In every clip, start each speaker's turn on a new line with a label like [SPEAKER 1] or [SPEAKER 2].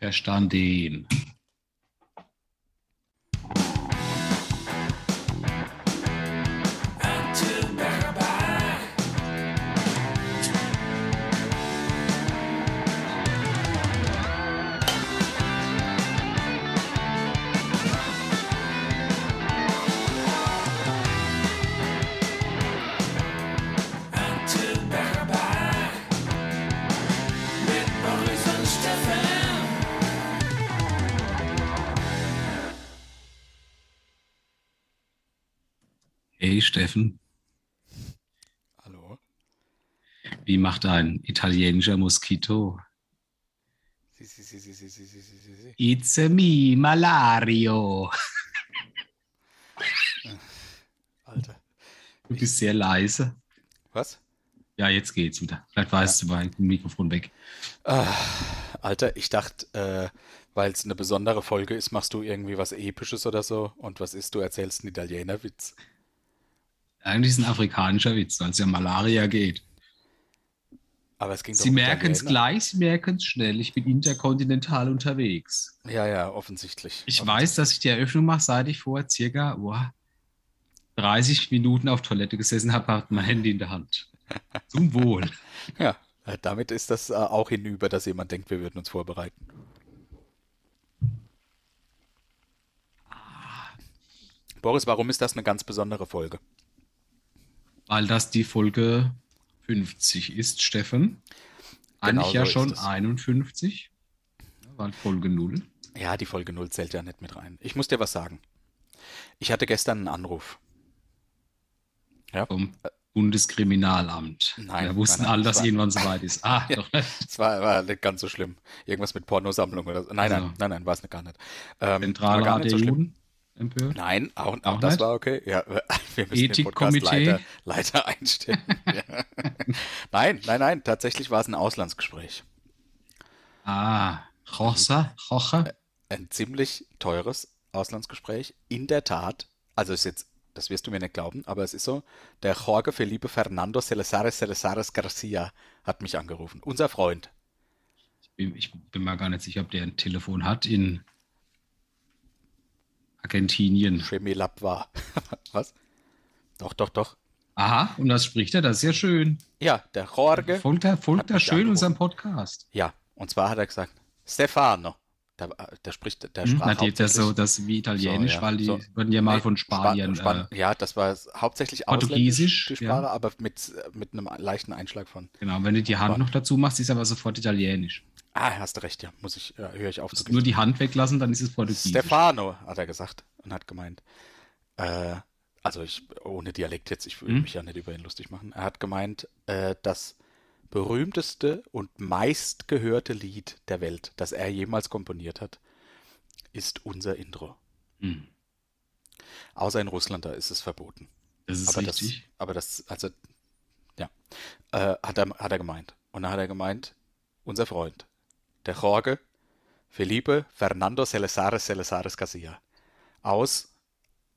[SPEAKER 1] Verstanden. Hey Steffen,
[SPEAKER 2] Hallo?
[SPEAKER 1] wie macht ein italienischer Moskito?
[SPEAKER 2] Sie, sie, sie, sie, sie, sie, sie, sie, sie, sie.
[SPEAKER 1] It's a me, Malario.
[SPEAKER 2] Alter.
[SPEAKER 1] Du bist sehr leise.
[SPEAKER 2] Was?
[SPEAKER 1] Ja, jetzt geht's wieder. Vielleicht weißt du, mein Mikrofon weg.
[SPEAKER 2] Ah, Alter, ich dachte, äh, weil es eine besondere Folge ist, machst du irgendwie was Episches oder so. Und was ist, du erzählst einen Italienerwitz.
[SPEAKER 1] Eigentlich ist es ein afrikanischer Witz, weil es ja Malaria geht.
[SPEAKER 2] Aber es ging doch
[SPEAKER 1] Sie
[SPEAKER 2] um
[SPEAKER 1] merken es
[SPEAKER 2] Italiener.
[SPEAKER 1] gleich, Sie merken es schnell. Ich bin interkontinental unterwegs.
[SPEAKER 2] Ja, ja, offensichtlich.
[SPEAKER 1] Ich weiß, dass ich die Eröffnung mache, seit ich vor circa boah, 30 Minuten auf Toilette gesessen habe, hat mein Handy in der Hand. Zum Wohl.
[SPEAKER 2] Ja, äh, damit ist das äh, auch hinüber, dass jemand denkt, wir würden uns vorbereiten.
[SPEAKER 1] Ah.
[SPEAKER 2] Boris, warum ist das eine ganz besondere Folge?
[SPEAKER 1] Weil das die Folge 50 ist, Steffen. Eigentlich
[SPEAKER 2] Genau
[SPEAKER 1] ja
[SPEAKER 2] so ist
[SPEAKER 1] schon
[SPEAKER 2] es.
[SPEAKER 1] 51. Weil Folge 0.
[SPEAKER 2] Ja, die Folge 0 zählt ja nicht mit rein. Ich muss dir was sagen. Ich hatte gestern einen Anruf.
[SPEAKER 1] vom Bundeskriminalamt.
[SPEAKER 2] Nein,
[SPEAKER 1] Wir wussten
[SPEAKER 2] nein, nein,
[SPEAKER 1] alle,
[SPEAKER 2] das
[SPEAKER 1] dass
[SPEAKER 2] war-
[SPEAKER 1] irgendwann soweit ist. Ah, doch.
[SPEAKER 2] Es war, war nicht ganz so schlimm. Irgendwas mit Pornosammlung oder so. Nein,
[SPEAKER 1] Also.
[SPEAKER 2] nein, nein, nein, war es nicht gar nicht. Ähm, war gar
[SPEAKER 1] Zentraler
[SPEAKER 2] nicht
[SPEAKER 1] der
[SPEAKER 2] so schlimm.
[SPEAKER 1] Juden empört.
[SPEAKER 2] Nein, auch, auch,
[SPEAKER 1] Auch
[SPEAKER 2] das
[SPEAKER 1] nicht?
[SPEAKER 2] war okay. Ja, wir müssen den Podcast
[SPEAKER 1] Ethikkomitee?
[SPEAKER 2] leider, leider einstellen. ja. Nein, nein, nein, tatsächlich war es ein Auslandsgespräch.
[SPEAKER 1] Ah, Rocha, Rocha.
[SPEAKER 2] Ein ziemlich teures Auslandsgespräch. In der Tat, also ist jetzt, das wirst du mir nicht glauben, aber es ist so, der Jorge Felipe Fernando Celesares Celesares Garcia hat mich angerufen. Unser Freund.
[SPEAKER 1] Bin- Ich bin mal gar nicht sicher, ob der ein Telefon hat in Argentinien.
[SPEAKER 2] Chemelab war. Was? Doch, doch, doch.
[SPEAKER 1] Aha, und das spricht er, das ist ja schön.
[SPEAKER 2] Ja, der Jorge.
[SPEAKER 1] Folgt er, folgt
[SPEAKER 2] Hat
[SPEAKER 1] er
[SPEAKER 2] mich
[SPEAKER 1] schön
[SPEAKER 2] angerufen.
[SPEAKER 1] unserem Podcast.
[SPEAKER 2] Ja, und zwar hat er gesagt, Stefano. Da, da spricht der
[SPEAKER 1] Hm?
[SPEAKER 2] sprach
[SPEAKER 1] Na, die, das, so,
[SPEAKER 2] hauptsächlich-
[SPEAKER 1] das wie Italienisch,
[SPEAKER 2] ja,
[SPEAKER 1] weil die
[SPEAKER 2] so.
[SPEAKER 1] wurden ja mal
[SPEAKER 2] Nee,
[SPEAKER 1] von Spanien. äh,
[SPEAKER 2] Spa- Span- ja, das war es hauptsächlich
[SPEAKER 1] Portugiesisch,
[SPEAKER 2] ausländisch, die
[SPEAKER 1] ja.
[SPEAKER 2] Sprache, aber mit, mit einem leichten Einschlag von.
[SPEAKER 1] äh, genau, wenn du die Hand
[SPEAKER 2] Spa-
[SPEAKER 1] noch dazu machst, ist aber sofort Italienisch.
[SPEAKER 2] Ah, hast du recht, ja. Muss ich, ja, höre ich auf zu
[SPEAKER 1] Musst Nur die Hand weglassen, dann ist es Portugiesisch.
[SPEAKER 2] Stefano, hat er gesagt und hat gemeint. Äh, also ich, ohne Dialekt jetzt, ich will
[SPEAKER 1] Hm?
[SPEAKER 2] mich ja nicht über ihn lustig machen. Er hat gemeint, äh, das berühmteste und meistgehörte Lied der Welt, das er jemals komponiert hat, ist unser Intro.
[SPEAKER 1] Hm.
[SPEAKER 2] Außer in Russland, da ist es verboten.
[SPEAKER 1] Das ist
[SPEAKER 2] aber
[SPEAKER 1] richtig.
[SPEAKER 2] das, aber das, also, ja, äh, hat er, hat er gemeint. Und dann hat er gemeint, unser Freund, der Jorge Felipe Fernando Celesares Celesares Garcia aus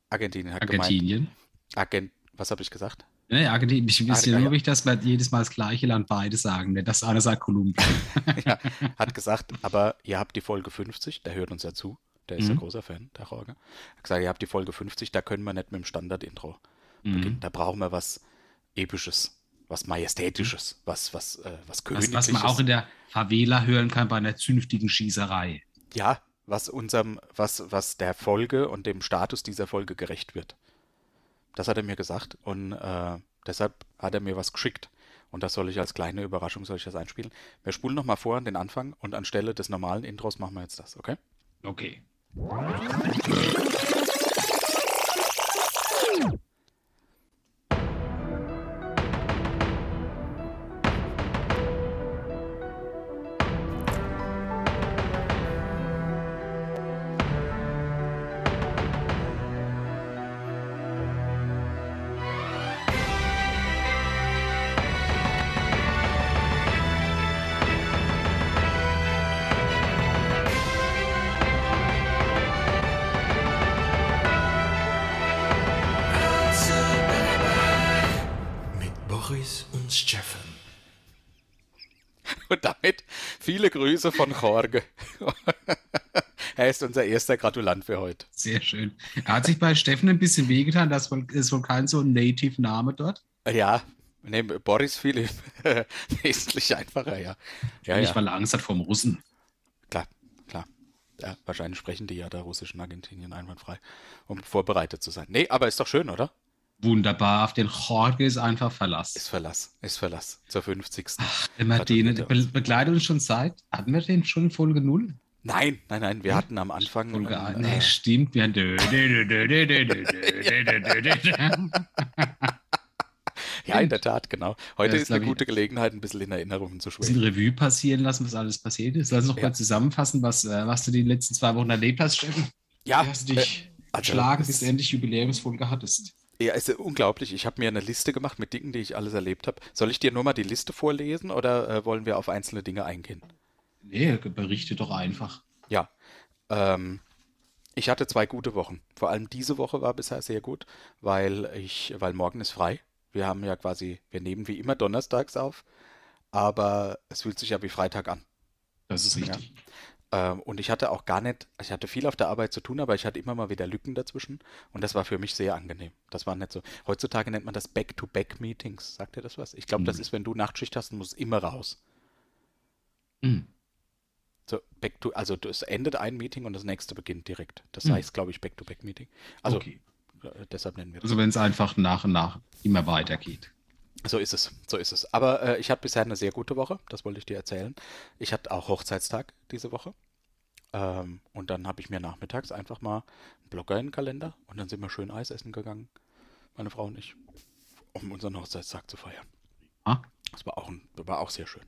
[SPEAKER 2] Argentinien hat gemeint,
[SPEAKER 1] Argentinien.
[SPEAKER 2] Argent, was habe ich gesagt?
[SPEAKER 1] Nee, Argentinien. Ich
[SPEAKER 2] Ah,
[SPEAKER 1] weiß ja
[SPEAKER 2] ja,
[SPEAKER 1] nur,
[SPEAKER 2] ja.
[SPEAKER 1] wie ich das bei jedes Mal das gleiche Land beide sagen. ne? Das eine sagt Kolumbien.
[SPEAKER 2] ja, hat gesagt, aber ihr habt die Folge 50, der hört uns ja zu, der ist ja
[SPEAKER 1] Mhm.
[SPEAKER 2] großer Fan, der Jorge. Hat gesagt, ihr habt die Folge 50, da können wir nicht mit dem Standard-Intro. beginnen.
[SPEAKER 1] Mhm.
[SPEAKER 2] Da brauchen wir was Episches, was Majestätisches, was, was, äh, was
[SPEAKER 1] Was,
[SPEAKER 2] Königliches.
[SPEAKER 1] was man auch in der Favela hören kann bei einer zünftigen Schießerei.
[SPEAKER 2] ja, was unserem, was, was der Folge und dem Status dieser Folge gerecht wird. Das hat er mir gesagt und äh, deshalb hat er mir was geschickt. Und das soll ich als kleine Überraschung, soll ich das einspielen. Wir spulen nochmal vor an den Anfang und anstelle des normalen Intros machen wir jetzt das, okay?
[SPEAKER 1] Okay.
[SPEAKER 2] Unser Intro. Und damit viele Grüße von Jorge. er ist unser erster Gratulant für heute.
[SPEAKER 1] Sehr schön. Er hat sich bei Steffen ein bisschen wehgetan, das ist wohl kein so Native-Name dort.
[SPEAKER 2] Äh, Ja, neben Boris Philipp wesentlich einfacher, ja. ja,
[SPEAKER 1] Nicht,
[SPEAKER 2] ja.
[SPEAKER 1] weil er Angst hat vor dem Russen.
[SPEAKER 2] Klar, klar. Ja, wahrscheinlich sprechen die ja der russischen Argentinien einwandfrei, um vorbereitet zu sein. Nee, aber ist doch schön, oder?
[SPEAKER 1] Wunderbar, auf den Jorge ist einfach
[SPEAKER 2] Ist
[SPEAKER 1] Verlass.
[SPEAKER 2] Verlass, ist Verlass. Zur 50.
[SPEAKER 1] Wenn wir den,
[SPEAKER 2] Gratuliert
[SPEAKER 1] der
[SPEAKER 2] er
[SPEAKER 1] be begleitet uns schon seit, hatten wir den schon in Folge 0?
[SPEAKER 2] Nein, nein, nein,
[SPEAKER 1] Hm?
[SPEAKER 2] wir hatten am Anfang.
[SPEAKER 1] Folge
[SPEAKER 2] ähm,
[SPEAKER 1] 1.
[SPEAKER 2] äh,
[SPEAKER 1] Nee, stimmt. Wir haben dö, dö, dö, dö, dö, dö, dö, dö, dö, dö, dö.
[SPEAKER 2] ja, in der Tat, genau. Heute
[SPEAKER 1] das
[SPEAKER 2] ist eine
[SPEAKER 1] glaub ich.
[SPEAKER 2] gute Gelegenheit, ein bisschen in Erinnerungen zu
[SPEAKER 1] Ein bisschen
[SPEAKER 2] schwelgen.
[SPEAKER 1] Revue passieren lassen, was alles passiert ist. Lass uns noch
[SPEAKER 2] Ja.
[SPEAKER 1] mal zusammenfassen, was, äh, was du die letzten zwei Wochen erlebt hast, Steffen.
[SPEAKER 2] Ja,
[SPEAKER 1] Wie hast du dich
[SPEAKER 2] Ah, also,
[SPEAKER 1] geschlagen,
[SPEAKER 2] es-
[SPEAKER 1] bis du endlich Jubiläumsfolge hattest?
[SPEAKER 2] ja, ist äh, unglaublich. Ich habe mir eine Liste gemacht mit Dingen, die ich alles erlebt habe. Soll ich dir nur mal die Liste vorlesen oder äh, wollen wir auf einzelne Dinge eingehen?
[SPEAKER 1] Nee, berichte doch einfach.
[SPEAKER 2] Ja. Ähm, ich hatte zwei gute Wochen. Vor allem diese Woche war bisher sehr gut, weil ich, weil morgen ist frei. Wir haben ja quasi, wir nehmen wie immer donnerstags auf, aber es fühlt sich ja wie Freitag an.
[SPEAKER 1] Das ist
[SPEAKER 2] Ja.
[SPEAKER 1] richtig.
[SPEAKER 2] Ähm, und ich hatte auch gar nicht, ich hatte viel auf der Arbeit zu tun, aber ich hatte immer mal wieder Lücken dazwischen und das war für mich sehr angenehm. Das war nicht so. Heutzutage nennt man das Back-to-Back-Meetings. Sagt dir das was? Ich glaube, das
[SPEAKER 1] Mhm.
[SPEAKER 2] ist, wenn du Nachtschicht hast, musst immer raus.
[SPEAKER 1] Hm.
[SPEAKER 2] So, back to, also es endet ein Meeting und das nächste beginnt direkt. Das
[SPEAKER 1] Hm.
[SPEAKER 2] heißt, glaube ich, Back-to-Back-Meeting. Also
[SPEAKER 1] okay.
[SPEAKER 2] äh, deshalb nennen wir das.
[SPEAKER 1] Also wenn es einfach nach und nach immer weitergeht.
[SPEAKER 2] So ist es, so ist es. Aber äh, ich hatte bisher eine sehr gute Woche, das wollte ich dir erzählen. Ich hatte auch Hochzeitstag diese Woche. Ähm, und dann habe ich mir nachmittags einfach mal einen Blocker in den Kalender und dann sind wir schön Eis essen gegangen, meine Frau und ich, um unseren Hochzeitstag zu feiern.
[SPEAKER 1] Ah.
[SPEAKER 2] Das war auch, ein, war auch sehr schön.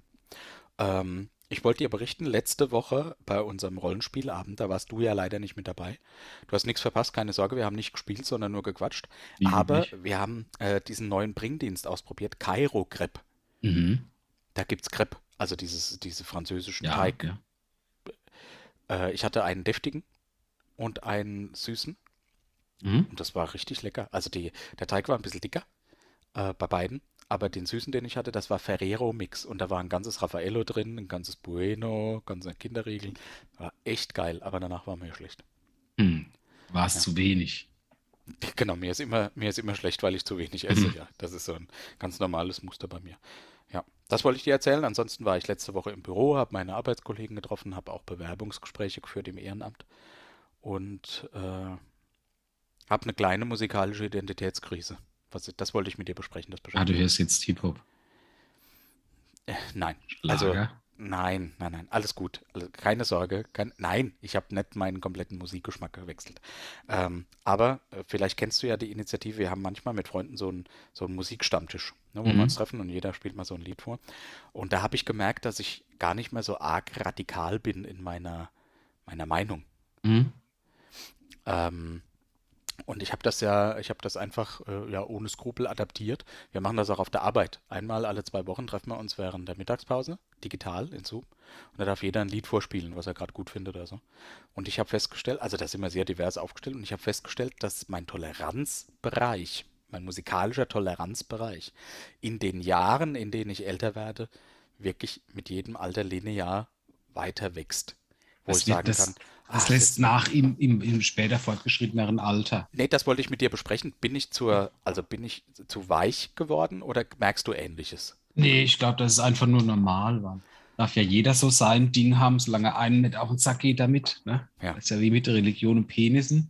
[SPEAKER 2] Ähm, ich wollte dir berichten, letzte Woche bei unserem Rollenspielabend, da warst du ja leider nicht mit dabei. Du hast nichts verpasst, keine Sorge, wir haben nicht gespielt, sondern nur gequatscht.
[SPEAKER 1] Wie
[SPEAKER 2] Aber
[SPEAKER 1] üblich.
[SPEAKER 2] wir haben äh, diesen neuen Bringdienst ausprobiert, Cairo Crepe.
[SPEAKER 1] Mhm.
[SPEAKER 2] Da gibt's Crepe, also dieses, diese französischen
[SPEAKER 1] Ja,
[SPEAKER 2] Teig.
[SPEAKER 1] ja.
[SPEAKER 2] Äh, ich hatte einen deftigen und einen süßen
[SPEAKER 1] Mhm.
[SPEAKER 2] und das war richtig lecker. Also die, der Teig war ein bisschen dicker äh, bei beiden, aber den süßen, den ich hatte, das war Ferrero Mix und da war ein ganzes Raffaello drin, ein ganzes Bueno, ganze Kinderriegel. War echt geil, aber danach war mir schlecht.
[SPEAKER 1] Hm. War es zu wenig.
[SPEAKER 2] Genau, mir ist immer, mir ist immer schlecht, weil ich zu wenig esse.
[SPEAKER 1] Mhm.
[SPEAKER 2] Ja, das ist so ein ganz normales Muster bei mir. Ja, das wollte ich dir erzählen. Ansonsten war ich letzte Woche im Büro, habe meine Arbeitskollegen getroffen, habe auch Bewerbungsgespräche geführt im Ehrenamt und äh, habe eine kleine musikalische Identitätskrise. Was, das wollte ich mit dir besprechen. Das
[SPEAKER 1] Ah,
[SPEAKER 2] beschäftigt
[SPEAKER 1] du hörst jetzt Hip-Hop.
[SPEAKER 2] Äh, Nein, also
[SPEAKER 1] Lager.
[SPEAKER 2] nein, nein, nein, alles gut, also, keine Sorge, kein, nein, ich habe nicht meinen kompletten Musikgeschmack gewechselt. Ähm, aber äh, vielleicht kennst du ja die Initiative, wir haben manchmal mit Freunden so einen so einen Musikstammtisch, ne, wo
[SPEAKER 1] Mhm.
[SPEAKER 2] wir uns treffen und jeder spielt mal so ein Lied vor. Und da habe ich gemerkt, dass ich gar nicht mehr so arg radikal bin in meiner, meiner Meinung.
[SPEAKER 1] Hm?
[SPEAKER 2] Ähm, und ich habe das ja, ich habe das einfach äh, ja ohne Skrupel adaptiert. Wir machen das auch auf der Arbeit. Einmal alle zwei Wochen treffen wir uns während der Mittagspause, digital in Zoom. Und da darf jeder ein Lied vorspielen, was er gerade gut findet oder so. Und ich habe festgestellt, also da sind wir sehr divers aufgestellt, und ich habe festgestellt, dass mein Toleranzbereich, mein musikalischer Toleranzbereich in den Jahren, in denen ich älter werde, wirklich mit jedem Alter linear weiter wächst. Wo
[SPEAKER 1] Das
[SPEAKER 2] ich
[SPEAKER 1] wird-
[SPEAKER 2] sagen
[SPEAKER 1] das-
[SPEAKER 2] kann,
[SPEAKER 1] Das
[SPEAKER 2] ah,
[SPEAKER 1] lässt nach im, im, im später fortgeschritteneren Alter.
[SPEAKER 2] Nee, das wollte ich mit dir besprechen. Bin ich zur, also bin ich zu weich geworden oder merkst du Ähnliches?
[SPEAKER 1] Nee, ich glaube, das ist einfach nur normal. War. Darf ja jeder so sein Ding haben, solange einem nicht auf den Sack geht damit. Ne?
[SPEAKER 2] Ja.
[SPEAKER 1] Das ist ja wie mit Religion und Penissen.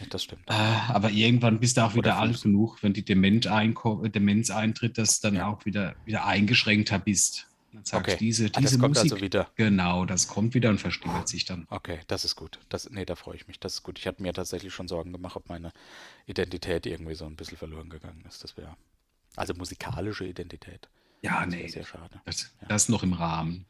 [SPEAKER 2] Ja, Das stimmt.
[SPEAKER 1] Äh, aber irgendwann bist du auch
[SPEAKER 2] Oder
[SPEAKER 1] wieder alt
[SPEAKER 2] Fuß.
[SPEAKER 1] genug, wenn die Dement einko- äh, Demenz eintritt, dass du dann
[SPEAKER 2] Ja.
[SPEAKER 1] auch wieder, wieder eingeschränkter bist. Dann sagst
[SPEAKER 2] Okay.
[SPEAKER 1] du, diese,
[SPEAKER 2] Ah, das
[SPEAKER 1] diese
[SPEAKER 2] kommt
[SPEAKER 1] Musik.
[SPEAKER 2] also wieder.
[SPEAKER 1] Genau, das kommt wieder und versteht sich dann.
[SPEAKER 2] Okay, das ist gut. Das, nee, da freue ich mich. Das ist gut. Ich hatte mir tatsächlich schon Sorgen gemacht, ob meine Identität irgendwie so ein bisschen verloren gegangen ist. Das wäre, also musikalische Identität.
[SPEAKER 1] Ja,
[SPEAKER 2] Das wäre
[SPEAKER 1] nee,
[SPEAKER 2] sehr schade.
[SPEAKER 1] das, das ist noch im Rahmen.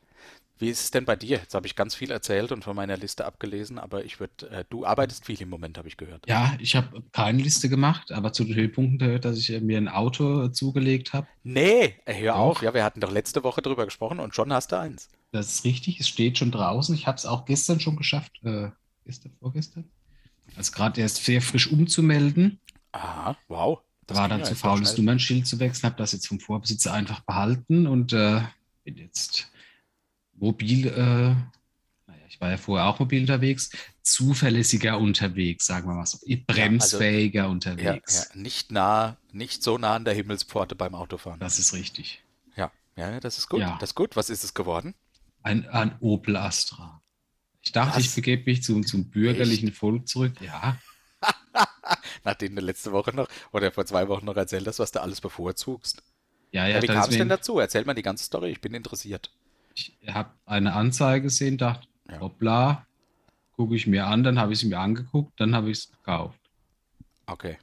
[SPEAKER 2] Wie ist es denn bei dir? Jetzt habe ich ganz viel erzählt und von meiner Liste abgelesen, aber ich würde, äh, du arbeitest viel im Moment, habe ich gehört.
[SPEAKER 1] Ja, ich habe keine Liste gemacht, aber zu den Höhepunkten gehört, dass ich äh, mir ein Auto äh, zugelegt habe.
[SPEAKER 2] Nee, ey, hör auf.
[SPEAKER 1] Doch.
[SPEAKER 2] Ja, wir hatten doch letzte Woche drüber gesprochen und schon hast du eins.
[SPEAKER 1] Das ist richtig, es steht schon draußen. Ich habe es auch gestern schon geschafft, äh, gestern, vorgestern. Also gerade erst sehr frisch umzumelden.
[SPEAKER 2] Aha, wow. Das
[SPEAKER 1] war
[SPEAKER 2] ging
[SPEAKER 1] dann
[SPEAKER 2] ja
[SPEAKER 1] zu
[SPEAKER 2] jetzt sehr
[SPEAKER 1] faul, das
[SPEAKER 2] schnell.
[SPEAKER 1] Nummernschild zu wechseln, habe das jetzt vom Vorbesitzer einfach behalten und äh, bin jetzt mobil, äh, naja, ich war ja vorher auch mobil unterwegs, zuverlässiger unterwegs, sagen wir mal so, bremsfähiger
[SPEAKER 2] also Ja,
[SPEAKER 1] unterwegs.
[SPEAKER 2] ja, nicht nah, nicht so nah an der Himmelspforte beim Autofahren.
[SPEAKER 1] Das ist richtig.
[SPEAKER 2] ja, ja, ja, das ist gut.
[SPEAKER 1] Ja.
[SPEAKER 2] Das ist gut. Was ist es geworden?
[SPEAKER 1] Ein, ein Opel Astra. Ich dachte,
[SPEAKER 2] Was?
[SPEAKER 1] ich begebe mich zum, zum bürgerlichen Volk zurück. Ja,
[SPEAKER 2] Nachdem du letzte Woche noch oder vor zwei Wochen noch erzählt hast, was du alles bevorzugst.
[SPEAKER 1] ja,
[SPEAKER 2] Ja,
[SPEAKER 1] ja.
[SPEAKER 2] wie
[SPEAKER 1] da
[SPEAKER 2] kam es
[SPEAKER 1] ist
[SPEAKER 2] denn
[SPEAKER 1] mir,
[SPEAKER 2] dazu? Erzähl mal die ganze Story, ich bin interessiert.
[SPEAKER 1] ich habe eine Anzeige gesehen, dachte,
[SPEAKER 2] Ja.
[SPEAKER 1] hoppla, gucke ich mir an, dann habe ich es mir angeguckt, dann habe ich es gekauft.
[SPEAKER 2] Okay.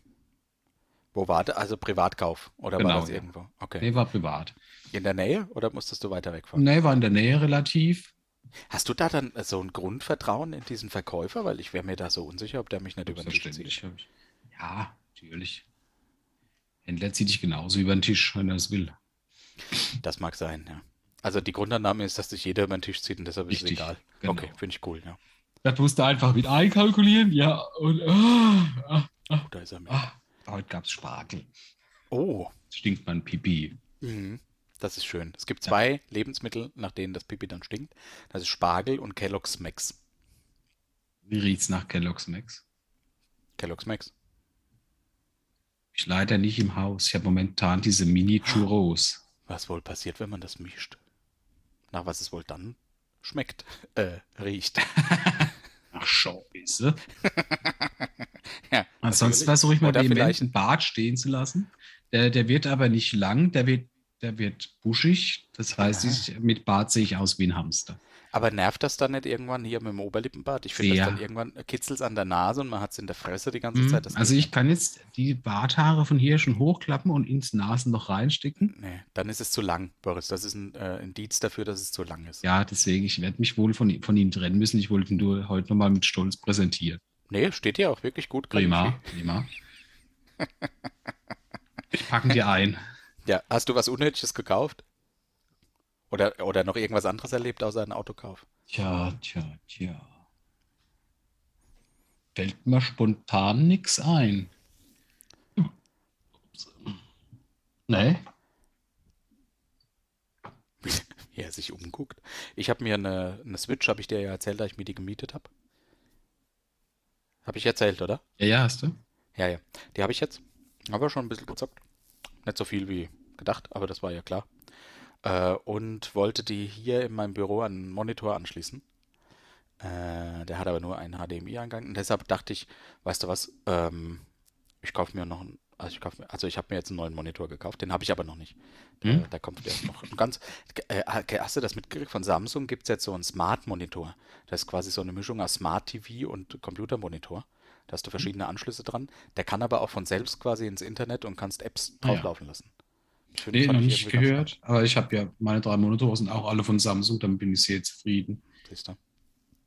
[SPEAKER 2] Wo war der? Also Privatkauf oder war
[SPEAKER 1] Genau,
[SPEAKER 2] das
[SPEAKER 1] ja.
[SPEAKER 2] irgendwo? Okay.
[SPEAKER 1] Nee, war privat.
[SPEAKER 2] In der Nähe oder musstest du weiter wegfahren?
[SPEAKER 1] Nee, war in der Nähe relativ.
[SPEAKER 2] Hast du da dann so ein Grundvertrauen in diesen Verkäufer? Weil ich wäre mir da so unsicher, ob der mich nicht über den Tisch zieht.
[SPEAKER 1] Selbstverständlich. hab ich- Ja, natürlich. Händler zieht dich genauso über den Tisch, wenn er es will.
[SPEAKER 2] Das mag sein, ja. Also die Grundannahme ist, dass sich jeder über den Tisch zieht und deshalb ist es
[SPEAKER 1] Richtig,
[SPEAKER 2] egal.
[SPEAKER 1] genau.
[SPEAKER 2] Okay, finde ich cool, ja.
[SPEAKER 1] Das musst du einfach mit einkalkulieren, ja. Und ah,
[SPEAKER 2] Oh, da ist er mit.
[SPEAKER 1] ah, ah. heute gab es Spargel.
[SPEAKER 2] Oh,
[SPEAKER 1] Stinkt mein Pipi.
[SPEAKER 2] mhm. das ist schön. Es gibt zwei Lebensmittel, nach denen das Pipi dann stinkt. Das ist Spargel und Kellogg's Max.
[SPEAKER 1] Wie riecht's nach Kellogg's Max?
[SPEAKER 2] Kellogg's Max.
[SPEAKER 1] Ich leider nicht im Haus. Ich habe momentan diese
[SPEAKER 2] Ah.
[SPEAKER 1] Mini-Churros.
[SPEAKER 2] Was wohl passiert, wenn man das mischt? Na, was es wohl dann schmeckt, äh, riecht.
[SPEAKER 1] Ach, Scheiße.
[SPEAKER 2] Ja,
[SPEAKER 1] Ansonsten
[SPEAKER 2] natürlich.
[SPEAKER 1] versuche ich mal
[SPEAKER 2] Oder
[SPEAKER 1] vehement
[SPEAKER 2] vielleicht-
[SPEAKER 1] den Bart stehen zu lassen. Der, der wird aber nicht lang, der wird, der wird buschig. Das heißt,
[SPEAKER 2] Ah.
[SPEAKER 1] ich, mit Bart sehe ich aus wie ein Hamster.
[SPEAKER 2] Aber nervt das dann nicht irgendwann hier mit dem Oberlippenbart? Ich finde das
[SPEAKER 1] Sehr.
[SPEAKER 2] dann irgendwann kitzelt es an der Nase und man hat es in der Fresse die ganze
[SPEAKER 1] Mhm.
[SPEAKER 2] Zeit. Das
[SPEAKER 1] Also
[SPEAKER 2] geht
[SPEAKER 1] ich kann jetzt die Barthaare von hier schon hochklappen und ins Nasenloch reinstecken.
[SPEAKER 2] nicht. Nee, dann ist es zu lang, Boris. Das ist ein äh, Indiz dafür, dass es zu lang ist.
[SPEAKER 1] Ja, deswegen, ich werde mich wohl von, von Ihnen trennen müssen. Ich wollte ihn nur heute nochmal mit Stolz präsentieren.
[SPEAKER 2] Nee, steht ja auch wirklich gut.
[SPEAKER 1] Prima,
[SPEAKER 2] Qualität.
[SPEAKER 1] prima. Ich packen dir ein.
[SPEAKER 2] Ja, hast du was Unnötiges gekauft? Oder, oder noch irgendwas anderes erlebt außer einem Autokauf?
[SPEAKER 1] Tja, tja, tja. Fällt mir spontan nichts ein. Nee?
[SPEAKER 2] Wie er sich umguckt. Ich habe mir eine, eine Switch, habe ich dir ja erzählt, dass ich mir die gemietet habe. Habe ich erzählt, oder?
[SPEAKER 1] Ja, ja, hast du?
[SPEAKER 2] Ja, ja. Die habe ich jetzt. Habe schon ein bisschen gezockt. Nicht so viel wie gedacht, aber das war ja klar. Äh, und wollte die hier in meinem Büro an einen Monitor anschließen. Äh, der hat aber nur einen HDMI-Eingang. Und deshalb dachte ich, weißt du was, ähm, ich kaufe mir noch einen. Also ich, kauf mir- also ich habe mir jetzt einen neuen Monitor gekauft, den habe ich aber noch nicht.
[SPEAKER 1] Hm?
[SPEAKER 2] Da, da kommt erst noch ein ganz. Äh, hast du das mitgekriegt? Von Samsung gibt es jetzt so einen Smart-Monitor. Das ist quasi so eine Mischung aus Smart TV und Computermonitor. Da hast du verschiedene Anschlüsse dran. Der kann aber auch von selbst quasi ins Internet und kannst Apps
[SPEAKER 1] Ah ja.
[SPEAKER 2] drauflaufen lassen. Ich finde,
[SPEAKER 1] Nee,
[SPEAKER 2] fand
[SPEAKER 1] noch
[SPEAKER 2] ich
[SPEAKER 1] nicht
[SPEAKER 2] irgendwie ganz
[SPEAKER 1] gehört. Aber ich habe ja meine drei Monitore sind auch alle von Samsung, damit bin ich sehr zufrieden.
[SPEAKER 2] spannend, siehst du.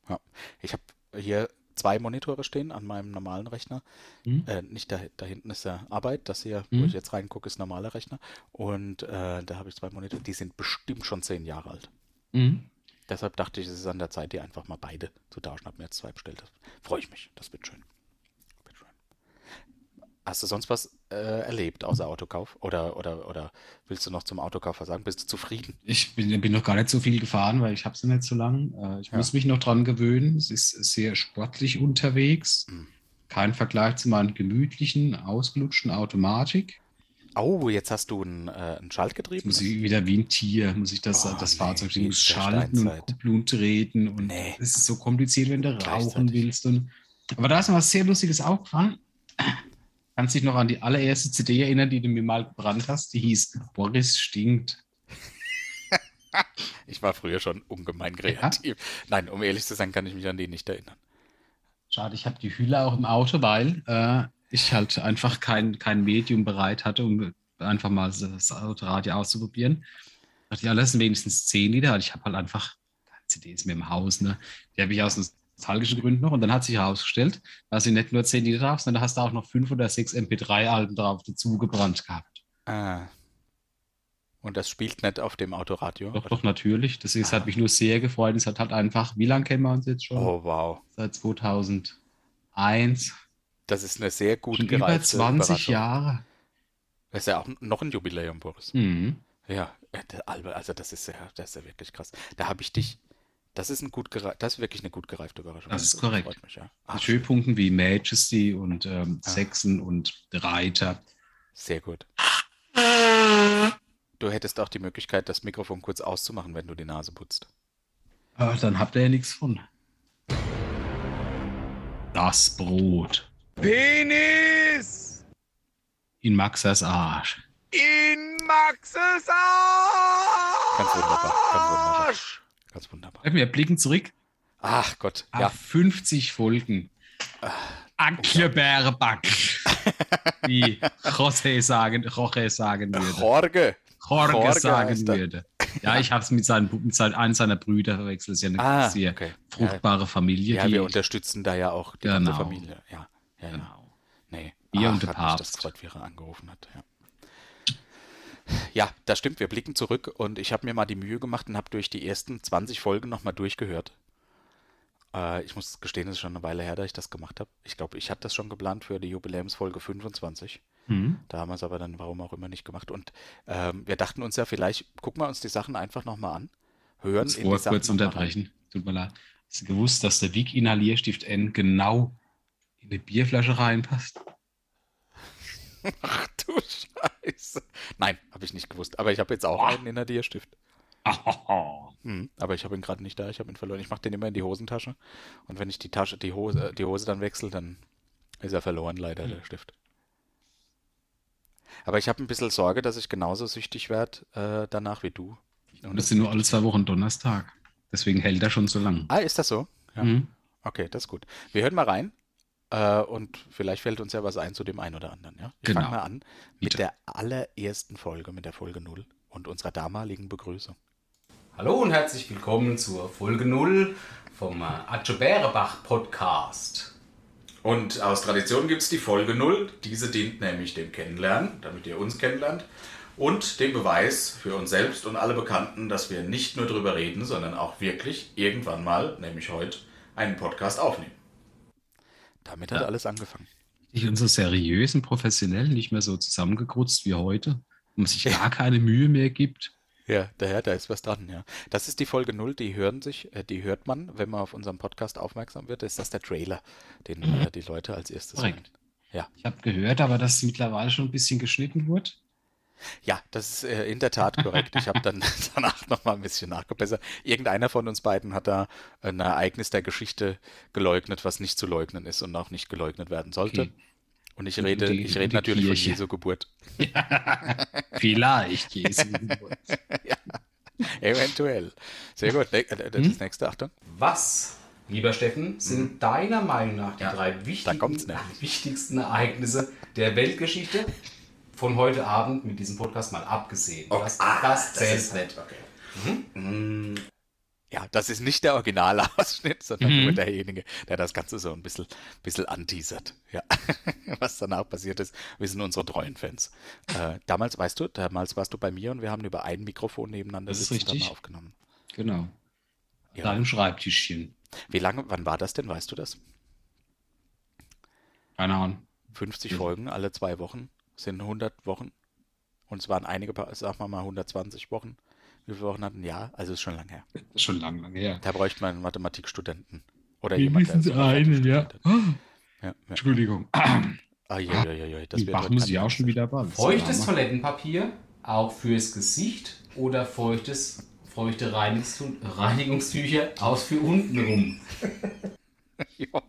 [SPEAKER 2] Ja. Ich habe hier zwei Monitore stehen an meinem normalen Rechner.
[SPEAKER 1] Hm?
[SPEAKER 2] Äh, nicht da, da hinten ist der Arbeit, das hier, wo
[SPEAKER 1] Mhm.
[SPEAKER 2] ich jetzt reingucke, ist ein normaler Rechner. Und äh, da habe ich zwei Monitore, die sind bestimmt schon zehn Jahre alt.
[SPEAKER 1] Mhm.
[SPEAKER 2] Deshalb dachte ich, es ist an der Zeit, die einfach mal beide zu tauschen. Hab mir jetzt zwei bestellt. Das Freue ich mich. Das wird schön. Wird schön. Hast du sonst was äh, erlebt außer Autokauf? Oder, oder, oder willst du noch zum Autokauf was sagen? Bist du zufrieden?
[SPEAKER 1] Ich bin, bin noch gar nicht so viel gefahren, weil ich habe sie nicht so lang. Äh, ich
[SPEAKER 2] Ja.
[SPEAKER 1] muss mich noch dran gewöhnen. Es ist sehr sportlich unterwegs.
[SPEAKER 2] Mhm.
[SPEAKER 1] Kein Vergleich zu meiner gemütlichen, ausgelutschten Automatik.
[SPEAKER 2] Oh, jetzt hast du ein, äh, ein
[SPEAKER 1] Jetzt
[SPEAKER 2] Schaltgetrieben.
[SPEAKER 1] muss ich wieder wie ein Tier, muss ich das,
[SPEAKER 2] Oh,
[SPEAKER 1] das
[SPEAKER 2] nee,
[SPEAKER 1] Fahrzeug
[SPEAKER 2] wie
[SPEAKER 1] ich muss
[SPEAKER 2] in der
[SPEAKER 1] schalten und
[SPEAKER 2] Steinzeit.
[SPEAKER 1] Kupplung treten und
[SPEAKER 2] Nee.
[SPEAKER 1] es ist so kompliziert, wenn du rauchen
[SPEAKER 2] Gleichzeitig.
[SPEAKER 1] willst. Und, aber da ist mir was sehr Lustiges aufgefallen. Kannst dich noch an die allererste CD erinnern, die du mir mal gebrannt hast? Die hieß Boris stinkt.
[SPEAKER 2] Ich war früher schon ungemein kreativ. Nein, um ehrlich zu sein, kann ich mich an die nicht erinnern.
[SPEAKER 1] Schade, ich habe die Hühler auch im Auto, weil äh, ich halt einfach kein, kein Medium bereit hatte, um einfach mal das Autoradio auszuprobieren. Dachte ich, ja, das sind wenigstens zehn Lieder, weil ich habe halt einfach keine CDs mehr im Haus. Ne? Die habe ich aus nostalgischen Gründen noch. Und dann hat sich herausgestellt, dass sie nicht nur zehn Lieder drauf, sondern hast du auch noch fünf oder sechs MP3-Alben drauf dazu gebrannt gehabt.
[SPEAKER 2] Ah. Und das spielt nicht auf dem Autoradio.
[SPEAKER 1] Doch,
[SPEAKER 2] oder?
[SPEAKER 1] doch, natürlich. Das ist,
[SPEAKER 2] Ah.
[SPEAKER 1] hat mich nur sehr gefreut. Es hat halt einfach, wie lange kennen wir uns jetzt schon?
[SPEAKER 2] Oh, wow.
[SPEAKER 1] Seit 2001.
[SPEAKER 2] Das ist eine sehr gut
[SPEAKER 1] Schon über
[SPEAKER 2] gereifte
[SPEAKER 1] 20
[SPEAKER 2] Überraschung.
[SPEAKER 1] Jahre.
[SPEAKER 2] Das ist ja auch noch ein Jubiläum, Boris.
[SPEAKER 1] Mhm.
[SPEAKER 2] Ja, Ja, der Albert, also das ist ja, das ist ja wirklich krass. Da habe ich dich. Das ist ein gut gerei- das ist wirklich eine gut gereifte Überraschung.
[SPEAKER 1] Das ist korrekt.
[SPEAKER 2] Freut mich, ja. Ah,
[SPEAKER 1] Mit
[SPEAKER 2] Ach,
[SPEAKER 1] Höhepunkten wie Majesty und ähm,
[SPEAKER 2] Ah.
[SPEAKER 1] Sechsen und Reiter.
[SPEAKER 2] sehr gut. Du hättest auch die Möglichkeit, das Mikrofon kurz auszumachen, wenn du die Nase putzt.
[SPEAKER 1] Ah, dann habt ihr ja nichts von. Das Brot
[SPEAKER 3] Penis
[SPEAKER 1] in Maxas Arsch.
[SPEAKER 3] in Maxes Arsch.
[SPEAKER 2] Ganz wunderbar, ganz wunderbar. Ganz wunderbar.
[SPEAKER 1] Wir blicken zurück
[SPEAKER 2] Ach Gott,
[SPEAKER 1] auf
[SPEAKER 2] ja.
[SPEAKER 1] 50 Folgen. Ah, Anke Baerback. Wie José sagen, Jorge sagen würde.
[SPEAKER 2] Jorge.
[SPEAKER 1] Jorge,
[SPEAKER 2] Jorge
[SPEAKER 1] sagen
[SPEAKER 2] heißt er.
[SPEAKER 1] würde. Ja, ich habe es mit, seinen, mit seinen, einem seiner Brüder verwechselt. Das ist ja eine
[SPEAKER 2] Ah,
[SPEAKER 1] sehr
[SPEAKER 2] okay.
[SPEAKER 1] fruchtbare Familie.
[SPEAKER 2] Ja,
[SPEAKER 1] die,
[SPEAKER 2] wir unterstützen da ja auch die ganze
[SPEAKER 1] Genau.
[SPEAKER 2] Familie. Ja, ja, ja.
[SPEAKER 1] genau.
[SPEAKER 2] Nee. Ah,
[SPEAKER 1] Wir und der
[SPEAKER 2] hat mich das
[SPEAKER 1] Papst.
[SPEAKER 2] gefreut, wie er angerufen hat. Ja. ja, das stimmt. Wir blicken zurück und ich habe mir mal die Mühe gemacht und habe durch die ersten 20 Folgen nochmal durchgehört. Äh, ich muss gestehen, es ist schon eine Weile her, dass ich das gemacht habe. Ich glaube, ich hatte das schon geplant für die Jubiläumsfolge 25.
[SPEAKER 1] Hm?
[SPEAKER 2] Da haben wir es aber dann, warum auch immer, nicht gemacht. Und ähm, wir dachten uns ja, vielleicht gucken wir uns die Sachen einfach nochmal an. Hören
[SPEAKER 4] Äh,
[SPEAKER 1] Kurz
[SPEAKER 2] in die
[SPEAKER 1] vor,
[SPEAKER 2] Sachen
[SPEAKER 1] kurz
[SPEAKER 2] noch mal
[SPEAKER 1] unterbrechen. Tut mir leid. Hast du gewusst, dass der Wick Inhalierstift N genau in eine Bierflasche reinpasst?
[SPEAKER 2] rein. Ach du Scheiße. Nein, habe ich nicht gewusst. Aber ich habe jetzt auch einen in der Dierstift.
[SPEAKER 1] Ahoho.
[SPEAKER 2] Hm, aber ich habe ihn gerade nicht da, ich habe ihn verloren. Ich mache den immer in die Hosentasche. Und wenn ich die Tasche, die Hose, äh, die Hose dann wechsle, dann ist er verloren, leider,
[SPEAKER 1] Hm.
[SPEAKER 2] der Stift. Aber ich habe ein bisschen Sorge, dass ich genauso süchtig werde äh, danach wie du.
[SPEAKER 1] Und das sind nur alle zwei Wochen Donnerstag. Deswegen hält er schon so lang.
[SPEAKER 2] Ah, ist das so? Ja.
[SPEAKER 1] Hm?
[SPEAKER 2] Okay, das ist gut. Wir hören mal rein. Äh, und vielleicht fällt uns ja was ein zu dem einen oder anderen. Ja? Ich
[SPEAKER 1] Genau.
[SPEAKER 2] fange mal an mit
[SPEAKER 1] Bitte.
[SPEAKER 2] der allerersten Folge, mit der Folge 0 und unserer damaligen Begrüßung.
[SPEAKER 4] Hallo und herzlich willkommen zur Folge 0 vom äh, Atje Bärebach Podcast.
[SPEAKER 2] Und aus Tradition gibt es die Folge 0. Diese dient nämlich dem Kennenlernen, damit ihr uns kennenlernt. Und dem Beweis für uns selbst und alle Bekannten, dass wir nicht nur drüber reden, sondern auch wirklich irgendwann mal, nämlich heute, einen Podcast aufnehmen. Damit hat alles angefangen.
[SPEAKER 1] Ich bin so seriös und professionell, nicht mehr so zusammengekrutzt wie heute, wo man sich gar keine Mühe mehr gibt.
[SPEAKER 2] Ja, daher, da ist was dran, ja. Das ist die Folge 0, die hören sich, äh, die hört man, wenn man auf unseren Podcast aufmerksam wird, ist das der Trailer, den äh, die Leute als erstes
[SPEAKER 1] Korrekt.
[SPEAKER 2] hören. Ja.
[SPEAKER 1] Ich habe gehört, aber dass mittlerweile schon ein bisschen geschnitten wird.
[SPEAKER 2] Ja, das ist äh, in der Tat korrekt. Ich habe dann danach nochmal ein bisschen nachgebessert. Irgendeiner von uns beiden hat da ein Ereignis der Geschichte geleugnet, was nicht zu leugnen ist und auch nicht geleugnet werden sollte.
[SPEAKER 1] Okay.
[SPEAKER 2] Und ich
[SPEAKER 1] Und
[SPEAKER 2] rede,
[SPEAKER 1] die-
[SPEAKER 2] ich
[SPEAKER 1] und
[SPEAKER 2] rede
[SPEAKER 1] die
[SPEAKER 2] natürlich
[SPEAKER 1] Kirche.
[SPEAKER 2] von Jesu Geburt.
[SPEAKER 1] Vielleicht. gehe ich so-
[SPEAKER 2] Eventuell. Sehr gut. Ne, äh, das
[SPEAKER 1] Hm?
[SPEAKER 2] nächste, Achtung.
[SPEAKER 4] Was, lieber Steffen, sind deiner Meinung nach die drei wichtigen,
[SPEAKER 2] Mhm. kommt's nämlich.
[SPEAKER 4] wichtigsten Ereignisse der Weltgeschichte von heute Abend mit diesem Podcast mal abgesehen?
[SPEAKER 1] Oh,
[SPEAKER 4] Das, das zählt nicht.
[SPEAKER 2] Ja, das ist nicht der Originalausschnitt, sondern
[SPEAKER 1] Mhm.
[SPEAKER 2] nur derjenige, der das Ganze so ein bisschen, bisschen anteasert. Ja. Was danach passiert ist, wissen unsere treuen Fans. Äh, damals, weißt du, damals warst du bei mir und wir haben über ein Mikrofon nebeneinander
[SPEAKER 1] Das ist
[SPEAKER 2] sitzend
[SPEAKER 1] richtig.
[SPEAKER 2] einmal aufgenommen.
[SPEAKER 1] Genau. An
[SPEAKER 2] Ja.
[SPEAKER 1] deinem Schreibtischchen.
[SPEAKER 2] Wie lange, wann war das denn, weißt du das?
[SPEAKER 1] Keine Ahnung.
[SPEAKER 2] 50
[SPEAKER 1] Mhm.
[SPEAKER 2] Folgen alle zwei Wochen sind 100 Wochen. Und es waren einige, paar- sagen wir mal 120 Wochen. Wie viele Wochen hatten? Ja, also ist schon lange her.
[SPEAKER 1] Das ist schon lang, lang her.
[SPEAKER 2] Da bräuchte man einen Mathematikstudenten. Oder
[SPEAKER 1] Wir
[SPEAKER 2] jemand, der
[SPEAKER 1] müssen
[SPEAKER 2] es
[SPEAKER 1] einen, ja.
[SPEAKER 2] hat.
[SPEAKER 1] Ah,
[SPEAKER 2] Ja, ja.
[SPEAKER 1] Entschuldigung.
[SPEAKER 2] Ah, je, je, je, je, das
[SPEAKER 1] Die
[SPEAKER 2] wird
[SPEAKER 1] Bach
[SPEAKER 2] heute
[SPEAKER 1] muss ich
[SPEAKER 2] kein-
[SPEAKER 1] auch schon wieder bauen.
[SPEAKER 4] Feuchtes Toilettenpapier, auch fürs Gesicht oder feuchtes, feuchte Reinigungstu- Reinigungstücher aus für untenrum?
[SPEAKER 2] Ja.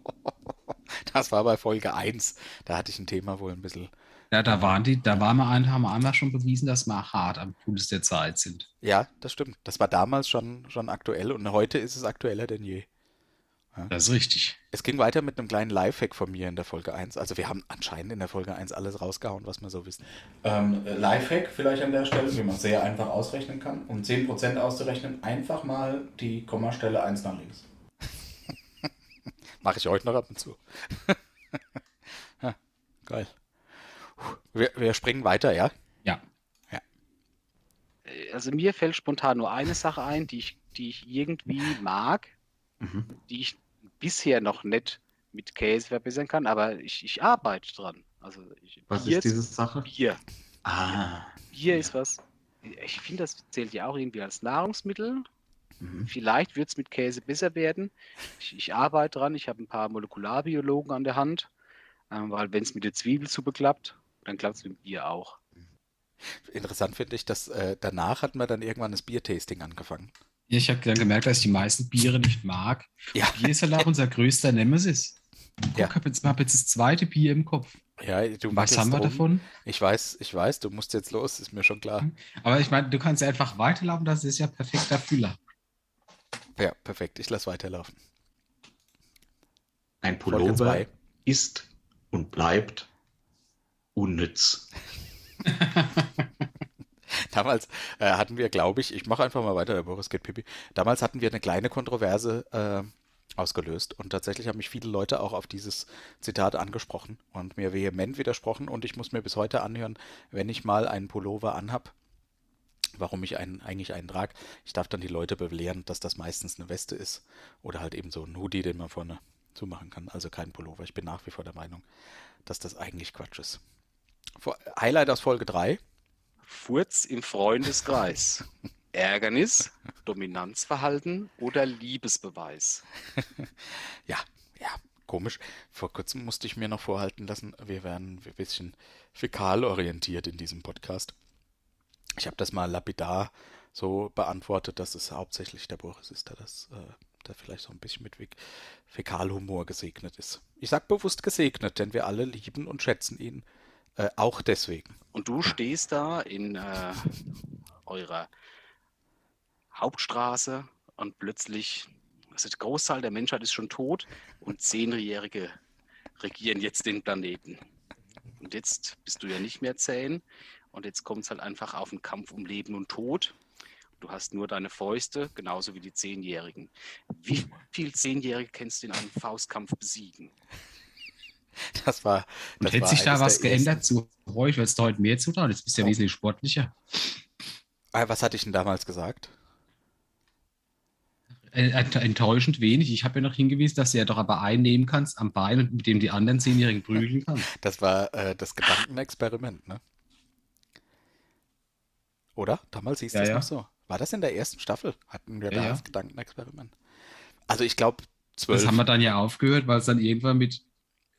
[SPEAKER 2] Das war bei Folge 1. Da hatte ich ein Thema wohl ein bisschen.
[SPEAKER 1] Ja, da waren die, da waren wir ein, haben wir einmal schon bewiesen, dass wir hart am Puls der Zeit sind.
[SPEAKER 2] Ja, das stimmt. Das war damals schon, schon aktuell und heute ist es aktueller denn je.
[SPEAKER 1] Das ist richtig.
[SPEAKER 2] Es ging weiter mit einem kleinen Lifehack von mir in der Folge 1. Also wir haben anscheinend in der Folge 1 alles rausgehauen, was wir so wissen. Ähm, Lifehack vielleicht an der Stelle, wie man sehr einfach ausrechnen kann. Um 10% auszurechnen, einfach mal die Kommastelle 1 nach links. Mache ich heute noch ab und zu. ja, geil. Puh, Wir, wir springen weiter, ja?
[SPEAKER 1] Ja.
[SPEAKER 5] also mir fällt spontan nur eine Sache ein, die ich, die ich irgendwie mag,
[SPEAKER 1] Mhm.
[SPEAKER 5] die ich bisher noch nicht mit Käse verbessern kann, aber ich, ich arbeite dran. Also ich, Bier,
[SPEAKER 1] Sache?
[SPEAKER 5] Bier.
[SPEAKER 1] Ah.
[SPEAKER 5] Bier ist was. ich finde, das zählt ja auch irgendwie als Nahrungsmittel.
[SPEAKER 1] Mhm.
[SPEAKER 5] Vielleicht wird es mit Käse besser werden. Ich, ich arbeite dran, ich habe ein paar Molekularbiologen an der Hand, ähm, weil wenn es mit der Zwiebelsuppe klappt, dann klappt es mit Bier auch.
[SPEAKER 2] Interessant finde ich, dass äh, danach hat man dann irgendwann das Biertasting angefangen.
[SPEAKER 1] Ja, ich habe dann gemerkt, dass ich die meisten Biere nicht mag.
[SPEAKER 2] Ja.
[SPEAKER 1] Bier ist halt auch unser größter Nemesis. Guck,
[SPEAKER 2] Ja.
[SPEAKER 1] ich habe jetzt, hab jetzt das zweite Bier im Kopf.
[SPEAKER 2] Ja, du
[SPEAKER 1] Was
[SPEAKER 2] wackelst
[SPEAKER 1] haben wir
[SPEAKER 2] rum.
[SPEAKER 1] davon?
[SPEAKER 2] Ich weiß, ich weiß, du musst jetzt los, ist mir schon klar.
[SPEAKER 1] Aber ich meine, du kannst ja einfach weiterlaufen, das ist ja perfekter Füller.
[SPEAKER 2] Ja, perfekt, ich lass weiterlaufen.
[SPEAKER 6] Ein
[SPEAKER 2] Folge
[SPEAKER 6] Pullover
[SPEAKER 2] zwei.
[SPEAKER 6] ist und bleibt unnütz.
[SPEAKER 2] Damals äh, hatten wir, glaube ich, ich mache einfach mal weiter, der Boris geht pipi. Damals hatten wir eine kleine Kontroverse äh, ausgelöst und tatsächlich haben mich viele Leute auch auf dieses Zitat angesprochen und mir vehement widersprochen und ich muss mir bis heute anhören, wenn ich mal einen Pullover anhab, warum ich einen, eigentlich einen trage. Ich darf dann die Leute belehren, dass das meistens eine Weste ist oder halt eben so ein Hoodie, den man vorne zumachen kann, also kein Pullover. Ich bin nach wie vor der Meinung, dass das eigentlich Quatsch ist. Vor- Highlight aus Folge 3.
[SPEAKER 5] Furz im Freundeskreis. Ärgernis, Dominanzverhalten oder Liebesbeweis.
[SPEAKER 2] Ja, ja, komisch. Vor kurzem musste ich mir noch vorhalten lassen, wir werden ein bisschen fäkal orientiert in diesem Podcast. Ich habe das mal lapidar so beantwortet, dass es hauptsächlich der Boris ist, der das äh, da vielleicht so ein bisschen mit Fä- Fäkalhumor gesegnet ist. Ich sag bewusst gesegnet, denn wir alle lieben und schätzen ihn äh, auch deswegen.
[SPEAKER 5] Und du stehst da in äh, eurer Hauptstraße und plötzlich, also der Großteil der Menschheit ist schon tot und Zehnjährige regieren jetzt den Planeten. Und jetzt bist du ja nicht mehr zehn und jetzt kommt es halt einfach auf den Kampf um Leben und Tod. Du hast nur deine Fäuste, genauso wie die Zehnjährigen. Wie viel Zehnjährige kennst du in einem Faustkampf besiegen?
[SPEAKER 2] Das war.
[SPEAKER 1] Und
[SPEAKER 2] das
[SPEAKER 1] hätte
[SPEAKER 2] war
[SPEAKER 1] sich da
[SPEAKER 2] eines
[SPEAKER 1] was
[SPEAKER 2] der ersten-
[SPEAKER 1] geändert zu euch, weil es heute mehr zutraut, jetzt bist du ja
[SPEAKER 2] Oh.
[SPEAKER 1] wesentlich sportlicher.
[SPEAKER 2] Ah, was hatte ich denn damals gesagt?
[SPEAKER 1] Äh, ent- Enttäuschend wenig. Ich habe ja noch hingewiesen, dass du ja doch aber einen nehmen kannst am Bein und mit dem die anderen Zehnjährigen prügeln kannst.
[SPEAKER 2] Das war äh, das Gedankenexperiment, ne? Oder? Damals hieß
[SPEAKER 1] Ja,
[SPEAKER 2] das
[SPEAKER 1] ja.
[SPEAKER 2] noch so. War das in der ersten Staffel? Hatten wir
[SPEAKER 1] Ja,
[SPEAKER 2] da
[SPEAKER 1] ja.
[SPEAKER 2] das Gedankenexperiment? Also ich glaube
[SPEAKER 1] Das
[SPEAKER 2] zwölf.
[SPEAKER 1] haben wir dann ja aufgehört, weil es dann irgendwann mit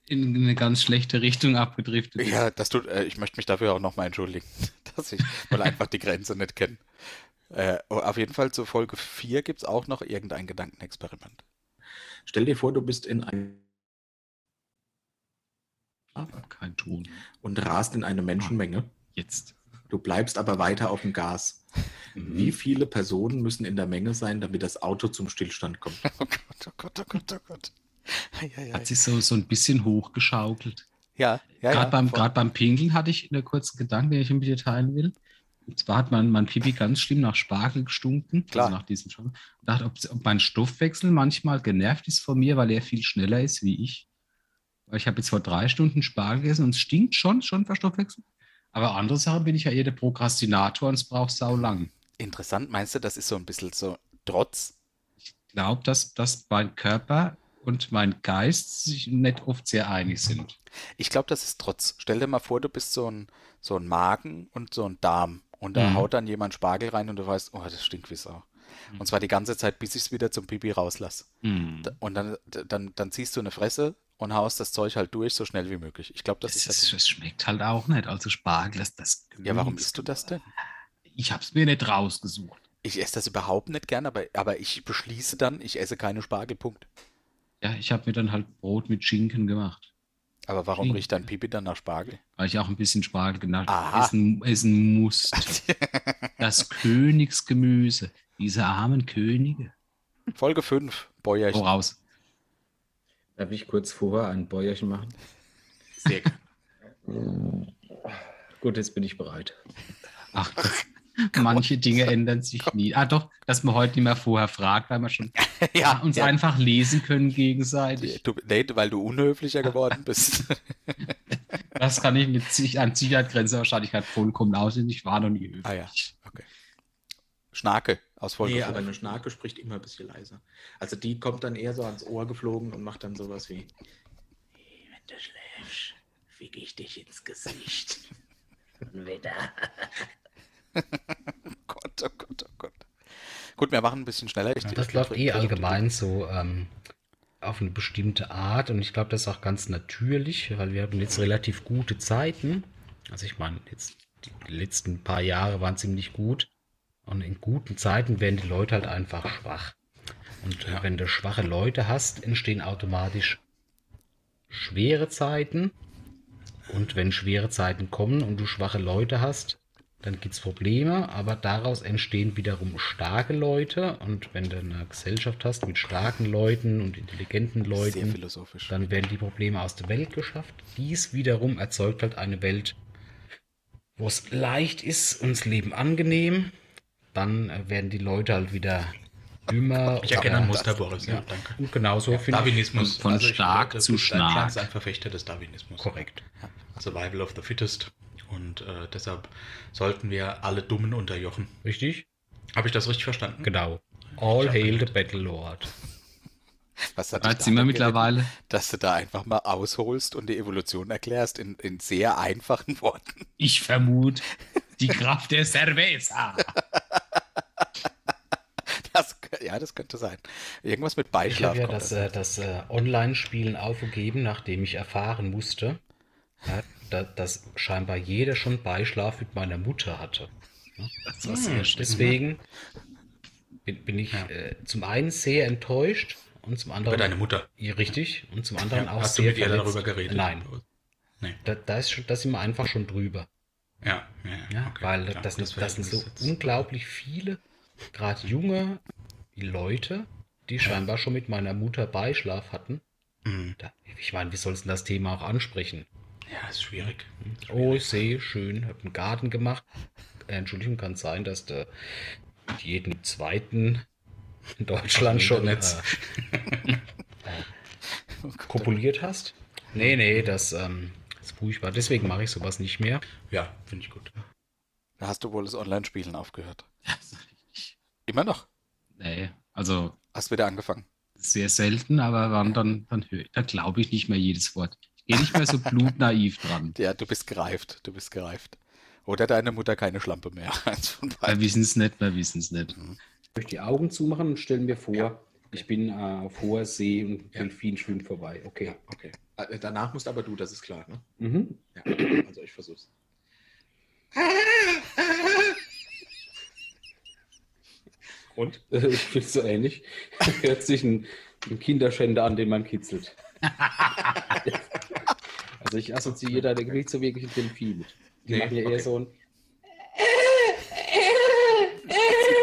[SPEAKER 1] in eine ganz schlechte Richtung abgedriftet ist.
[SPEAKER 2] Ja, das tut, äh, ich möchte mich dafür auch nochmal entschuldigen, dass ich wohl einfach die Grenze nicht kenne. Äh, auf jeden Fall zur Folge 4 gibt es auch noch irgendein Gedankenexperiment.
[SPEAKER 6] Stell dir vor, du bist in einem
[SPEAKER 1] Kein Ton.
[SPEAKER 6] und rast in eine Menschenmenge.
[SPEAKER 1] Jetzt.
[SPEAKER 6] Du bleibst aber weiter auf dem Gas.
[SPEAKER 7] Mhm.
[SPEAKER 6] Wie viele Personen müssen in der Menge sein, damit das Auto zum Stillstand kommt?
[SPEAKER 2] Oh Gott, oh Gott, oh Gott, oh Gott. Ei, ei, ei.
[SPEAKER 1] Hat sich so, so ein bisschen hochgeschaukelt.
[SPEAKER 2] Ja, ja, ja.
[SPEAKER 1] Gerade beim,
[SPEAKER 2] voll.
[SPEAKER 1] gerade beim Pinkeln hatte ich einen kurzen Gedanken, den ich mit dir teilen will. Und zwar hat mein, mein Pipi ganz schlimm nach Spargel gestunken,
[SPEAKER 2] Klar.
[SPEAKER 1] also nach diesem Schaum. Und dachte, ob, ob mein Stoffwechsel manchmal genervt ist von mir, weil er viel schneller ist wie ich. Weil ich habe jetzt vor drei Stunden Spargel gegessen und es stinkt schon, schon für Stoffwechsel. Aber andere Sachen bin ich ja eher der Prokrastinator und es braucht sau lang.
[SPEAKER 2] Interessant, meinst du, das ist so ein bisschen so Trotz?
[SPEAKER 1] Ich glaube, dass, dass mein Körper und mein Geist sich nicht oft sehr einig sind.
[SPEAKER 2] Ich glaube, das ist Trotz. Stell dir mal vor, du bist so ein, so ein Magen und so ein Darm. Und da
[SPEAKER 1] Mhm.
[SPEAKER 2] haut dann jemand Spargel rein und du weißt, oh, das stinkt wie Sau.
[SPEAKER 1] Mhm.
[SPEAKER 2] Und zwar die ganze Zeit, bis ich es wieder zum Pipi rauslasse. D- Und dann, d- dann, dann ziehst du eine Fresse und haust das Zeug halt durch, so schnell wie möglich. Ich glaube, das
[SPEAKER 1] Das,
[SPEAKER 2] ist
[SPEAKER 1] ist,
[SPEAKER 2] der
[SPEAKER 1] das schmeckt halt auch nicht. Also Spargel, das, das
[SPEAKER 2] Grund. Ja, warum isst du das denn?
[SPEAKER 1] Ich habe es mir nicht rausgesucht.
[SPEAKER 2] Ich esse das überhaupt nicht gern, aber, aber ich beschließe dann, ich esse keine Spargel, Punkt.
[SPEAKER 1] Ja, ich habe mir dann halt Brot mit Schinken gemacht,
[SPEAKER 2] Aber warum
[SPEAKER 1] Mhm.
[SPEAKER 2] riecht dein Pipi dann nach Spargel?
[SPEAKER 1] weil ich auch ein bisschen Spargel genascht
[SPEAKER 2] Aha.
[SPEAKER 1] essen, essen musste. Das Königsgemüse, diese armen Könige.
[SPEAKER 2] Folge 5, Bäuerchen.
[SPEAKER 1] Voraus.
[SPEAKER 8] Darf ich kurz vorher ein Bäuerchen machen?
[SPEAKER 6] Sehr gut.
[SPEAKER 8] Gut, jetzt bin ich bereit.
[SPEAKER 1] Ach, das, manche Dinge ändern sich nie. Ah, doch, dass man heute nicht mehr vorher fragt, weil wir schon
[SPEAKER 2] Ja,
[SPEAKER 1] uns
[SPEAKER 2] ja.
[SPEAKER 1] einfach lesen können gegenseitig.
[SPEAKER 2] Du, nee, weil du unhöflicher geworden bist.
[SPEAKER 1] Das kann ich mit sich an Sicherheitsgrenze Wahrscheinlichkeit vollkommen ausnehmen. Ich war noch nie höflich.
[SPEAKER 2] Ah ja, okay. Schnarke aus Folge
[SPEAKER 6] Nee,
[SPEAKER 2] fünf.
[SPEAKER 9] Oh
[SPEAKER 6] aber eine Schnarke spricht immer ein bisschen leiser. Also die kommt dann eher so ans Ohr geflogen und macht dann sowas wie "Hey, wenn du schläfst, fick ich dich ins Gesicht. Und wieder.
[SPEAKER 9] Gott, oh Gott, oh Gott. Gut, wir machen ein bisschen schneller. Ich,
[SPEAKER 2] Das
[SPEAKER 9] ich-
[SPEAKER 2] läuft eh
[SPEAKER 9] ich-
[SPEAKER 2] allgemein so ähm, auf eine bestimmte Art und ich glaube, das ist auch ganz natürlich, weil wir haben jetzt relativ gute Zeiten. Also ich meine, jetzt die letzten paar Jahre waren ziemlich gut und in guten Zeiten werden die Leute halt einfach schwach. Und äh, wenn du schwache Leute hast, entstehen automatisch schwere Zeiten. Und wenn schwere Zeiten kommen und du schwache Leute hast, dann gibt es Probleme, aber daraus entstehen wiederum starke Leute. Und wenn du eine Gesellschaft hast mit starken Leuten und intelligenten
[SPEAKER 9] Sehr
[SPEAKER 2] Leuten,
[SPEAKER 9] philosophisch.
[SPEAKER 2] dann werden die Probleme aus der Welt geschafft. Dies wiederum erzeugt halt eine Welt, wo es leicht ist und das Leben angenehm. Dann äh, werden die Leute halt wieder dümmer.
[SPEAKER 7] Ich erkenne ein
[SPEAKER 2] oder-
[SPEAKER 7] Muster, Boris. Ja,
[SPEAKER 2] äh, ja.
[SPEAKER 7] danke.
[SPEAKER 2] Und genauso finde ich
[SPEAKER 7] Darwinismus. Also
[SPEAKER 1] Von
[SPEAKER 7] ich
[SPEAKER 1] stark
[SPEAKER 7] glaube,
[SPEAKER 1] zu
[SPEAKER 7] das ist ein-
[SPEAKER 1] stark.
[SPEAKER 7] ist ein Verfechter des Darwinismus.
[SPEAKER 2] korrekt.
[SPEAKER 7] Survival of the Fittest. Und äh, deshalb sollten wir alle Dummen unterjochen.
[SPEAKER 2] Richtig?
[SPEAKER 7] Habe ich das richtig verstanden?
[SPEAKER 2] Genau. All
[SPEAKER 7] hab
[SPEAKER 2] hail the
[SPEAKER 7] gehört.
[SPEAKER 2] Battle Lord.
[SPEAKER 9] Genau. Was hat dich
[SPEAKER 1] Weit sind wir
[SPEAKER 9] daran
[SPEAKER 1] mittlerweile.
[SPEAKER 9] geritten, Dass du da einfach mal ausholst und die Evolution erklärst in, in sehr einfachen Worten.
[SPEAKER 1] Ich vermute die Kraft der Cerveza.
[SPEAKER 9] Das, ja, das könnte sein. Irgendwas mit
[SPEAKER 2] Ich habe
[SPEAKER 9] Beischlaf
[SPEAKER 2] ja
[SPEAKER 9] kommt
[SPEAKER 2] das,
[SPEAKER 9] da.
[SPEAKER 2] äh, das äh, Online-Spielen aufgegeben, nachdem ich erfahren musste, ja, da, dass scheinbar jeder schon Beischlaf mit meiner Mutter hatte.
[SPEAKER 1] Das war
[SPEAKER 7] ne?
[SPEAKER 1] sehr schlimm.
[SPEAKER 2] Deswegen bin, bin ich äh, zum einen sehr enttäuscht und zum
[SPEAKER 7] Über
[SPEAKER 2] anderen
[SPEAKER 7] deine Mutter.
[SPEAKER 2] Ja, richtig und zum anderen
[SPEAKER 7] Ja,
[SPEAKER 2] auch
[SPEAKER 7] Hast du
[SPEAKER 2] sehr
[SPEAKER 7] mit ihr
[SPEAKER 2] verletzt.
[SPEAKER 7] darüber geredet?
[SPEAKER 2] Nein,
[SPEAKER 7] Nee.
[SPEAKER 2] da, da ist schon, da sind wir einfach schon drüber,
[SPEAKER 7] Ja, ja,
[SPEAKER 2] ja,
[SPEAKER 7] okay,
[SPEAKER 2] weil
[SPEAKER 7] klar,
[SPEAKER 2] das,
[SPEAKER 7] gut,
[SPEAKER 2] sind, das sind so
[SPEAKER 7] Verhältnis ist jetzt-
[SPEAKER 2] unglaublich viele, gerade junge Leute, die scheinbar schon mit meiner Mutter Beischlaf hatten.
[SPEAKER 7] Mhm.
[SPEAKER 2] Da, ich meine, wie sollst du denn das Thema auch ansprechen?
[SPEAKER 7] Ja, ist schwierig.
[SPEAKER 2] Oh, ich sehe, schön, hab einen Garten gemacht. Äh, Entschuldigung, kann sein, dass du mit jedem zweiten in Deutschland
[SPEAKER 7] Auf dem
[SPEAKER 2] schon äh,
[SPEAKER 7] Internet.
[SPEAKER 9] Oh
[SPEAKER 2] kopuliert hast. Nee, nee, das ähm, ist furchtbar. Deswegen mache ich sowas nicht mehr.
[SPEAKER 7] Ja, finde ich gut.
[SPEAKER 9] Da hast du wohl das Online-Spielen aufgehört. Immer noch.
[SPEAKER 1] Nee, also
[SPEAKER 9] Hast wieder angefangen.
[SPEAKER 1] sehr selten, aber wann, dann, dann, hö- dann glaube ich nicht mehr jedes Wort. Ich gehe nicht mehr so blutnaiv dran.
[SPEAKER 9] Ja, du bist gereift. Du bist gereift. Oder deine Mutter keine Schlampe mehr. Eins von
[SPEAKER 1] Wir
[SPEAKER 9] beiden.
[SPEAKER 1] wissen es nicht, wir wissen es nicht.
[SPEAKER 2] Mhm. Ich möchte die Augen zumachen und stelle mir vor, ich bin äh, auf hoher See und
[SPEAKER 7] Ja.
[SPEAKER 2] Delfin schwimmt vorbei. Okay.
[SPEAKER 7] Ja, okay. Äh, Danach musst aber du, das ist klar, ne?
[SPEAKER 2] Mhm.
[SPEAKER 7] Ja, also ich versuch's.
[SPEAKER 2] Und? Ich fühle so ähnlich. Hört sich ein, ein Kinderschänder an, den man kitzelt. also ich assoziiere da nicht so wirklich den Vieh mit. Die
[SPEAKER 7] Nee,
[SPEAKER 2] machen ja
[SPEAKER 7] okay.
[SPEAKER 2] eher so ein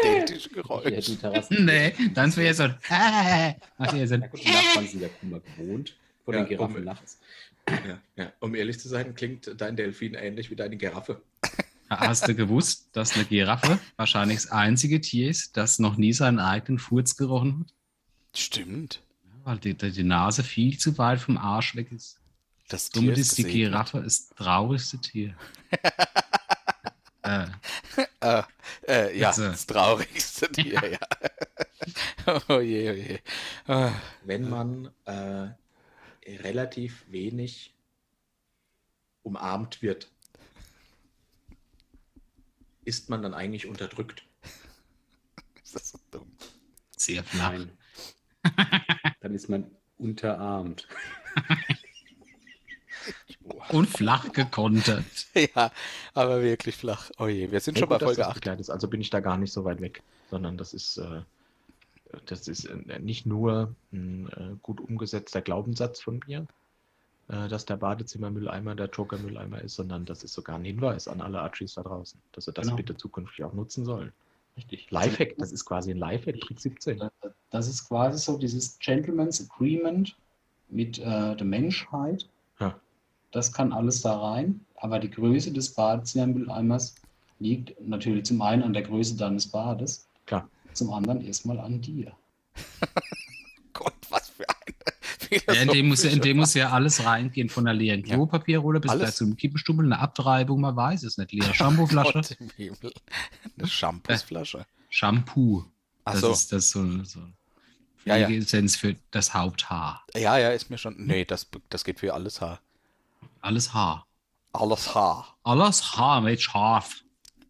[SPEAKER 9] Identische
[SPEAKER 2] ich hätte die
[SPEAKER 9] Geräusche.
[SPEAKER 2] Terrassen.
[SPEAKER 1] Nee, dann wäre so ein. Ach, ihr
[SPEAKER 2] Na
[SPEAKER 1] seid-
[SPEAKER 2] gut, die Nachbarn sind ja Kummer gewohnt. Von
[SPEAKER 7] Ja,
[SPEAKER 2] den Giraffen
[SPEAKER 7] um-
[SPEAKER 2] nachts.
[SPEAKER 7] Ja, ja. Um ehrlich zu sein, klingt dein Delfin ähnlich wie deine Giraffe.
[SPEAKER 1] Ah, Hast du gewusst, dass eine Giraffe wahrscheinlich das einzige Tier ist, das noch nie seinen eigenen Furz gerochen hat?
[SPEAKER 9] Stimmt.
[SPEAKER 1] Weil die, die die Nase viel zu weit vom Arsch weg ist.
[SPEAKER 9] Das Tier
[SPEAKER 1] Somit ist die
[SPEAKER 9] gesegnet.
[SPEAKER 1] Giraffe das traurigste Tier. äh,
[SPEAKER 9] Äh, äh, ja,
[SPEAKER 1] Bitte.
[SPEAKER 9] das traurigste Tier, ja. oh je, oh je. Ah,
[SPEAKER 7] wenn man äh, relativ wenig umarmt wird, ist man dann eigentlich unterdrückt.
[SPEAKER 9] ist das so dumm.
[SPEAKER 1] sehr flach.
[SPEAKER 2] Dann ist man unterarmt.
[SPEAKER 1] Und flach gekontert.
[SPEAKER 9] Ja, aber wirklich flach. Oh je, wir sind schon bei Folge 8.
[SPEAKER 7] Ist. Also bin ich da gar nicht so weit weg, sondern das ist, äh, das ist äh, nicht nur ein äh, gut umgesetzter Glaubenssatz von mir, äh, dass der Badezimmermülleimer der Joker-Mülleimer ist, sondern das ist sogar ein Hinweis an alle Archies da draußen, dass sie das
[SPEAKER 1] Genau.
[SPEAKER 7] bitte zukünftig auch nutzen sollen.
[SPEAKER 2] Richtig.
[SPEAKER 7] Lifehack, das ist quasi ein Lifehack, Trick 17.
[SPEAKER 2] Das ist quasi so dieses Gentleman's Agreement mit äh, der Menschheit.
[SPEAKER 7] Ja.
[SPEAKER 2] Das kann alles da rein. Aber die Größe des Badezimmermülleimers liegt natürlich zum einen an der Größe deines Bades.
[SPEAKER 7] Klar.
[SPEAKER 2] Zum anderen erstmal an dir.
[SPEAKER 9] Gott, was für eine
[SPEAKER 1] Ja, in, dem muss, ja- in
[SPEAKER 9] philosophische
[SPEAKER 1] dem muss ja alles reingehen, von einer leeren
[SPEAKER 9] Ja.
[SPEAKER 1] Klopapierrolle bis
[SPEAKER 9] Alles.
[SPEAKER 1] gleich zum Kippenstummel, eine Abtreibung, man weiß es nicht. Leere Shampooflasche.
[SPEAKER 9] Gott im Himmel. Eine Shampoosflasche.
[SPEAKER 1] Shampoo.
[SPEAKER 9] Ach
[SPEAKER 1] Das
[SPEAKER 9] so.
[SPEAKER 1] ist das so, so
[SPEAKER 9] Ja, ja.
[SPEAKER 1] Pflegeessenz für das Haupthaar.
[SPEAKER 9] Ja, ja, ist mir schon. Nee, das, das geht für alles Haar.
[SPEAKER 1] Alles Haar.
[SPEAKER 9] Alles Haar.
[SPEAKER 1] Alles Haar mit Schaf.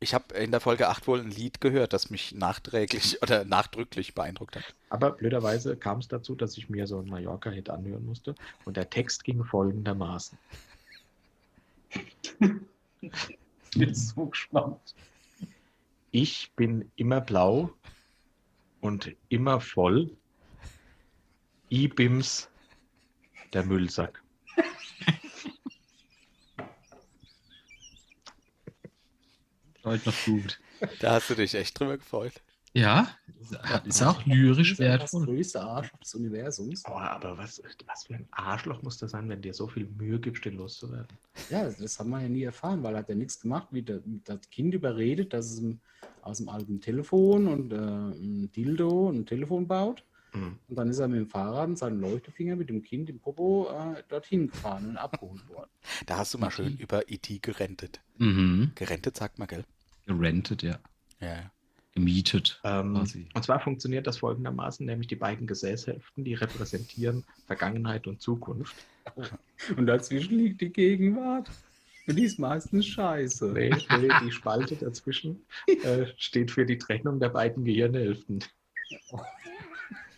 [SPEAKER 1] Ich habe in der Folge 8 wohl ein Lied gehört, das mich nachträglich oder nachdrücklich beeindruckt hat.
[SPEAKER 8] Aber blöderweise kam es dazu, dass ich mir so einen Mallorca-Hit anhören musste. Und der Text ging folgendermaßen. ich bin so gespannt. Ich bin immer blau und immer voll. Ibims, der Müllsack.
[SPEAKER 9] Leute noch gut.
[SPEAKER 1] Da hast du dich echt drüber gefreut.
[SPEAKER 9] Ja, ist auch lyrisch wertvoll.
[SPEAKER 2] größte Arsch des Universums.
[SPEAKER 8] Oh, aber was, was für ein Arschloch muss das sein, wenn dir so viel Mühe gibst, den loszuwerden?
[SPEAKER 2] Ja, also das haben wir ja nie erfahren, weil er hat ja nichts gemacht, wie der, das Kind überredet, dass es ihm aus dem alten Telefon und äh, ein Dildo ein Telefon baut.
[SPEAKER 8] Mhm.
[SPEAKER 2] Und dann ist er mit dem Fahrrad und seinem Leuchtefinger mit dem Kind im Popo äh, dorthin gefahren und abgeholt worden.
[SPEAKER 1] Da hast du mal
[SPEAKER 10] Mhm.
[SPEAKER 1] schön über IT gerentet.
[SPEAKER 9] Mhm.
[SPEAKER 1] Gerentet sagt man, gell?
[SPEAKER 9] Gerentet, ja.
[SPEAKER 1] Ja, ja.
[SPEAKER 9] Gemietet.
[SPEAKER 8] Ähm,
[SPEAKER 9] Quasi.
[SPEAKER 8] und zwar funktioniert das folgendermaßen, nämlich die beiden Gesäßhälften, die repräsentieren Vergangenheit und Zukunft.
[SPEAKER 2] Und dazwischen liegt die Gegenwart. Und die ist meistens scheiße.
[SPEAKER 8] Nee, nee, die Spalte dazwischen äh, steht für die Trennung der beiden Gehirnhälften.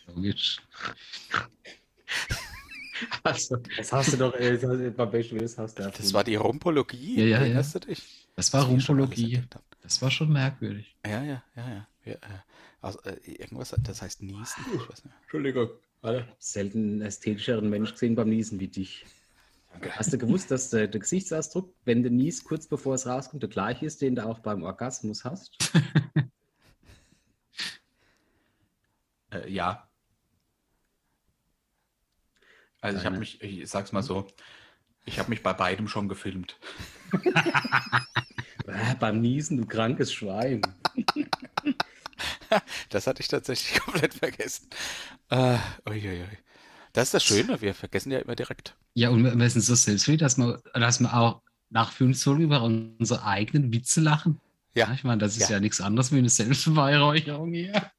[SPEAKER 9] Logisch.
[SPEAKER 8] Also,
[SPEAKER 2] Das hast du doch, äh, das hast, beim besten Willen, das hast du
[SPEAKER 1] Das war die Rumpologie.
[SPEAKER 9] Ja, ja, ja.
[SPEAKER 1] erinnerst du dich?
[SPEAKER 9] Das eh war
[SPEAKER 1] Was wir schon alles
[SPEAKER 9] Rumpologie.
[SPEAKER 1] erlebt haben.
[SPEAKER 9] Das war schon merkwürdig.
[SPEAKER 1] Ja, ja, ja, ja. ja äh, also, äh, irgendwas, das heißt Niesen. Ich weiß nicht.
[SPEAKER 2] Entschuldigung. Alter. Selten einen ästhetischeren Mensch gesehen beim Niesen wie dich. Hast du gewusst, dass äh, der, der Gesichtsausdruck, wenn du niest, kurz bevor es rauskommt, der gleiche ist, den du auch beim Orgasmus hast?
[SPEAKER 10] Äh, ja. Also ich habe
[SPEAKER 2] Deine-
[SPEAKER 10] mich, ich sag's mal so, ich habe mich bei beidem schon gefilmt.
[SPEAKER 2] Äh, beim Niesen, du krankes Schwein.
[SPEAKER 1] Das hatte ich tatsächlich komplett vergessen. Äh, uiuiui. Das ist das Schöne, wir vergessen ja immer direkt.
[SPEAKER 9] Ja, und wir wir sind so selbstständig, dass wir, dass wir auch nach fünf Stunden über unsere eigenen Witze lachen.
[SPEAKER 1] Ja.
[SPEAKER 9] Ich meine, das ist
[SPEAKER 1] Ja.
[SPEAKER 9] ja, nichts anderes wie eine Selbstbeweihräucherung hier.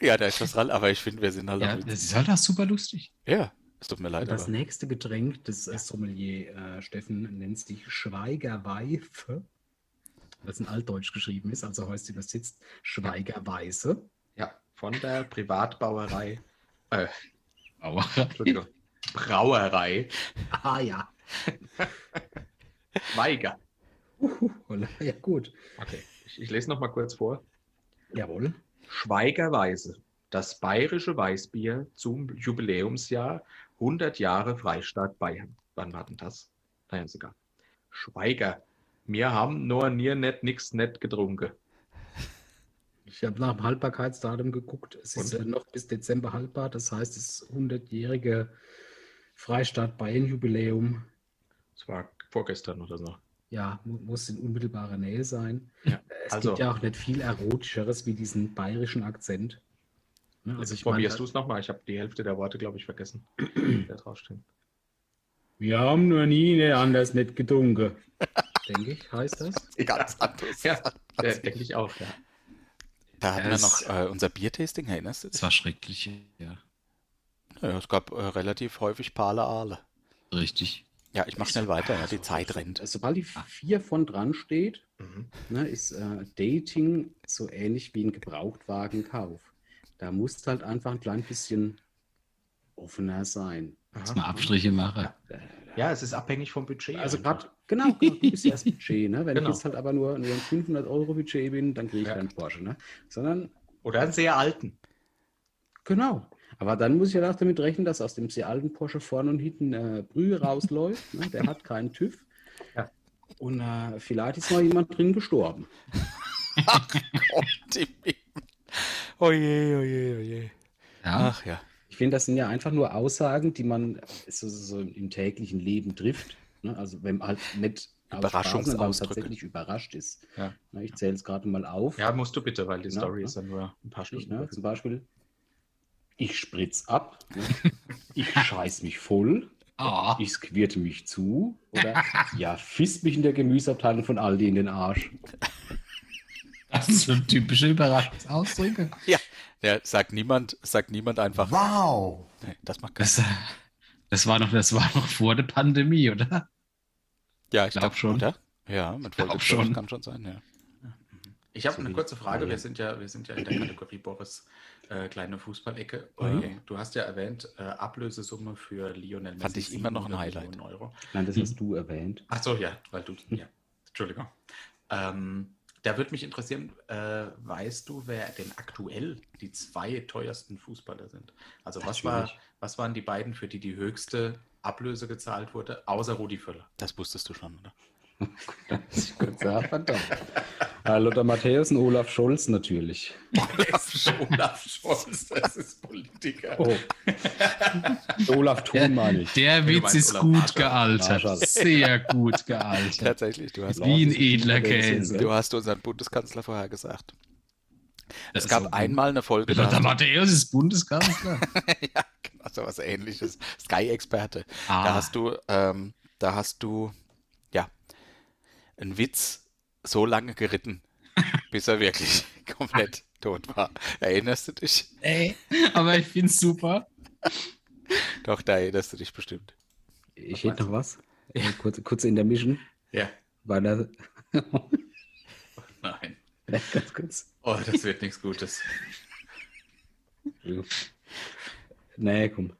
[SPEAKER 1] Ja, da ist was dran, aber ich finde, wir sind halt
[SPEAKER 9] Ja,
[SPEAKER 1] auch
[SPEAKER 9] das
[SPEAKER 1] witzig.
[SPEAKER 9] ist halt auch super lustig.
[SPEAKER 1] Ja, es tut mir leid,
[SPEAKER 2] Das
[SPEAKER 1] aber
[SPEAKER 2] nächste Getränk des äh, Sommelier äh, Steffen nennt sich Schweigerweife, was in Altdeutsch geschrieben ist, also heißt übersetzt Schweigerweise.
[SPEAKER 8] ja, von der Privatbauerei,
[SPEAKER 9] Aua.
[SPEAKER 8] Entschuldigung, Brauerei
[SPEAKER 2] Ah ja.
[SPEAKER 8] Weiger.
[SPEAKER 2] Uhuhu, ja, gut.
[SPEAKER 8] Okay, ich, ich lese noch mal kurz vor.
[SPEAKER 2] Jawohl.
[SPEAKER 8] Schweigerweise. Das bayerische Weißbier zum Jubiläumsjahr 100 Jahre Freistaat Bayern. Wann war denn das? Naja, ist egal. Schweiger. Wir haben nur nie net nix net getrunken.
[SPEAKER 2] Ich habe nach dem Haltbarkeitsdatum geguckt. Es ist
[SPEAKER 8] Und?
[SPEAKER 2] äh, noch bis Dezember haltbar. Das heißt, das 100-jährige Freistaat Bayern-Jubiläum
[SPEAKER 8] Das war vorgestern oder so.
[SPEAKER 2] ja, mu- muss in unmittelbarer Nähe sein.
[SPEAKER 8] Ja,
[SPEAKER 2] Äh, es
[SPEAKER 8] also-
[SPEAKER 2] gibt ja auch nicht viel Erotischeres wie diesen bayerischen Akzent. Ne,
[SPEAKER 8] Jetzt
[SPEAKER 2] Also ich
[SPEAKER 8] probierst du
[SPEAKER 2] meine,
[SPEAKER 8] es nochmal. Ich habe die Hälfte der Worte, glaube ich, vergessen. da draufstehen.
[SPEAKER 2] wir haben nur nie ne, anders nicht gedunken. Denke ich, heißt das?
[SPEAKER 1] ganz anderes.
[SPEAKER 8] Ja, äh, denke ich auch, ja.
[SPEAKER 1] Da hatten wir
[SPEAKER 9] Es-
[SPEAKER 1] noch äh, unser Biertasting, erinnerst du
[SPEAKER 9] Das
[SPEAKER 1] dich?
[SPEAKER 9] war schrecklich. Ja,
[SPEAKER 1] Ja, es gab äh, relativ häufig Pale Ale.
[SPEAKER 9] richtig.
[SPEAKER 1] Ja, ich mache schnell weiter, ja, die Zeit rennt.
[SPEAKER 2] Äh, Sobald die vier von dran steht,
[SPEAKER 8] Mhm.
[SPEAKER 2] ne, ist äh, Dating so ähnlich wie ein Gebrauchtwagenkauf. Da musst du halt einfach ein klein bisschen offener sein.
[SPEAKER 9] Dass man Abstriche mache.
[SPEAKER 8] Ja, es ist abhängig vom Budget.
[SPEAKER 2] Also
[SPEAKER 8] einfach.
[SPEAKER 2] gerade, genau, genau, du bist ja das Budget. Ne? Wenn
[SPEAKER 8] Genau.
[SPEAKER 2] ich jetzt halt aber nur, nur ein 500-Euro-Budget bin, dann kriege ich
[SPEAKER 8] Ja.
[SPEAKER 2] keinen Porsche. Ne? Sondern,
[SPEAKER 8] Oder einen sehr alten.
[SPEAKER 2] genau. Aber dann muss ich ja auch damit rechnen, dass aus dem sehr alten Porsche vorne und hinten äh, Brühe rausläuft. Ne? Der hat keinen TÜV.
[SPEAKER 8] Ja.
[SPEAKER 2] Und äh, vielleicht ist mal jemand drin gestorben.
[SPEAKER 1] Gott im Himmel. Oje, oje, oje.
[SPEAKER 9] Ja,
[SPEAKER 1] Ach ja.
[SPEAKER 2] Hm? Ich finde, das sind ja einfach nur Aussagen, die man so, so so im täglichen Leben trifft. Ne? Also wenn man halt nicht aus Spaß, sondern weil man
[SPEAKER 1] Überraschungsausdrücke.
[SPEAKER 2] tatsächlich überrascht ist.
[SPEAKER 8] Ja.
[SPEAKER 2] Ne, Ich zähle es gerade mal auf.
[SPEAKER 8] Ja, musst du bitte, weil die
[SPEAKER 2] Ja,
[SPEAKER 8] Story
[SPEAKER 2] ja.
[SPEAKER 8] ist ja nur ein paar
[SPEAKER 2] Ich,
[SPEAKER 8] Stunden.
[SPEAKER 2] ne? Zum Beispiel, ich spritz ab, ne? ich scheiß mich voll,
[SPEAKER 9] Ah,
[SPEAKER 2] ich squirte mich zu oder ja, fiss mich in der Gemüseabteilung von Aldi in den Arsch.
[SPEAKER 9] das sind so typische Überraschungsausdrücke.
[SPEAKER 1] Ja, sagt niemand, sagt niemand einfach. Wow! Nee, das macht keinen
[SPEAKER 9] Das, äh, das, war noch, das war noch vor der Pandemie, oder?
[SPEAKER 1] Ja, ich
[SPEAKER 9] glaub
[SPEAKER 1] glaube
[SPEAKER 9] schon.
[SPEAKER 1] schon. Oder? Ja, mit
[SPEAKER 9] glaub
[SPEAKER 1] Folge
[SPEAKER 9] schon.
[SPEAKER 1] schon. kann schon sein, ja.
[SPEAKER 11] Ich habe
[SPEAKER 12] So
[SPEAKER 11] eine
[SPEAKER 12] wie-
[SPEAKER 11] kurze Frage.
[SPEAKER 12] Ja.
[SPEAKER 11] Wir sind ja, wir sind ja in der Kategorie Boris äh, kleine Fußballecke.
[SPEAKER 1] Mhm.
[SPEAKER 11] Äh, du hast ja erwähnt, äh, Ablösesumme für Lionel Messi.
[SPEAKER 2] Fand ich immer noch ein
[SPEAKER 11] 700
[SPEAKER 2] Highlight.
[SPEAKER 11] Millionen Euro. Hm.
[SPEAKER 1] Nein, das hast du erwähnt. Hm.
[SPEAKER 11] Ach so, ja, weil du. Ja. Entschuldigung. Ähm, da würde mich interessieren, äh, weißt du, wer denn aktuell die zwei teuersten Fußballer sind? Also was, war,
[SPEAKER 1] Natürlich.
[SPEAKER 11] was waren die beiden, für die die höchste Ablöse gezahlt wurde, außer Rudi Völler?
[SPEAKER 2] Das wusstest du schon, oder?
[SPEAKER 1] Ich könnte sagen, verdammt. Äh, Lothar Matthäus und Olaf Scholz natürlich.
[SPEAKER 11] Olaf Scholz, das ist Politiker.
[SPEAKER 1] Oh. Olaf Thun meine ich.
[SPEAKER 11] Du
[SPEAKER 1] Der Witz
[SPEAKER 11] meinst
[SPEAKER 1] ist
[SPEAKER 11] Olaf
[SPEAKER 1] gut
[SPEAKER 11] Marschall.
[SPEAKER 1] gealtert.
[SPEAKER 8] Marschall.
[SPEAKER 1] Sehr gut gealtert.
[SPEAKER 2] Tatsächlich, du hast,
[SPEAKER 1] Wie ein
[SPEAKER 8] Das ist nicht
[SPEAKER 1] edler
[SPEAKER 8] der
[SPEAKER 1] Käse.
[SPEAKER 8] Witz,
[SPEAKER 2] du hast unseren Bundeskanzler vorher gesagt.
[SPEAKER 1] Das
[SPEAKER 2] Es
[SPEAKER 1] ist
[SPEAKER 2] gab
[SPEAKER 1] so gut.
[SPEAKER 2] einmal eine Folge, da
[SPEAKER 1] Lothar Matthäus ist Bundeskanzler.
[SPEAKER 2] ja, genau, so was ähnliches. Sky-Experte. Da
[SPEAKER 1] Ah,
[SPEAKER 2] hast du, ähm, da hast du, ja, einen Witz so lange geritten, bis er wirklich komplett tot war. Erinnerst du dich?
[SPEAKER 1] ey, aber ich find's super.
[SPEAKER 2] Doch, da erinnerst du dich bestimmt.
[SPEAKER 8] Ich hätte noch was. Äh, Kurze, kurze Intermission.
[SPEAKER 11] Ja.
[SPEAKER 8] Weil da,
[SPEAKER 11] Nein.
[SPEAKER 8] ganz kurz.
[SPEAKER 11] Oh, das wird nichts Gutes.
[SPEAKER 8] Nee, komm.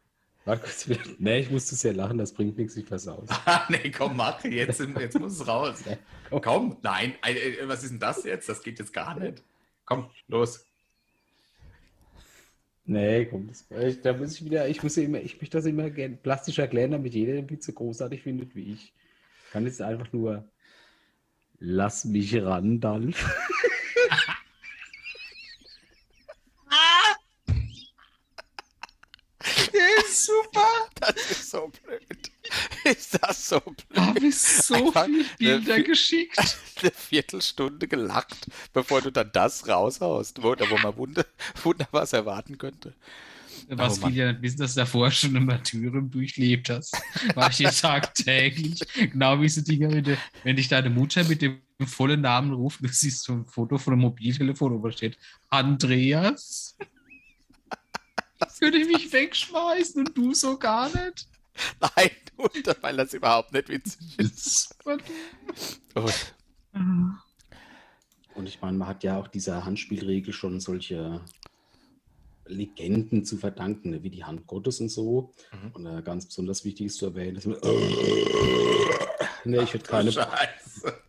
[SPEAKER 8] Warte kurz. Nee, ich musste sehr lachen, das bringt nichts, ich pass aus.
[SPEAKER 11] Ah, nee, komm, mach. Jetzt, sind- jetzt muss es raus. Komm, komm. nein. Ei, ei, Was ist denn das jetzt? Das geht jetzt gar nicht. Komm, los.
[SPEAKER 8] Nee, komm, das, ich, da muss ich wieder, ich muss ja immer, ich möchte das immer gern plastisch erklären, damit jeder den Witz so großartig findet wie ich. Ich kann jetzt einfach nur lass mich ran, dann.
[SPEAKER 2] Das ist so blöd. Ist das so blöd?
[SPEAKER 1] Da habe ich so
[SPEAKER 2] Einfach
[SPEAKER 1] viele Bilder
[SPEAKER 2] eine-
[SPEAKER 1] geschickt.
[SPEAKER 2] Eine Viertelstunde gelacht, bevor du dann das raushaust, wo, wo man wunder, wunderbar was erwarten könnte.
[SPEAKER 1] Was
[SPEAKER 2] Oh Mann.
[SPEAKER 1] viele ja nicht wissen, dass du davor schon eine Martyrium durchlebt hast. War ich hier tagtäglich. Genau wie diese Dinger, wenn, du, wenn dich deine Mutter mit dem vollen Namen ruft, du siehst so ein Foto von einem Mobiltelefon, wo steht Andreas. Ich würde mich wegschmeißen und du so gar nicht.
[SPEAKER 2] Nein, und, weil das überhaupt nicht witzig ist. Oh,
[SPEAKER 8] Und ich meine, man hat ja auch dieser Handspielregel schon solche Legenden zu verdanken, ne? wie die Hand Gottes und so. Und äh, ganz besonders wichtig ist zu erwähnen, dass man. nee, ich hätte keine.
[SPEAKER 11] Scheiße.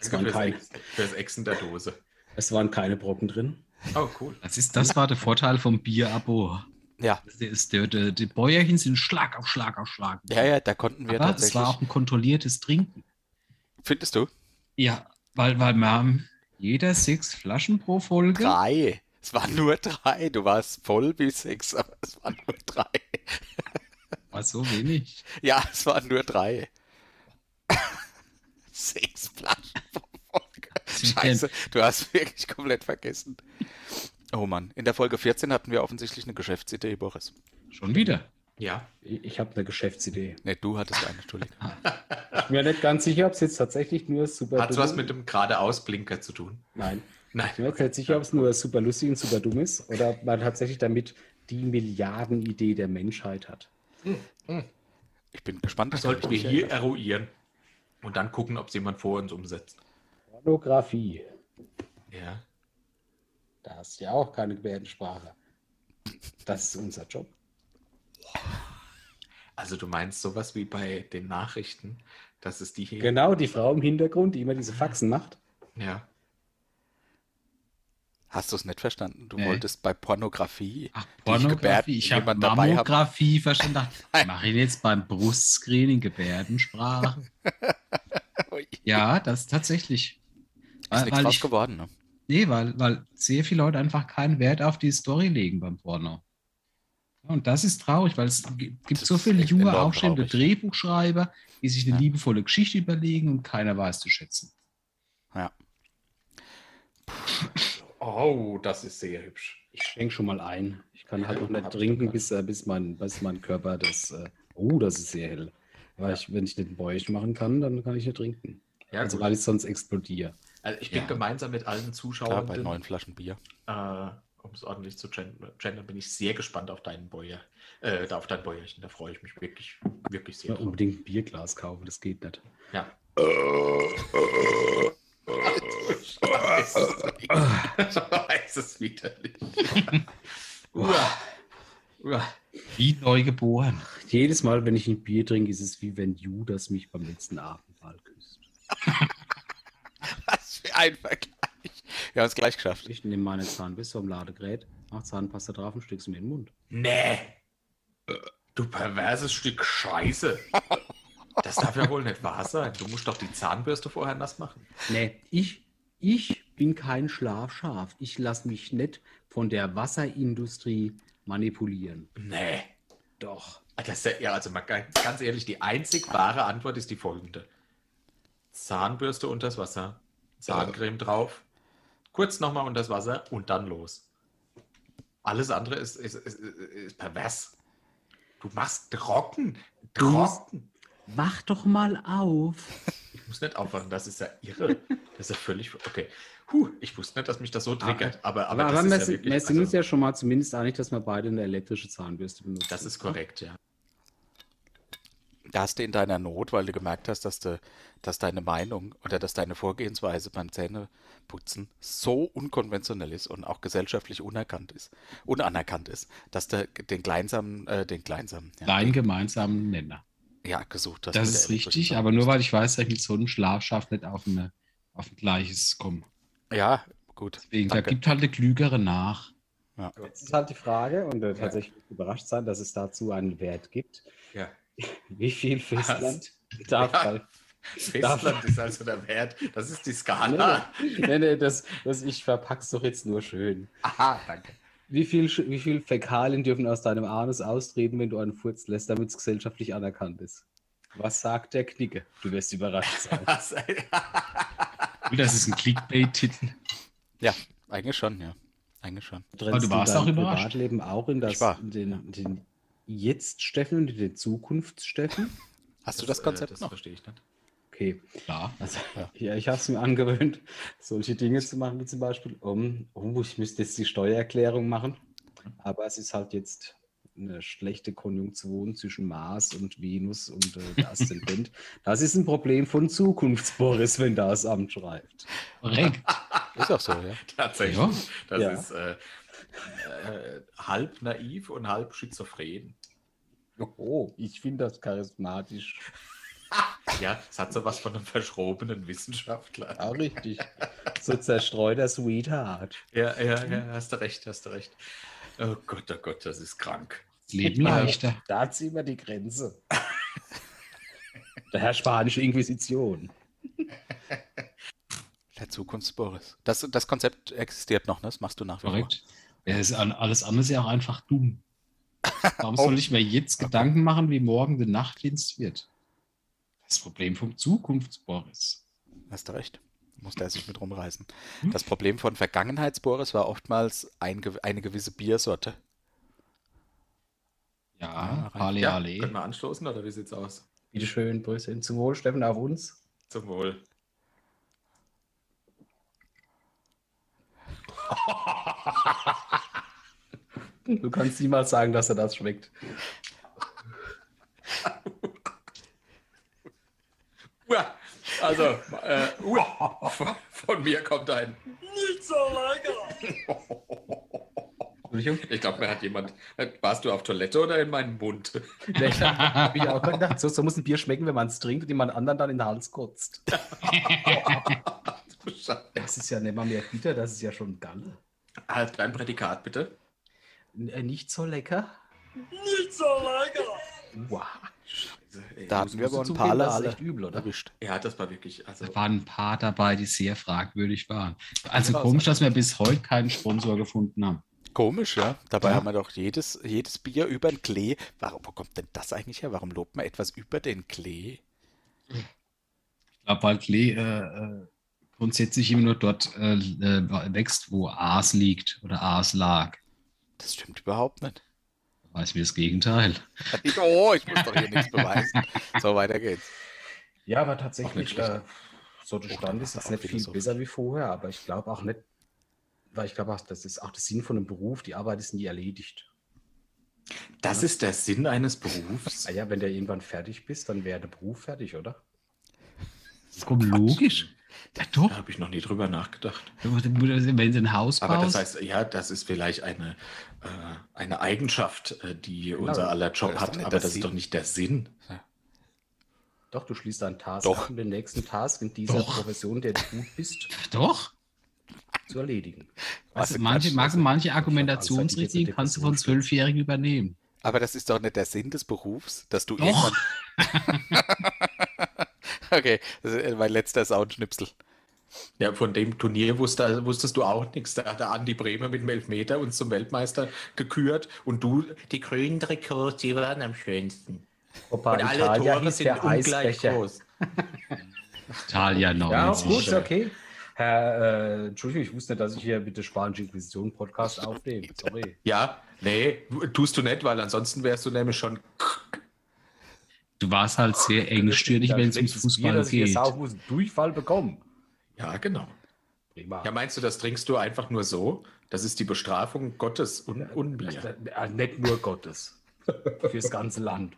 [SPEAKER 8] Es
[SPEAKER 11] Für
[SPEAKER 8] waren
[SPEAKER 11] das,
[SPEAKER 8] keine,
[SPEAKER 11] Ex, für das Exen der Dose.
[SPEAKER 8] es waren keine Brocken drin.
[SPEAKER 11] Oh, cool.
[SPEAKER 1] Das, ist, das war der Vorteil vom Bier-Abo.
[SPEAKER 2] ja,
[SPEAKER 1] Das ist- der- der- Die Bäuerchen sind Schlag auf Schlag auf Schlag.
[SPEAKER 2] ja, ja, da konnten wir
[SPEAKER 1] Aber es war
[SPEAKER 2] tatsächlich.
[SPEAKER 1] auch ein kontrolliertes Trinken.
[SPEAKER 2] Findest du?
[SPEAKER 1] Ja, weil, weil wir haben jeder sechs Flaschen pro Folge.
[SPEAKER 2] Drei. Es waren nur drei. Du warst voll bis sechs, aber es waren nur drei.
[SPEAKER 1] War so wenig.
[SPEAKER 2] Ja, es waren nur drei. Sechs Flaschen pro Folge. Scheiße, du hast wirklich komplett vergessen. Oh Mann, in der Folge 14 hatten wir offensichtlich eine Geschäftsidee, Boris.
[SPEAKER 1] Schon wieder.
[SPEAKER 11] Ja.
[SPEAKER 8] Ich, ich habe eine Geschäftsidee.
[SPEAKER 2] Ne, du hattest eine, Entschuldigung.
[SPEAKER 8] Ich bin mir nicht ganz sicher, ob es jetzt tatsächlich nur super
[SPEAKER 11] Hat was mit dem geradeausblinker zu tun?
[SPEAKER 8] Nein.
[SPEAKER 11] Nein.
[SPEAKER 8] Ich bin mir jetzt nicht sicher, ob es nur super lustig und super dumm ist oder ob man tatsächlich damit die Milliardenidee der Menschheit hat.
[SPEAKER 2] Ich bin gespannt.
[SPEAKER 11] Das
[SPEAKER 2] was
[SPEAKER 11] sollten
[SPEAKER 2] du-
[SPEAKER 11] wir hier eruieren und dann gucken, ob es jemand vor uns umsetzt.
[SPEAKER 8] Pornografie.
[SPEAKER 11] Ja.
[SPEAKER 8] Da hast du ja auch keine Gebärdensprache. Das ist unser Job.
[SPEAKER 11] Also du meinst sowas wie bei den Nachrichten, dass es die hier...
[SPEAKER 8] Genau, die Frau im Hintergrund, die immer diese Faxen macht.
[SPEAKER 11] Ja.
[SPEAKER 2] Hast du es nicht verstanden? Du
[SPEAKER 1] Nee.
[SPEAKER 2] wolltest bei Pornografie.
[SPEAKER 1] Ach,
[SPEAKER 2] Gebärden-
[SPEAKER 1] Pornografie. Ich habe
[SPEAKER 2] jemand dabei haben.
[SPEAKER 1] Mammographie verstanden. Ich mache ihn jetzt beim Brustscreening Gebärdensprache.
[SPEAKER 2] Ui.
[SPEAKER 1] Ja, das tatsächlich.
[SPEAKER 2] Ist
[SPEAKER 1] Weil,
[SPEAKER 2] nichts
[SPEAKER 1] Ah, weil,
[SPEAKER 2] draus
[SPEAKER 1] ich,
[SPEAKER 2] geworden, ne?
[SPEAKER 1] nee, weil, weil sehr viele Leute einfach keinen Wert auf die Story legen beim Porno. Und das ist traurig, weil es gi- gibt
[SPEAKER 2] Das
[SPEAKER 1] so
[SPEAKER 2] ist
[SPEAKER 1] viele
[SPEAKER 2] echt
[SPEAKER 1] junge,
[SPEAKER 2] enorm
[SPEAKER 1] aufstrebende
[SPEAKER 2] traurig.
[SPEAKER 1] Drehbuchschreiber, die sich eine
[SPEAKER 2] Ja.
[SPEAKER 1] liebevolle Geschichte überlegen und keiner weiß zu schätzen.
[SPEAKER 11] Oh, das ist sehr hübsch.
[SPEAKER 8] Ich schenke schon mal ein. Ich kann halt noch nicht trinken, bis, äh, bis, mein, bis mein Körper das. Äh, oh, das ist sehr hell. Weil ich, wenn ich nicht ein Bäuerchen machen kann, dann kann ich nicht trinken.
[SPEAKER 11] Ja,
[SPEAKER 8] also,
[SPEAKER 11] gut.
[SPEAKER 8] weil ich sonst explodiere.
[SPEAKER 11] Also ich bin
[SPEAKER 1] Ja.
[SPEAKER 11] gemeinsam mit allen
[SPEAKER 2] Klar, bei
[SPEAKER 11] Zuschauern,
[SPEAKER 2] neun Flaschen Bier.
[SPEAKER 11] äh, um es ordentlich zu gen- gendern, bin ich sehr gespannt auf deinen Boyer, äh, da auf dein Bäuerchen. Da freue ich mich wirklich, wirklich
[SPEAKER 8] Ich will
[SPEAKER 11] sehr drauf.
[SPEAKER 8] unbedingt ein Bierglas kaufen, das geht nicht.
[SPEAKER 11] Ja.
[SPEAKER 9] Ich weiß es nicht. Ich weiß es widerlich. Uah. Uah.
[SPEAKER 1] Wie neu geboren.
[SPEAKER 2] Jedes Mal, wenn ich ein Bier trinke, ist es wie wenn Judas mich beim letzten Abendmahl küsst.
[SPEAKER 7] Was für ein Vergleich. Wir haben es gleich geschafft.
[SPEAKER 2] Ich nehme meine Zahnbürste vom Ladegerät, mach Zahnpasta drauf und steck's mir in den Mund.
[SPEAKER 9] Nee. Du perverses Stück Scheiße. Das darf ja wohl nicht wahr sein. Du musst doch die Zahnbürste vorher nass machen.
[SPEAKER 2] Nee, ich, ich bin kein Schlafschaf. Ich lasse mich nicht von der Wasserindustrie manipulieren.
[SPEAKER 9] Nee.
[SPEAKER 2] Doch.
[SPEAKER 9] Das ist ja, ja, also mal ga- ganz ehrlich, die einzig wahre Antwort ist die folgende. Zahnbürste unters Wasser, Zahncreme drauf, kurz nochmal unters Wasser und dann los. Alles andere ist, ist, ist, ist pervers. Du machst trocken.
[SPEAKER 2] Du musst-
[SPEAKER 9] Trocken.
[SPEAKER 2] Wach doch mal auf.
[SPEAKER 9] Ich muss nicht aufwachen, das ist ja irre. Das ist ja völlig. Okay. Huh, ich wusste nicht, dass mich das so triggert, aber, aber,
[SPEAKER 2] Ah, äh, Aber,
[SPEAKER 9] das
[SPEAKER 2] aber
[SPEAKER 9] ist
[SPEAKER 2] wir
[SPEAKER 9] ja
[SPEAKER 2] sind
[SPEAKER 9] wirklich.
[SPEAKER 2] wir sind uns
[SPEAKER 9] Also,
[SPEAKER 2] ja schon mal zumindest einig, dass wir beide eine elektrische Zahnbürste benutzen.
[SPEAKER 9] das ist korrekt, ja.
[SPEAKER 7] Da hast du in deiner Not, weil du gemerkt hast, dass, du, dass deine Meinung oder dass deine Vorgehensweise beim Zähneputzen so unkonventionell ist und auch gesellschaftlich unerkannt ist, unanerkannt ist, dass du den kleinsamen, äh, den kleinsamen, ja,
[SPEAKER 1] Kleinen gemeinsamen Nenner.
[SPEAKER 7] ja gesucht hast.
[SPEAKER 1] Das
[SPEAKER 7] mit der
[SPEAKER 1] ist richtig,
[SPEAKER 7] elektrischen
[SPEAKER 1] aber nur weil ich weiß, dass ich mit so einem Schlafschaf nicht auf, eine, auf ein gleiches komme.
[SPEAKER 7] Zahnbürste. Ja, gut.
[SPEAKER 1] Deswegen, da
[SPEAKER 7] Danke.
[SPEAKER 1] gibt halt eine klügere nach.
[SPEAKER 2] Jetzt ist halt die Frage, und äh, tatsächlich überrascht sein, dass es dazu einen Wert gibt.
[SPEAKER 9] Ja.
[SPEAKER 2] Wie viel Festland darf
[SPEAKER 9] Ja.
[SPEAKER 2] bei
[SPEAKER 9] Festland ist also der Wert. Das ist die Skala.
[SPEAKER 2] nee, nee, Äh, das, das, ich verpack's doch jetzt nur schön.
[SPEAKER 9] Aha, Ah, danke.
[SPEAKER 2] Wie viel, Sch- wie viel Fäkalien dürfen aus deinem Anus austreten, wenn du einen Furz lässt, damit es gesellschaftlich anerkannt ist? Was sagt der Knicke? Du wirst überrascht sein.
[SPEAKER 9] Was?
[SPEAKER 1] Und das ist ein Clickbait-Titel.
[SPEAKER 7] Eigentlich schon, ja. Eigentlich schon.
[SPEAKER 1] Aber du warst
[SPEAKER 2] dein
[SPEAKER 1] auch überrascht.
[SPEAKER 2] Privatleben auch in
[SPEAKER 7] Ich
[SPEAKER 2] das,
[SPEAKER 7] war.
[SPEAKER 2] in den, in den Jetzt-Steffen und in den Zukunfts-Steffen?
[SPEAKER 7] Hast du das Konzept
[SPEAKER 9] äh, das
[SPEAKER 7] noch?
[SPEAKER 9] verstehe ich nicht.
[SPEAKER 2] Okay.
[SPEAKER 1] Klar.
[SPEAKER 2] Also,
[SPEAKER 7] Ja.
[SPEAKER 2] ja. ich habe es mir angewöhnt, solche Dinge zu machen, wie zum Beispiel, um, oh, ich müsste jetzt die Steuererklärung machen. Aber es ist halt jetzt eine schlechte Konjunktion zwischen Mars und Venus und äh, der Aszendent. das ist ein Problem von Zukunftsboris, wenn das Amt schreibt.
[SPEAKER 1] Korrekt.
[SPEAKER 7] Ist auch so, ja.
[SPEAKER 9] Tatsächlich.
[SPEAKER 1] Ja.
[SPEAKER 9] Das
[SPEAKER 2] Ja.
[SPEAKER 9] ist äh, äh, halb naiv und halb schizophren.
[SPEAKER 2] Oh, ich finde das charismatisch.
[SPEAKER 9] Ja, es hat sowas von einem verschrobenen Wissenschaftler.
[SPEAKER 2] Auch richtig. So zerstreuter Sweetheart.
[SPEAKER 9] Ja, ja, ja, hast du recht, hast du recht. Oh Gott, oh Gott, das ist krank.
[SPEAKER 1] Das Leben leichter.
[SPEAKER 2] Da ziehen wir die Grenze. Der Herr Spanische Inquisition.
[SPEAKER 7] Der Zukunftsboris. Das, das Konzept existiert noch, ne? Das machst du nach wie
[SPEAKER 1] Korrekt. Ja, ist an- alles andere ist ja auch einfach dumm. Warum soll ich mir jetzt Gedanken machen, wie morgen der Nachtdienst wird? Das Problem vom Zukunftsboris.
[SPEAKER 7] vor. Hast du recht. Muss der sich mit rumreißen.
[SPEAKER 1] Hm?
[SPEAKER 7] Das Problem von Vergangenheitsboris war oftmals ein, gew- eine gewisse Biersorte.
[SPEAKER 1] Ja,
[SPEAKER 7] Ja,
[SPEAKER 1] Pale
[SPEAKER 9] Ja,
[SPEAKER 1] Ale.
[SPEAKER 2] genau.
[SPEAKER 9] können wir anstoßen oder wie sieht's aus?
[SPEAKER 2] Bitte schön, Brüssel. Zum Wohl, Steffen, auf uns.
[SPEAKER 9] Zum Wohl.
[SPEAKER 2] Du kannst niemals sagen, dass er das schmeckt.
[SPEAKER 9] Uah, also, äh, uah, von, von mir kommt ein. Nicht so lecker.
[SPEAKER 2] Entschuldigung.
[SPEAKER 9] Ich glaube, mir hat jemand. äh, Warst du auf Toilette oder in meinem Mund?
[SPEAKER 2] Nee, ich hab ich auch gedacht, so, so muss ein Bier schmecken, wenn man es trinkt und jemand anderen dann in den Hals kotzt.
[SPEAKER 9] Du Scheiße.
[SPEAKER 2] Das ist ja nicht mal mehr bitter, das ist ja schon Galle.
[SPEAKER 9] Halt dein Prädikat bitte.
[SPEAKER 2] N- äh, Nicht so lecker. Nicht so lecker. Wow.
[SPEAKER 9] Scheiße, ey.
[SPEAKER 7] Da hatten wir aber ein
[SPEAKER 2] zugeben,
[SPEAKER 7] paar
[SPEAKER 2] das ist
[SPEAKER 7] alle
[SPEAKER 2] echt übel, oder?
[SPEAKER 7] erwischt.
[SPEAKER 9] Ja, das war wirklich. Also,
[SPEAKER 1] Da waren ein paar dabei, die sehr fragwürdig waren. Also
[SPEAKER 9] Ja,
[SPEAKER 1] komisch, dass wir bis heute keinen Sponsor gefunden haben.
[SPEAKER 7] Komisch, ja. Dabei
[SPEAKER 1] Ja.
[SPEAKER 7] haben wir doch jedes, jedes Bier über den Klee. Warum, wo kommt denn das eigentlich her? Warum lobt man etwas über den Klee?
[SPEAKER 1] Ich glaube, weil Klee äh, äh, grundsätzlich immer nur dort äh, äh, wächst, wo Aas liegt oder Aas lag.
[SPEAKER 7] Das stimmt überhaupt nicht.
[SPEAKER 1] Weiß mir das Gegenteil.
[SPEAKER 7] Ich, oh, ich muss doch hier nichts beweisen. So, weiter geht's.
[SPEAKER 2] Ja, aber
[SPEAKER 7] Auch nicht
[SPEAKER 2] tatsächlich,
[SPEAKER 7] schlecht.
[SPEAKER 2] äh, so der
[SPEAKER 7] Oh,
[SPEAKER 2] Stand
[SPEAKER 7] da
[SPEAKER 2] ist
[SPEAKER 7] warst du
[SPEAKER 2] jetzt
[SPEAKER 7] auch
[SPEAKER 2] nicht viel
[SPEAKER 7] philosophisch.
[SPEAKER 2] besser wie vorher, aber ich glaube auch nicht, weil ich glaube auch, das ist auch der Sinn von einem Beruf, die Arbeit ist nie erledigt.
[SPEAKER 9] das ist der Sinn eines Berufs.
[SPEAKER 2] Ah ja, wenn du irgendwann fertig bist, dann wäre der Beruf fertig, oder?
[SPEAKER 1] Das kommt logisch. Ja,
[SPEAKER 11] Da
[SPEAKER 1] doch.
[SPEAKER 11] habe ich noch nie drüber nachgedacht.
[SPEAKER 1] Wenn sie ein Haus
[SPEAKER 11] Aber das
[SPEAKER 1] baust.
[SPEAKER 11] heißt, ja, das ist vielleicht eine, äh, eine Eigenschaft, äh, die unser aller Job
[SPEAKER 2] Das ist doch
[SPEAKER 11] hat,
[SPEAKER 2] nicht
[SPEAKER 11] aber
[SPEAKER 2] der
[SPEAKER 11] das ist
[SPEAKER 2] Sinn.
[SPEAKER 11] doch nicht der Sinn.
[SPEAKER 8] Doch, du schließt einen Task
[SPEAKER 2] Doch.
[SPEAKER 8] ab, um den nächsten Task in dieser
[SPEAKER 1] Doch.
[SPEAKER 8] Profession, der du gut bist,
[SPEAKER 1] doch.
[SPEAKER 8] zu erledigen.
[SPEAKER 2] Was
[SPEAKER 1] Also
[SPEAKER 2] ein
[SPEAKER 1] manche,
[SPEAKER 2] Quatsch,
[SPEAKER 1] mag,
[SPEAKER 2] also-
[SPEAKER 1] manche
[SPEAKER 8] Angst, dass ich
[SPEAKER 1] Argumentationsrichtigen
[SPEAKER 8] jetzt
[SPEAKER 1] kannst du
[SPEAKER 8] eine
[SPEAKER 1] von
[SPEAKER 8] Depression
[SPEAKER 1] Zwölfjährigen übernehmen.
[SPEAKER 2] Aber das ist doch nicht der Sinn des Berufs, dass du
[SPEAKER 1] Doch.
[SPEAKER 2] irgendwann- okay, das
[SPEAKER 7] äh,
[SPEAKER 2] ist mein letzter Soundschnipsel.
[SPEAKER 11] Ja, von dem Turnier wusste, wusstest du auch nichts. Da hat der Andi Bremer mit dem Elfmeter uns zum Weltmeister gekürt und du, die grünen Trikots, die waren am schönsten.
[SPEAKER 8] Opa,
[SPEAKER 11] und alle Tore sind ungleich groß.
[SPEAKER 1] Talia
[SPEAKER 8] Ja,
[SPEAKER 1] 90.
[SPEAKER 8] gut, okay. Herr, äh, Entschuldigung, ich wusste nicht, dass ich hier mit der Spanischen Inquisition Podcast aufnehme. Sorry.
[SPEAKER 11] Ja, nee, tust du nicht, weil ansonsten wärst du nämlich schon
[SPEAKER 1] Du warst halt sehr engstirnig, wenn es um
[SPEAKER 8] Schlechtes Bier,
[SPEAKER 1] Fußball
[SPEAKER 8] dass Ich
[SPEAKER 1] geht.
[SPEAKER 8] jetzt auch muss Durchfall bekommen.
[SPEAKER 11] Ja, genau.
[SPEAKER 8] Prima.
[SPEAKER 11] Ja, meinst du, das trinkst du einfach nur so? Das ist die Bestrafung Gottes und Unbier.
[SPEAKER 8] Ja, Also, äh, Nicht nur Gottes. Fürs ganze Land.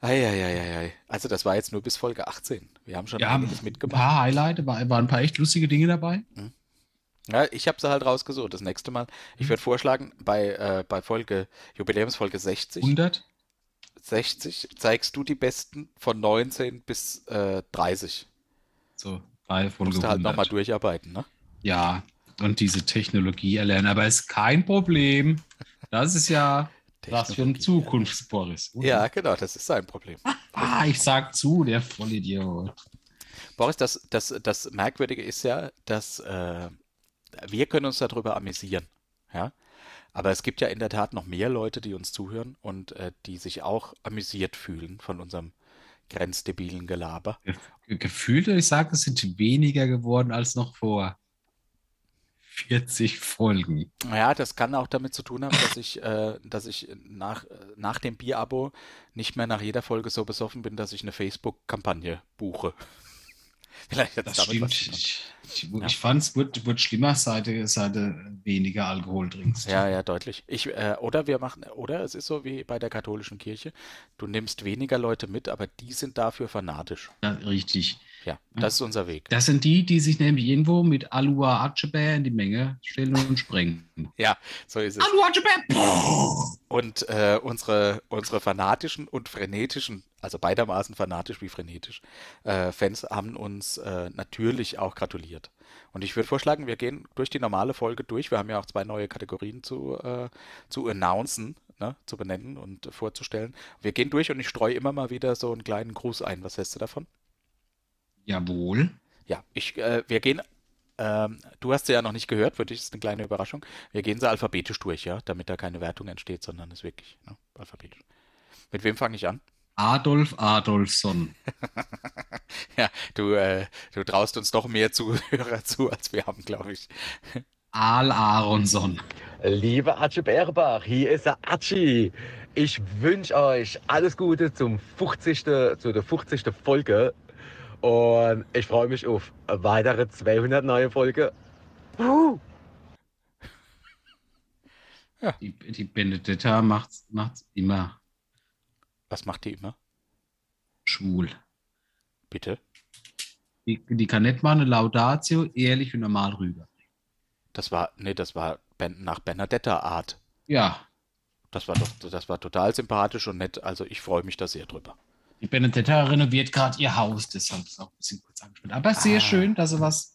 [SPEAKER 2] Eieieiei. Also das war jetzt nur bis Folge 18. Wir haben schon
[SPEAKER 1] Ja,
[SPEAKER 2] einiges
[SPEAKER 1] ein
[SPEAKER 2] mitgemacht.
[SPEAKER 1] paar Highlights, war- waren ein paar echt lustige Dinge dabei.
[SPEAKER 2] Ja, ich habe sie halt rausgesucht. Das nächste Mal.
[SPEAKER 1] Mhm.
[SPEAKER 2] Ich würde vorschlagen, bei, äh, bei Folge, Jubiläumsfolge 60,
[SPEAKER 1] 100.
[SPEAKER 2] 60 zeigst du die besten von 19 bis äh, 30.
[SPEAKER 1] So, drei
[SPEAKER 2] Du
[SPEAKER 1] von
[SPEAKER 2] musst du halt nochmal
[SPEAKER 1] 100.
[SPEAKER 2] durcharbeiten, ne?
[SPEAKER 1] Ja, und diese Technologie erlernen. Aber ist kein Problem. Das ist ja was für ein
[SPEAKER 2] Technologie.
[SPEAKER 1] Zukunftsboris. oder?
[SPEAKER 2] Ja, genau, das ist sein Problem.
[SPEAKER 1] Ah, ich sag zu, der Vollidiot.
[SPEAKER 2] Boris, das, das, das Merkwürdige ist ja, dass äh, wir können uns darüber amüsieren. Ja? Aber es gibt ja in der Tat noch mehr Leute, die uns zuhören und äh, die sich auch amüsiert fühlen von unserem grenzdebilen Gelaber.
[SPEAKER 1] Ge- Gefühlt, ich sag, es sind weniger geworden als noch vor 40 Folgen.
[SPEAKER 2] Ja, das kann auch damit zu tun haben, dass ich, äh, dass ich nach, äh, nach dem Bierabo nicht mehr nach jeder Folge so besoffen bin, dass ich eine Facebook-Kampagne buche. Vielleicht hat es
[SPEAKER 1] Das
[SPEAKER 2] damit was
[SPEAKER 1] stimmt.
[SPEAKER 2] zu tun.
[SPEAKER 1] Ich, ich, ich fand es wird, wird schlimmer, seit, du- seit du weniger Alkohol trinkst.
[SPEAKER 2] Ja, ja, deutlich. Ich, äh, oder wir machen, oder es ist so wie bei der katholischen Kirche, du nimmst weniger Leute mit, aber die sind dafür fanatisch.
[SPEAKER 1] Ja, richtig.
[SPEAKER 2] Ja, das ist unser Weg.
[SPEAKER 1] Das sind die, die sich nämlich irgendwo mit Alua Achebe in die Menge stellen und sprengen.
[SPEAKER 2] So ist es. Und äh, unsere, unsere fanatischen und frenetischen, also beidermaßen fanatisch wie frenetisch, äh, Fans haben uns äh, natürlich auch gratuliert. Und ich würde vorschlagen, wir gehen durch die normale Folge durch. Wir haben ja auch zwei neue Kategorien zu, äh, zu announcen, ne, zu benennen und vorzustellen. Wir gehen durch und ich streue immer mal wieder so einen kleinen Gruß ein. Was hältst du davon?
[SPEAKER 1] Jawohl.
[SPEAKER 2] Ja, ich, äh, wir gehen, ähm, du hast sie ja noch nicht gehört, für dich ist eine kleine Überraschung. Wir gehen sie alphabetisch durch, ja, damit da keine Wertung entsteht, sondern es wirklich, ne, alphabetisch. Mit wem fange ich an?
[SPEAKER 1] Adolf Adolfsson.
[SPEAKER 2] Ja, du, äh, du traust uns doch mehr Zuhörer zu, als wir haben, glaube ich.
[SPEAKER 1] Al Aronson.
[SPEAKER 13] Liebe Atschi Bärbach, hier ist der Atschi. Ich wünsche euch alles Gute zum 50. zu der 50. Folge. Und ich freue mich auf weitere 200 neue Folge. Wuhu!
[SPEAKER 1] Die, die Benedetta macht's, macht's immer
[SPEAKER 2] Was macht die immer?
[SPEAKER 1] schwul.
[SPEAKER 2] Bitte?
[SPEAKER 1] Die, die kann nicht mal eine Laudatio ehrlich und normal rüber.
[SPEAKER 2] Das war, nee, das war Ben- nach Bernadetta-Art.
[SPEAKER 1] Ja,
[SPEAKER 2] Das war doch, das war total sympathisch und nett. Also ich freue mich da sehr drüber.
[SPEAKER 1] die Benedetta renoviert gerade ihr Haus, deshalb ist auch ein bisschen kurz angespielt. Aber
[SPEAKER 2] Ah.
[SPEAKER 1] sehr schön, dass sie was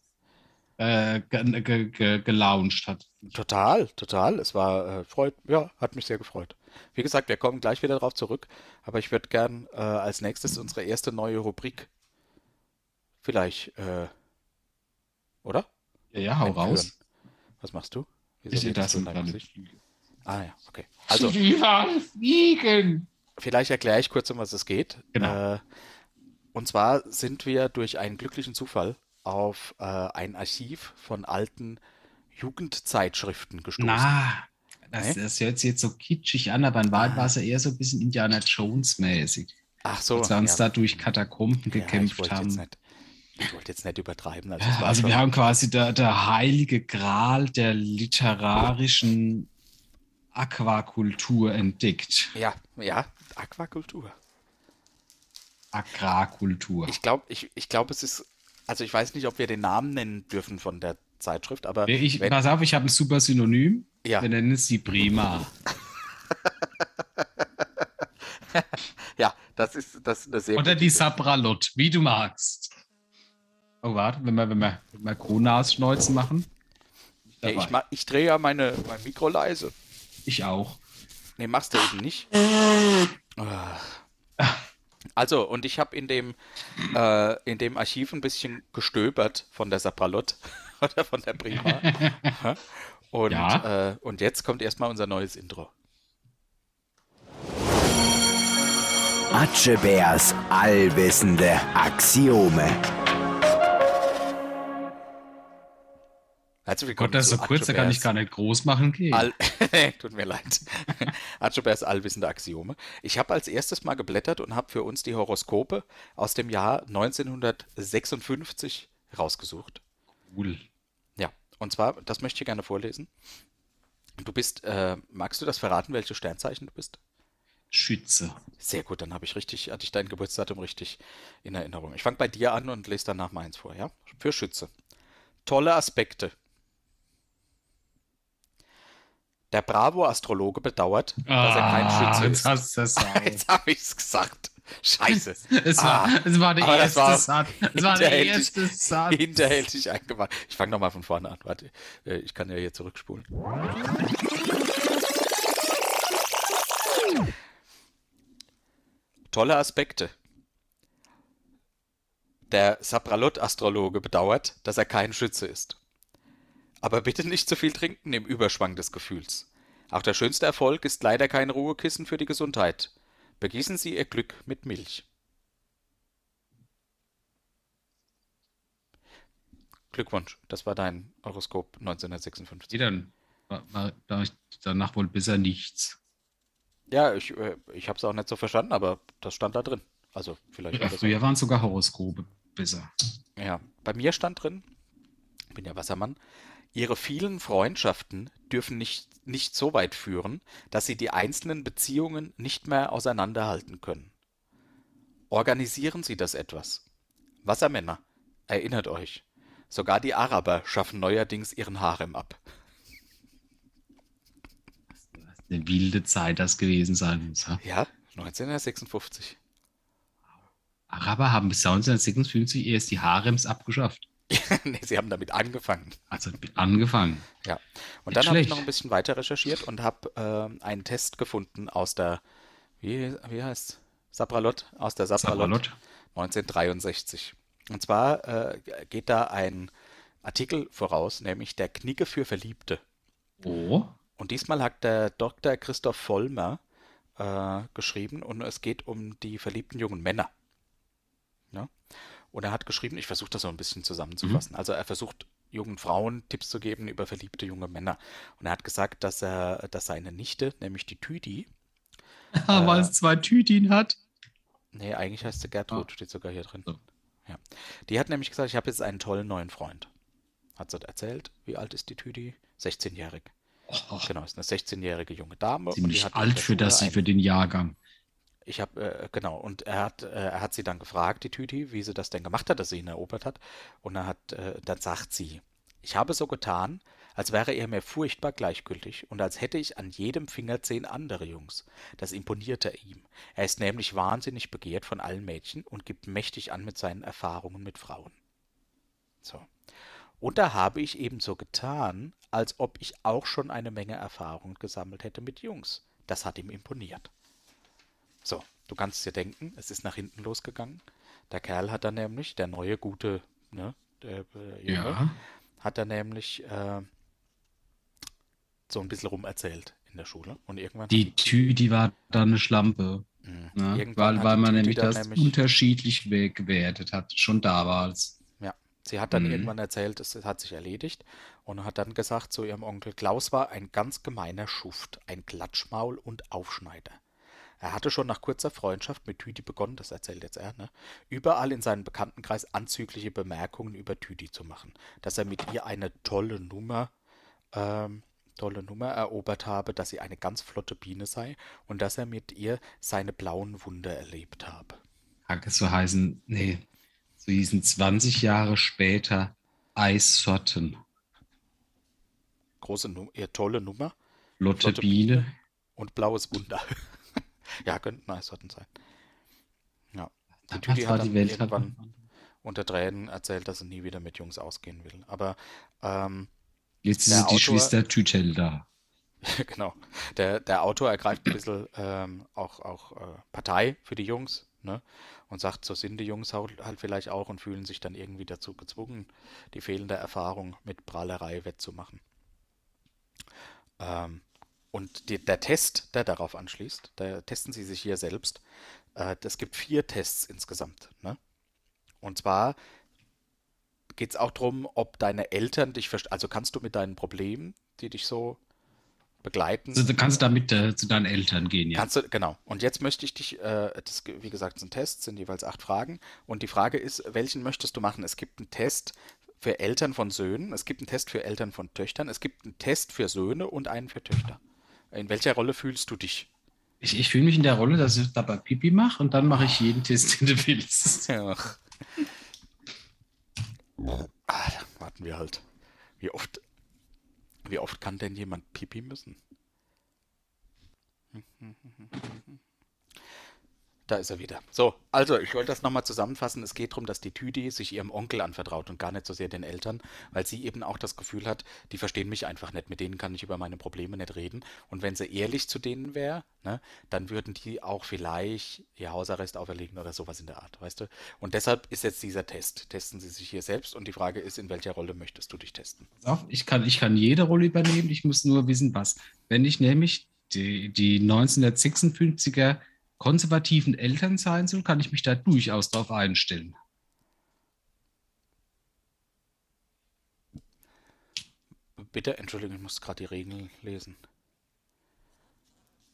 [SPEAKER 1] äh, ge ge ge gelauncht hat.
[SPEAKER 2] Total, total. Es war äh, freut, ja, hat mich sehr gefreut. Wie gesagt, wir kommen gleich wieder darauf zurück, aber ich würde gern äh, als nächstes unsere erste neue Rubrik vielleicht, äh, oder?
[SPEAKER 1] Ja, ja, hau
[SPEAKER 2] Einführen.
[SPEAKER 1] raus.
[SPEAKER 2] Was machst du? Wieso
[SPEAKER 1] Ich sehe
[SPEAKER 2] redest
[SPEAKER 1] das
[SPEAKER 2] du in
[SPEAKER 1] und
[SPEAKER 2] deinem
[SPEAKER 1] dann.
[SPEAKER 2] Gesicht? Ah ja, okay. Also,
[SPEAKER 1] überall fliegen.
[SPEAKER 2] vielleicht erkläre ich kurz, um was es geht.
[SPEAKER 1] Genau.
[SPEAKER 2] Äh, und zwar sind wir durch einen glücklichen Zufall auf äh, ein Archiv von alten Jugendzeitschriften gestoßen.
[SPEAKER 1] Na, das,
[SPEAKER 2] Nee?
[SPEAKER 1] das hört sich jetzt so kitschig an, aber in
[SPEAKER 2] Ah.
[SPEAKER 1] Wahrheit war es ja eher so ein bisschen Indiana Jones-mäßig.
[SPEAKER 2] Ach so,
[SPEAKER 1] Als wir uns
[SPEAKER 2] Oh,
[SPEAKER 1] da
[SPEAKER 2] ja.
[SPEAKER 1] durch Katakomben
[SPEAKER 2] ich
[SPEAKER 1] gekämpft
[SPEAKER 2] wollte jetzt
[SPEAKER 1] haben.
[SPEAKER 2] nicht- Ich wollte jetzt nicht übertreiben. Also,
[SPEAKER 1] Ja,
[SPEAKER 2] es war
[SPEAKER 1] Also
[SPEAKER 2] schon,
[SPEAKER 1] wir haben quasi der, der heilige Gral der literarischen Aquakultur entdeckt.
[SPEAKER 2] ja, ja, Aquakultur.
[SPEAKER 1] Agrarkultur.
[SPEAKER 2] Ich glaube, ich, ich glaub, es ist, also ich weiß nicht, ob wir den Namen nennen dürfen von der Zeitschrift, aber
[SPEAKER 1] Nee, ich,
[SPEAKER 2] wenn-
[SPEAKER 1] pass auf, ich habe ein super Synonym.
[SPEAKER 2] Ja.
[SPEAKER 1] Wir nennen es die Prima.
[SPEAKER 2] ja, das ist, das ist eine sehr
[SPEAKER 1] Oder
[SPEAKER 2] gute
[SPEAKER 1] die
[SPEAKER 2] Idee.
[SPEAKER 1] Sabralot, wie du magst. Oh, warte, wenn wir, wenn wir, wenn wir Kronas-Schneuzen machen.
[SPEAKER 2] Nee,
[SPEAKER 1] Dabei.
[SPEAKER 2] ich, ma- ich drehe ja meine, mein Mikro leise.
[SPEAKER 1] Ich auch.
[SPEAKER 2] Nee, machst du eben nicht. Ah. Also, und ich habe in dem, äh, in dem Archiv ein bisschen gestöbert von der Sapralot oder von der Prima. und,
[SPEAKER 1] Ja.
[SPEAKER 2] äh, und jetzt kommt erstmal unser neues Intro.
[SPEAKER 14] Atschebärs allwissende Axiome.
[SPEAKER 2] Herzlich willkommen.
[SPEAKER 1] Gott, das ist so
[SPEAKER 2] zu
[SPEAKER 1] kurz, da kann ich
[SPEAKER 2] Atschebärs
[SPEAKER 1] gar nicht groß machen gehen.
[SPEAKER 2] All Tut mir leid. Archibers allwissende Axiome. Ich habe als erstes mal geblättert und habe für uns die Horoskope aus dem Jahr 1956 rausgesucht.
[SPEAKER 1] Cool.
[SPEAKER 2] Ja, und zwar, das möchte ich gerne vorlesen. Du bist, äh, magst du das verraten, welches Sternzeichen du bist?
[SPEAKER 1] Schütze.
[SPEAKER 2] Sehr gut, dann habe ich richtig, hatte ich dein Geburtsdatum richtig in Erinnerung. Ich fange bei dir an und lese danach meins vor, ja? Für Schütze. Tolle Aspekte. Der Bravo-Astrologe bedauert, dass
[SPEAKER 1] Ah,
[SPEAKER 2] er kein Schütze
[SPEAKER 1] jetzt
[SPEAKER 2] ist.
[SPEAKER 1] hast du das
[SPEAKER 2] Jetzt habe ich es gesagt. Scheiße.
[SPEAKER 1] es, war,
[SPEAKER 2] Ah,
[SPEAKER 1] es war der
[SPEAKER 2] aber das
[SPEAKER 1] erste
[SPEAKER 2] war-
[SPEAKER 1] Satz. Es war der
[SPEAKER 2] hinterhältig-
[SPEAKER 1] erste Satz.
[SPEAKER 2] hinterhältig eingemacht. Ich fange nochmal von vorne an. Warte, äh, ich kann ja hier zurückspulen. Tolle Aspekte. Der Sapralot-Astrologe bedauert, dass er kein Schütze ist. Aber bitte nicht zu viel trinken im Überschwang des Gefühls. Auch der schönste Erfolg ist leider kein Ruhekissen für die Gesundheit. Begießen Sie Ihr Glück mit Milch. Glückwunsch, das war dein Horoskop 1956.
[SPEAKER 1] Nee, dann war, war, da ich danach wohl besser nichts.
[SPEAKER 2] Ja, ich, äh, ich habe es auch nicht so verstanden, aber das stand da drin. Also vielleicht war
[SPEAKER 1] Ja,
[SPEAKER 2] das
[SPEAKER 1] früher waren sogar Horoskope besser.
[SPEAKER 2] Ja, bei mir stand drin, ich bin ja Wassermann, ihre vielen Freundschaften dürfen nicht, nicht so weit führen, dass sie die einzelnen Beziehungen nicht mehr auseinanderhalten können. Organisieren Sie das etwas. Wassermänner, erinnert euch, sogar die Araber schaffen neuerdings ihren Harem ab.
[SPEAKER 1] Eine wilde Zeit das gewesen sein muss. ja.
[SPEAKER 2] Ja, 1956.
[SPEAKER 1] Araber haben bis 1956 erst die Harems abgeschafft.
[SPEAKER 2] nee, sie haben damit angefangen.
[SPEAKER 1] Also angefangen.
[SPEAKER 2] Ja, und
[SPEAKER 1] Nicht
[SPEAKER 2] dann habe ich
[SPEAKER 1] schlecht.
[SPEAKER 2] noch ein bisschen weiter recherchiert und habe ähm, einen Test gefunden aus der, wie, wie heißt Sapralot, aus der Sapralot,
[SPEAKER 1] Sabralot.
[SPEAKER 2] 1963. Und zwar äh, geht da ein Artikel voraus, nämlich der Knicke für Verliebte.
[SPEAKER 1] Oh,
[SPEAKER 2] Und diesmal hat der Dr. Christoph Vollmer äh, geschrieben und es geht um die verliebten jungen Männer. Ja? Und er hat geschrieben, ich versuche das so ein bisschen
[SPEAKER 1] Mhm.
[SPEAKER 2] zusammenzufassen. Also er versucht jungen Frauen Tipps zu geben über verliebte junge Männer. Und er hat gesagt, dass er, dass seine Nichte, nämlich die Tüdi, Äh.
[SPEAKER 1] weil es zwei Tütin hat.
[SPEAKER 2] nee, eigentlich heißt sie
[SPEAKER 1] Ah.
[SPEAKER 2] Gertrud, steht sogar hier drin.
[SPEAKER 1] So.
[SPEAKER 2] Ja. Die hat nämlich gesagt, ich habe jetzt einen tollen neuen Freund. Hat sie erzählt, wie alt ist die Tüdi? 16-jährig. Genau, ist eine 16-jährige junge Dame. und die
[SPEAKER 1] Oh, Ziemlich
[SPEAKER 2] hat in
[SPEAKER 1] alt
[SPEAKER 2] der
[SPEAKER 1] für das,
[SPEAKER 2] Schule
[SPEAKER 1] für den Jahrgang.
[SPEAKER 2] Ich habe, äh, genau, und er hat, äh, er hat sie dann gefragt, die Tüti, wie sie das denn gemacht hat, dass sie ihn erobert hat. Und er hat, äh, dann sagt sie, ich habe so getan, als wäre er mir furchtbar gleichgültig und als hätte ich an jedem Finger zehn andere Jungs. Das imponierte ihm. Er ist nämlich wahnsinnig begehrt von allen Mädchen und gibt mächtig an mit seinen Erfahrungen mit Frauen. So. Und da habe ich eben so getan, als ob ich auch schon eine Menge Erfahrung gesammelt hätte mit Jungs. Das hat ihm imponiert. So, du kannst dir denken, es ist nach hinten losgegangen. Der Kerl hat dann nämlich, der neue gute, ne, der, äh, Junge,
[SPEAKER 1] Ja.
[SPEAKER 2] hat er nämlich äh, so ein bisschen rumerzählt in der Schule. Und irgendwann,
[SPEAKER 1] Die Tü, die war dann eine Schlampe.
[SPEAKER 2] Mhm.
[SPEAKER 1] Ne?
[SPEAKER 2] irgendwann
[SPEAKER 1] Weil,
[SPEAKER 2] hat
[SPEAKER 1] weil
[SPEAKER 2] die
[SPEAKER 1] man
[SPEAKER 2] Tüti
[SPEAKER 1] nämlich
[SPEAKER 2] dann
[SPEAKER 1] das unterschiedlich weggewertet hat, schon damals.
[SPEAKER 2] Sie hat dann
[SPEAKER 1] Mhm.
[SPEAKER 2] irgendwann erzählt, es hat sich erledigt und hat dann gesagt zu ihrem Onkel, Klaus war ein ganz gemeiner Schuft, ein Klatschmaul und Aufschneider. Er hatte schon nach kurzer Freundschaft mit Tüdi begonnen, das erzählt jetzt er, ne? überall in seinem Bekanntenkreis anzügliche Bemerkungen über Tüdi zu machen, dass er mit ihr eine tolle Nummer, ähm, tolle Nummer erobert habe, dass sie eine ganz flotte Biene sei und dass er mit ihr seine blauen Wunder erlebt habe.
[SPEAKER 1] Kacke zu heißen, nee, zu hießen 20 Jahre später Eissorten.
[SPEAKER 2] Große, Nu- ja, tolle Nummer.
[SPEAKER 1] Lotte,
[SPEAKER 2] Lotte
[SPEAKER 1] Biene.
[SPEAKER 2] Und blaues Wunder. ja, könnten Eissorten sein. Ja. Die
[SPEAKER 1] Damals
[SPEAKER 2] Tüti
[SPEAKER 1] war
[SPEAKER 2] hat dann
[SPEAKER 1] die Welt halt noch
[SPEAKER 2] irgendwann unter Tränen erzählt, dass sie nie wieder mit Jungs ausgehen will. Aber ähm,
[SPEAKER 1] Jetzt
[SPEAKER 2] der
[SPEAKER 1] sind die
[SPEAKER 2] Autor-
[SPEAKER 1] Schwester Tütelda.
[SPEAKER 2] genau. Der, der Autor ergreift ein bisschen ähm, auch, auch äh, Partei für die Jungs ne? und sagt, so sind die Jungs halt, halt vielleicht auch und fühlen sich dann irgendwie dazu gezwungen, die fehlende Erfahrung mit Prahlerei wettzumachen. Ähm, und die, der Test, der darauf anschließt, da testen sie sich hier selbst. Äh, es gibt vier Tests insgesamt. Ne? Und zwar geht es auch darum, ob deine Eltern dich verstehen. Also kannst du mit deinen Problemen, die dich so begleiten.
[SPEAKER 1] Also, du kannst damit äh, zu deinen Eltern gehen, ja.
[SPEAKER 2] Kannst du, genau. Und jetzt möchte ich dich, äh, das, wie gesagt, sind Tests, sind jeweils acht Fragen. Und die Frage ist, welchen möchtest du machen? Es gibt einen Test für Eltern von Söhnen, es gibt einen Test für Eltern von Töchtern, es gibt einen Test für Söhne und einen für Töchter. In welcher Rolle fühlst du dich?
[SPEAKER 1] ich ich fühle mich in der Rolle, dass ich dabei Pipi mache und dann mache ich jeden Test, den du willst.
[SPEAKER 2] Ach. Ah, dann warten wir halt. Wie oft, wie oft kann denn jemand Pipi müssen? Da ist er wieder. So, also ich wollte das nochmal zusammenfassen. Es geht darum, dass die Tüdi sich ihrem Onkel anvertraut und gar nicht so sehr den Eltern, weil sie eben auch das Gefühl hat, die verstehen mich einfach nicht, mit denen kann ich über meine Probleme nicht reden. Und wenn sie ehrlich zu denen wäre, ne, dann würden die auch vielleicht ihr Hausarrest auferlegen oder sowas in der Art, weißt du? Und deshalb ist jetzt dieser Test. Testen sie sich hier selbst und die Frage ist, in welcher Rolle möchtest du dich testen?
[SPEAKER 1] Pass auf, ich kann, ich kann jede Rolle übernehmen, ich muss nur wissen, was. Wenn ich nämlich die, die 1956er konservativen Eltern sein soll, kann ich mich da durchaus drauf einstellen.
[SPEAKER 2] Bitte, Entschuldigung, ich muss gerade die Regeln lesen.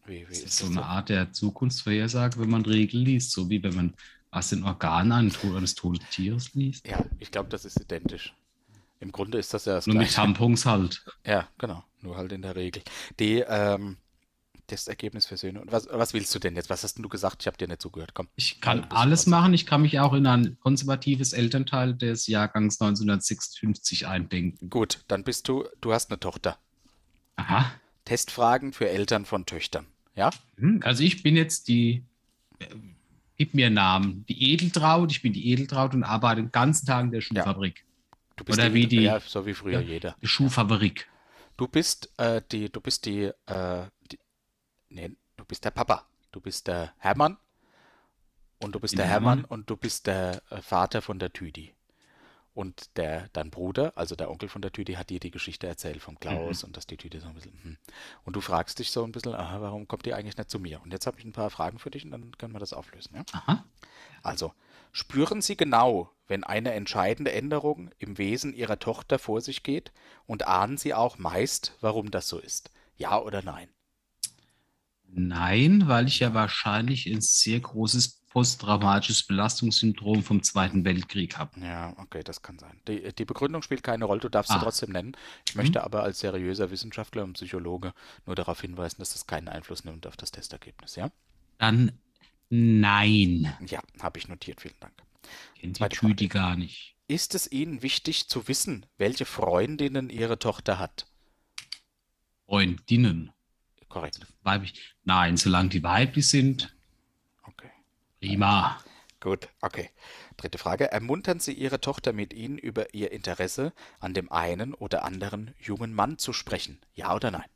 [SPEAKER 2] Wie, wie
[SPEAKER 1] Das ist
[SPEAKER 2] ist, das
[SPEAKER 1] so
[SPEAKER 2] denn?
[SPEAKER 1] eine Art der Zukunftsvorhersage, wenn man Regeln liest, so wie wenn man aus den Organen eines to- eines toten Tieres liest.
[SPEAKER 2] Ja, ich glaube, das ist identisch. Im Grunde ist das ja das
[SPEAKER 1] Nur mit
[SPEAKER 2] Gleiche.
[SPEAKER 1] Tampons halt.
[SPEAKER 2] Ja, genau. Nur halt in der Regel. Die, ähm, das Ergebnis für Söhne. Und was, was willst du denn jetzt? Was hast denn du gesagt? Ich habe dir nicht zugehört. Komm.
[SPEAKER 1] Ich kann alles machen, ich kann mich auch in ein konservatives Elternteil des Jahrgangs 1956 eindenken.
[SPEAKER 2] Gut, dann bist du, du hast eine Tochter.
[SPEAKER 1] Aha.
[SPEAKER 2] Testfragen für Eltern von Töchtern. Ja?
[SPEAKER 1] Hm, Also ich bin jetzt die, äh, gib mir Namen, die Edeltraut, ich bin die Edeltraut und arbeite den ganzen Tag in der Schuhfabrik.
[SPEAKER 2] Du bist
[SPEAKER 1] Oder
[SPEAKER 2] die,
[SPEAKER 1] wie die-
[SPEAKER 2] ja, so wie
[SPEAKER 1] Ja.
[SPEAKER 2] früher jeder.
[SPEAKER 1] Die Schuhfabrik.
[SPEAKER 2] Du bist äh, die, du bist die, äh, die, nee, du bist der Papa. Du bist der Hermann und du bist
[SPEAKER 1] Bin
[SPEAKER 2] der
[SPEAKER 1] der
[SPEAKER 2] Hermann
[SPEAKER 1] Hermann.
[SPEAKER 2] und du bist der äh, Vater von der Tüdi. Und der, dein Bruder, also der Onkel von der Tüdi, hat dir die Geschichte erzählt vom Klaus und dass die Tüdi so ein bisschen. Hm. Und du fragst dich so ein bisschen, aha, warum kommt die eigentlich nicht zu mir? Und jetzt habe ich ein paar Fragen für dich und dann können wir das auflösen. Ja?
[SPEAKER 1] Aha.
[SPEAKER 2] Also, spüren Sie genau, wenn eine entscheidende Änderung im Wesen Ihrer Tochter vor sich geht und ahnen Sie auch meist, warum das so ist. Ja oder nein?
[SPEAKER 1] Nein, weil ich ja wahrscheinlich ein sehr großes posttraumatisches Belastungssyndrom vom Zweiten Weltkrieg habe.
[SPEAKER 2] Ja, okay, das kann sein. Die, die Begründung spielt keine Rolle, du darfst sie
[SPEAKER 1] Ah.
[SPEAKER 2] trotzdem nennen. Ich möchte aber als seriöser Wissenschaftler und Psychologe nur darauf hinweisen, dass das keinen Einfluss nimmt auf das Testergebnis, ja?
[SPEAKER 1] Dann nein.
[SPEAKER 2] Ja, habe ich notiert, vielen Dank.
[SPEAKER 1] Kennt die
[SPEAKER 2] Zweite Frage.
[SPEAKER 1] Tüti gar nicht.
[SPEAKER 2] Ist es Ihnen wichtig zu wissen, welche Freundinnen Ihre Tochter hat?
[SPEAKER 1] Freundinnen.
[SPEAKER 2] Korrekt,
[SPEAKER 1] Weiblich. Nein, solange die weiblich sind,
[SPEAKER 2] okay.
[SPEAKER 1] prima.
[SPEAKER 2] Gut, okay. Dritte Frage. Ermuntern Sie Ihre Tochter mit Ihnen über ihr Interesse an dem einen oder anderen jungen Mann zu sprechen? Ja oder nein?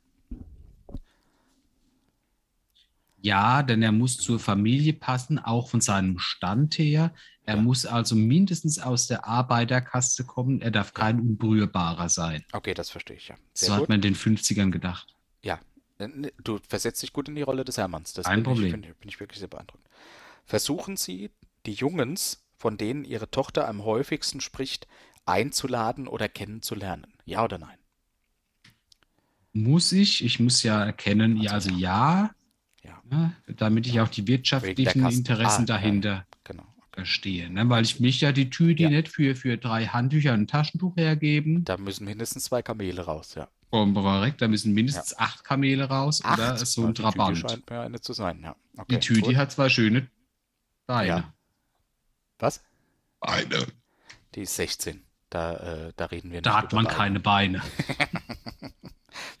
[SPEAKER 1] Ja, denn er muss zur Familie passen, auch von seinem Stand her. Er muss also mindestens aus der Arbeiterkaste kommen. Er darf kein Unberührbarer sein.
[SPEAKER 2] Okay, das verstehe ich ja.
[SPEAKER 1] so
[SPEAKER 2] Sehr
[SPEAKER 1] hat
[SPEAKER 2] gut.
[SPEAKER 1] man in den 50ern gedacht.
[SPEAKER 2] Ja, du versetzt dich gut in die Rolle des Hermanns. Das
[SPEAKER 1] Kein
[SPEAKER 2] bin
[SPEAKER 1] Problem.
[SPEAKER 2] Ich, bin, ich- bin ich wirklich sehr beeindruckt. Versuchen Sie, die Jungens, von denen Ihre Tochter am häufigsten spricht, einzuladen oder kennenzulernen. Ja oder nein?
[SPEAKER 1] Muss ich? Ich muss ja erkennen, ja, also ja,
[SPEAKER 2] Ja,
[SPEAKER 1] ne, damit ich auch die wirtschaftlichen
[SPEAKER 2] Kasten.
[SPEAKER 1] Interessen
[SPEAKER 2] Ah, ja.
[SPEAKER 1] dahinter
[SPEAKER 2] genau.
[SPEAKER 1] verstehe. Ne? Weil ich mich ja die Tüte
[SPEAKER 2] Ja.
[SPEAKER 1] nicht für, für drei Handtücher und ein Taschentuch hergeben.
[SPEAKER 2] Da müssen mindestens zwei Kamele raus, ja.
[SPEAKER 1] Komm, korrekt, da müssen mindestens acht Kamele raus oder
[SPEAKER 2] Acht?
[SPEAKER 1] so
[SPEAKER 2] Ja,
[SPEAKER 1] ein
[SPEAKER 2] die Tüte
[SPEAKER 1] Trabant.
[SPEAKER 2] scheint mir eine zu sein, ja.
[SPEAKER 1] Die
[SPEAKER 2] Okay,
[SPEAKER 1] Tüti
[SPEAKER 2] gut.
[SPEAKER 1] hat zwei schöne Beine.
[SPEAKER 2] Ja. Was?
[SPEAKER 1] Beine.
[SPEAKER 2] Die ist 16. Da, äh, da reden wir nicht.
[SPEAKER 1] Da hat
[SPEAKER 2] über
[SPEAKER 1] man
[SPEAKER 2] Beine.
[SPEAKER 1] keine Beine.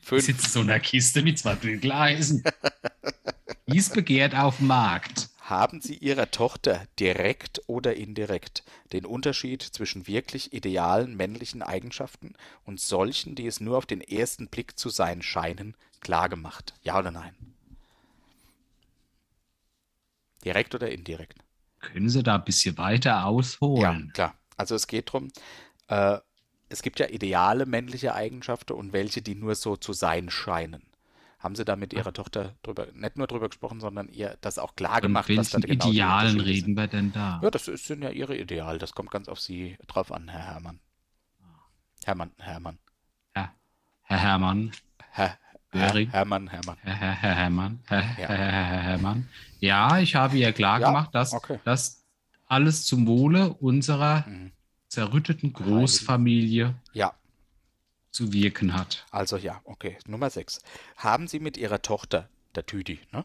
[SPEAKER 2] Fünf.
[SPEAKER 1] Sitzt in so einer Kiste mit zwei Bügeleisen. Dies begehrt auf dem Markt.
[SPEAKER 2] Haben Sie Ihrer Tochter direkt oder indirekt den Unterschied zwischen wirklich idealen männlichen Eigenschaften und solchen, die es nur auf den ersten Blick zu sein scheinen, klargemacht? Ja oder nein? Direkt oder indirekt?
[SPEAKER 1] Können Sie da ein bisschen weiter ausholen?
[SPEAKER 2] Klar. Also es geht darum, äh, es gibt ja ideale männliche Eigenschaften und welche, die nur so zu sein scheinen. Haben Sie da mit Ihrer Tochter drüber, nicht nur drüber gesprochen, sondern ihr das auch klar
[SPEAKER 1] Von
[SPEAKER 2] gemacht, was da
[SPEAKER 1] welchen
[SPEAKER 2] genau die
[SPEAKER 1] Idealen
[SPEAKER 2] Unterschiede sind?
[SPEAKER 1] reden wir denn da?
[SPEAKER 2] Ja, das ist, sind ja Ihre Ideale. Das kommt ganz auf Sie drauf an, Herr Hermann. Hermann, Hermann.
[SPEAKER 1] Herr Herrmann,
[SPEAKER 2] Herr, Herr,
[SPEAKER 1] Göring?
[SPEAKER 2] Hermann, Hermann.
[SPEAKER 1] Herr, Herr, Herr Herrmann, Herr,
[SPEAKER 2] Ja.
[SPEAKER 1] Herr, Herr, Herr Herrmann. Ja, ich habe ihr klar
[SPEAKER 2] Ja,
[SPEAKER 1] gemacht, dass
[SPEAKER 2] okay.
[SPEAKER 1] das alles zum Wohle unserer
[SPEAKER 2] Mhm.
[SPEAKER 1] zerrütteten Großfamilie
[SPEAKER 2] Ja,
[SPEAKER 1] zu wirken hat.
[SPEAKER 2] also ja, okay. Nummer 6. Haben Sie mit Ihrer Tochter, der Tüdi, ne?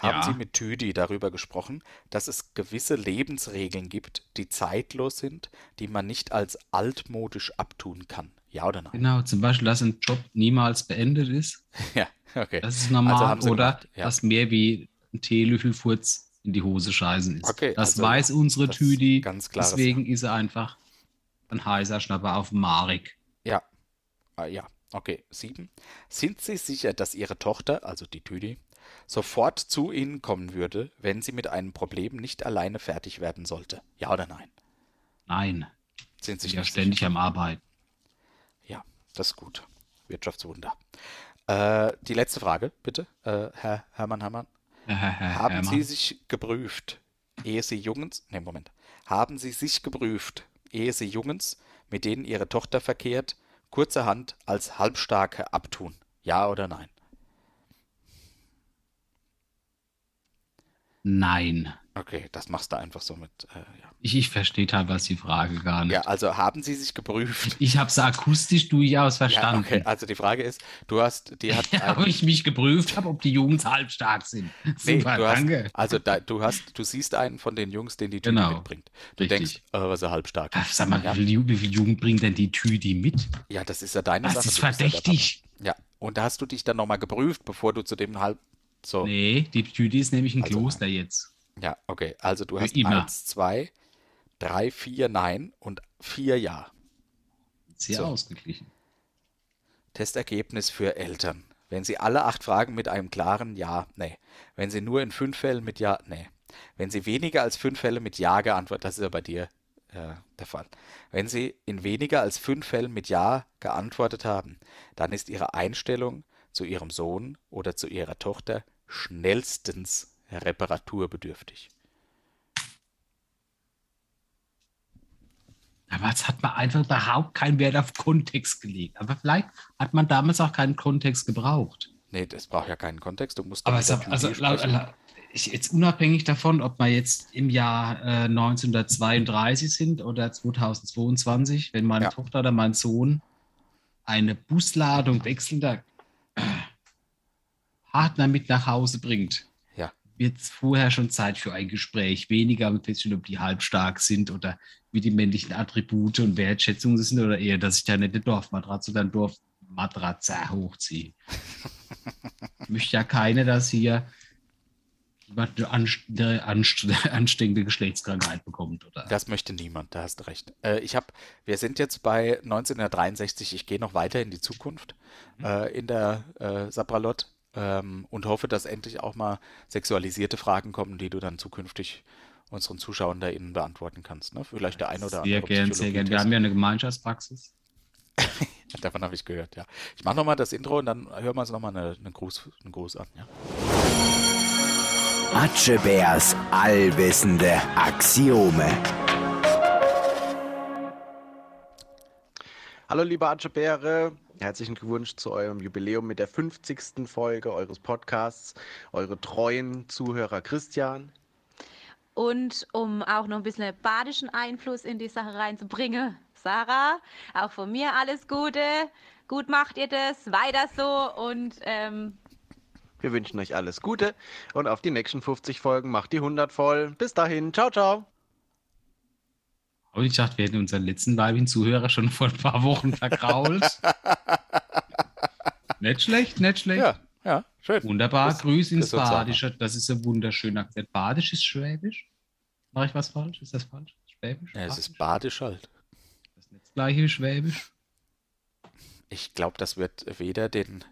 [SPEAKER 2] Haben
[SPEAKER 1] Ja.
[SPEAKER 2] Sie mit Tüdi darüber gesprochen, dass es gewisse Lebensregeln gibt, die zeitlos sind, die man nicht als altmodisch abtun kann? Ja oder nein?
[SPEAKER 1] Genau, zum Beispiel, dass ein Job niemals beendet ist.
[SPEAKER 2] Ja, okay.
[SPEAKER 1] Das ist normal.
[SPEAKER 2] Also haben sie
[SPEAKER 1] Oder
[SPEAKER 2] gemacht, ja.
[SPEAKER 1] dass mehr wie ein Teelöffelfurz in die Hose scheißen ist.
[SPEAKER 2] Okay,
[SPEAKER 1] das
[SPEAKER 2] also
[SPEAKER 1] weiß unsere
[SPEAKER 2] das
[SPEAKER 1] Tüdi.
[SPEAKER 2] ganz klares
[SPEAKER 1] Deswegen ist er einfach ein heißer Schnapper auf dem Marik.
[SPEAKER 2] Ja. Ah, ja. Okay. Sieben. Sind Sie sicher, dass Ihre Tochter, also die Tüdi, sofort zu Ihnen kommen würde, wenn sie mit einem Problem nicht alleine fertig werden sollte? Ja oder nein?
[SPEAKER 1] Nein,
[SPEAKER 2] Sind Sie
[SPEAKER 1] ich
[SPEAKER 2] sich
[SPEAKER 1] bin ja
[SPEAKER 2] nicht
[SPEAKER 1] ständig am Arbeiten.
[SPEAKER 2] sicher? Ja, das ist gut. Wirtschaftswunder. Äh, die letzte Frage, bitte, äh, Herr Hermann Hermann.
[SPEAKER 1] Herr, Herr, Herr
[SPEAKER 2] Haben
[SPEAKER 1] Herrmann.
[SPEAKER 2] Sie sich geprüft, ehe Sie Jungens, ne Moment, haben Sie sich geprüft, ehe Sie Jungens, mit denen Ihre Tochter verkehrt, kurzerhand als Halbstarke abtun? Ja oder nein?
[SPEAKER 1] Nein.
[SPEAKER 2] Okay, das machst du einfach so mit, äh, ja.
[SPEAKER 1] Ich, ich verstehe teilweise die Frage gar nicht.
[SPEAKER 2] Ja, also haben Sie sich geprüft?
[SPEAKER 1] Ich habe es akustisch durchaus
[SPEAKER 2] Ja,
[SPEAKER 1] verstanden.
[SPEAKER 2] okay, also die Frage ist, du hast, die hat ein-
[SPEAKER 1] Ob ich mich geprüft habe, ob die Jungs halbstark sind.
[SPEAKER 2] Nee,
[SPEAKER 1] Super,
[SPEAKER 2] du hast,
[SPEAKER 1] danke.
[SPEAKER 2] Also da, du hast, du siehst einen von den Jungs, den die Tüte
[SPEAKER 1] Genau.
[SPEAKER 2] mitbringt. Du
[SPEAKER 1] Richtig.
[SPEAKER 2] denkst, äh, was er halbstark
[SPEAKER 1] Ach,
[SPEAKER 2] ist.
[SPEAKER 1] Sag mal,
[SPEAKER 2] ja.
[SPEAKER 1] wie viel, Ju- wie viel Jugend bringt denn die Tüdi mit?
[SPEAKER 2] ja, das ist ja deine
[SPEAKER 1] Das
[SPEAKER 2] Sache.
[SPEAKER 1] ist
[SPEAKER 2] du bist ja der
[SPEAKER 1] verdächtig.
[SPEAKER 2] Papa. Ja, und da hast du dich dann nochmal geprüft, bevor du zu dem halb. So,
[SPEAKER 1] Nee, die Tüdi ist nämlich ein
[SPEAKER 2] Also
[SPEAKER 1] Kloster jetzt.
[SPEAKER 2] ja, okay. Also du
[SPEAKER 1] Für
[SPEAKER 2] hast
[SPEAKER 1] immer.
[SPEAKER 2] eins, zwei, drei, vier Nein und vier Ja.
[SPEAKER 1] Sehr
[SPEAKER 2] So.
[SPEAKER 1] ausgeglichen.
[SPEAKER 2] Testergebnis für Eltern. Wenn Sie alle acht Fragen mit einem klaren Ja, nee. Wenn Sie nur in fünf Fällen mit Ja, nee. Wenn Sie weniger als fünf Fälle mit Ja geantwortet, das ist ja bei dir äh, der Fall. Wenn Sie in weniger als fünf Fällen mit Ja geantwortet haben, dann ist Ihre Einstellung zu Ihrem Sohn oder zu Ihrer Tochter schnellstens reparaturbedürftig.
[SPEAKER 1] Aber es hat man einfach überhaupt keinen Wert auf Kontext gelegt. Aber vielleicht hat man damals auch keinen Kontext gebraucht.
[SPEAKER 2] Nee, das braucht ja keinen Kontext. Du musst
[SPEAKER 1] Aber
[SPEAKER 2] mit
[SPEAKER 1] es
[SPEAKER 2] der
[SPEAKER 1] hat,
[SPEAKER 2] Tüte
[SPEAKER 1] also laut,
[SPEAKER 2] sprechen.
[SPEAKER 1] la- ich, jetzt unabhängig davon, ob wir jetzt im Jahr äh, 1932 sind oder 2022, wenn meine
[SPEAKER 2] Ja.
[SPEAKER 1] Tochter oder mein Sohn eine Busladung wechselnder äh, Partner mit nach Hause bringt,
[SPEAKER 2] Ja.
[SPEAKER 1] wird es vorher schon Zeit für ein Gespräch, weniger um feststellen, ob die halbstark sind oder wie die männlichen Attribute und Wertschätzungen sind oder eher, dass ich da nicht eine Dorfmatratze oder ein Dorfmatratze hochziehe. Ich möchte ja keine, dass hier jemand eine anst- eine anst- ansteckende Geschlechtskrankheit bekommt, oder?
[SPEAKER 2] Das möchte niemand, da hast du recht. Äh, ich habe, wir sind jetzt bei 1963, ich gehe noch weiter in die Zukunft
[SPEAKER 1] Mhm.
[SPEAKER 2] äh, in der äh, Sapralot ähm, und hoffe, dass endlich auch mal sexualisierte Fragen kommen, die du dann zukünftig unseren Zuschauern da innen beantworten kannst. Ne? Vielleicht der eine oder
[SPEAKER 1] Sehr
[SPEAKER 2] andere.
[SPEAKER 1] gern, sehr gern. Wir
[SPEAKER 2] Psychologietest.
[SPEAKER 1] haben ja eine Gemeinschaftspraxis.
[SPEAKER 2] Davon habe ich gehört, ja. Ich mache nochmal das Intro und dann hören wir uns nochmal einen eine Gruß, einen Gruß an. Ja.
[SPEAKER 14] Atschebärs allwissende Axiome.
[SPEAKER 13] Hallo liebe Atschebäre, herzlichen Glückwunsch zu eurem Jubiläum mit der 50. Folge eures Podcasts, eure treuen Zuhörer Christian.
[SPEAKER 15] Und um auch noch ein bisschen badischen Einfluss in die Sache reinzubringen, Sarah, auch von mir alles Gute. Gut macht ihr das, weiter so und ähm,
[SPEAKER 13] Wir wünschen euch alles Gute und auf die nächsten 50 Folgen macht die 100 voll. Bis dahin, ciao, ciao.
[SPEAKER 1] Aber ich dachte, wir hätten unseren letzten weiblichen Zuhörer schon vor ein paar Wochen vergrault. nicht schlecht, nicht schlecht.
[SPEAKER 2] Ja, ja, schön.
[SPEAKER 1] Wunderbar,
[SPEAKER 2] Das-
[SPEAKER 1] Grüß ins
[SPEAKER 2] das wird's auch noch.
[SPEAKER 1] Badische. Das ist ein wunderschöner Akzent. Badisch ist Schwäbisch? Mache ich was falsch? Ist das falsch? Schwäbisch?
[SPEAKER 2] Ja, es ist badisch halt.
[SPEAKER 1] Das gleiche wie Schwäbisch?
[SPEAKER 2] Ich glaube, das wird weder den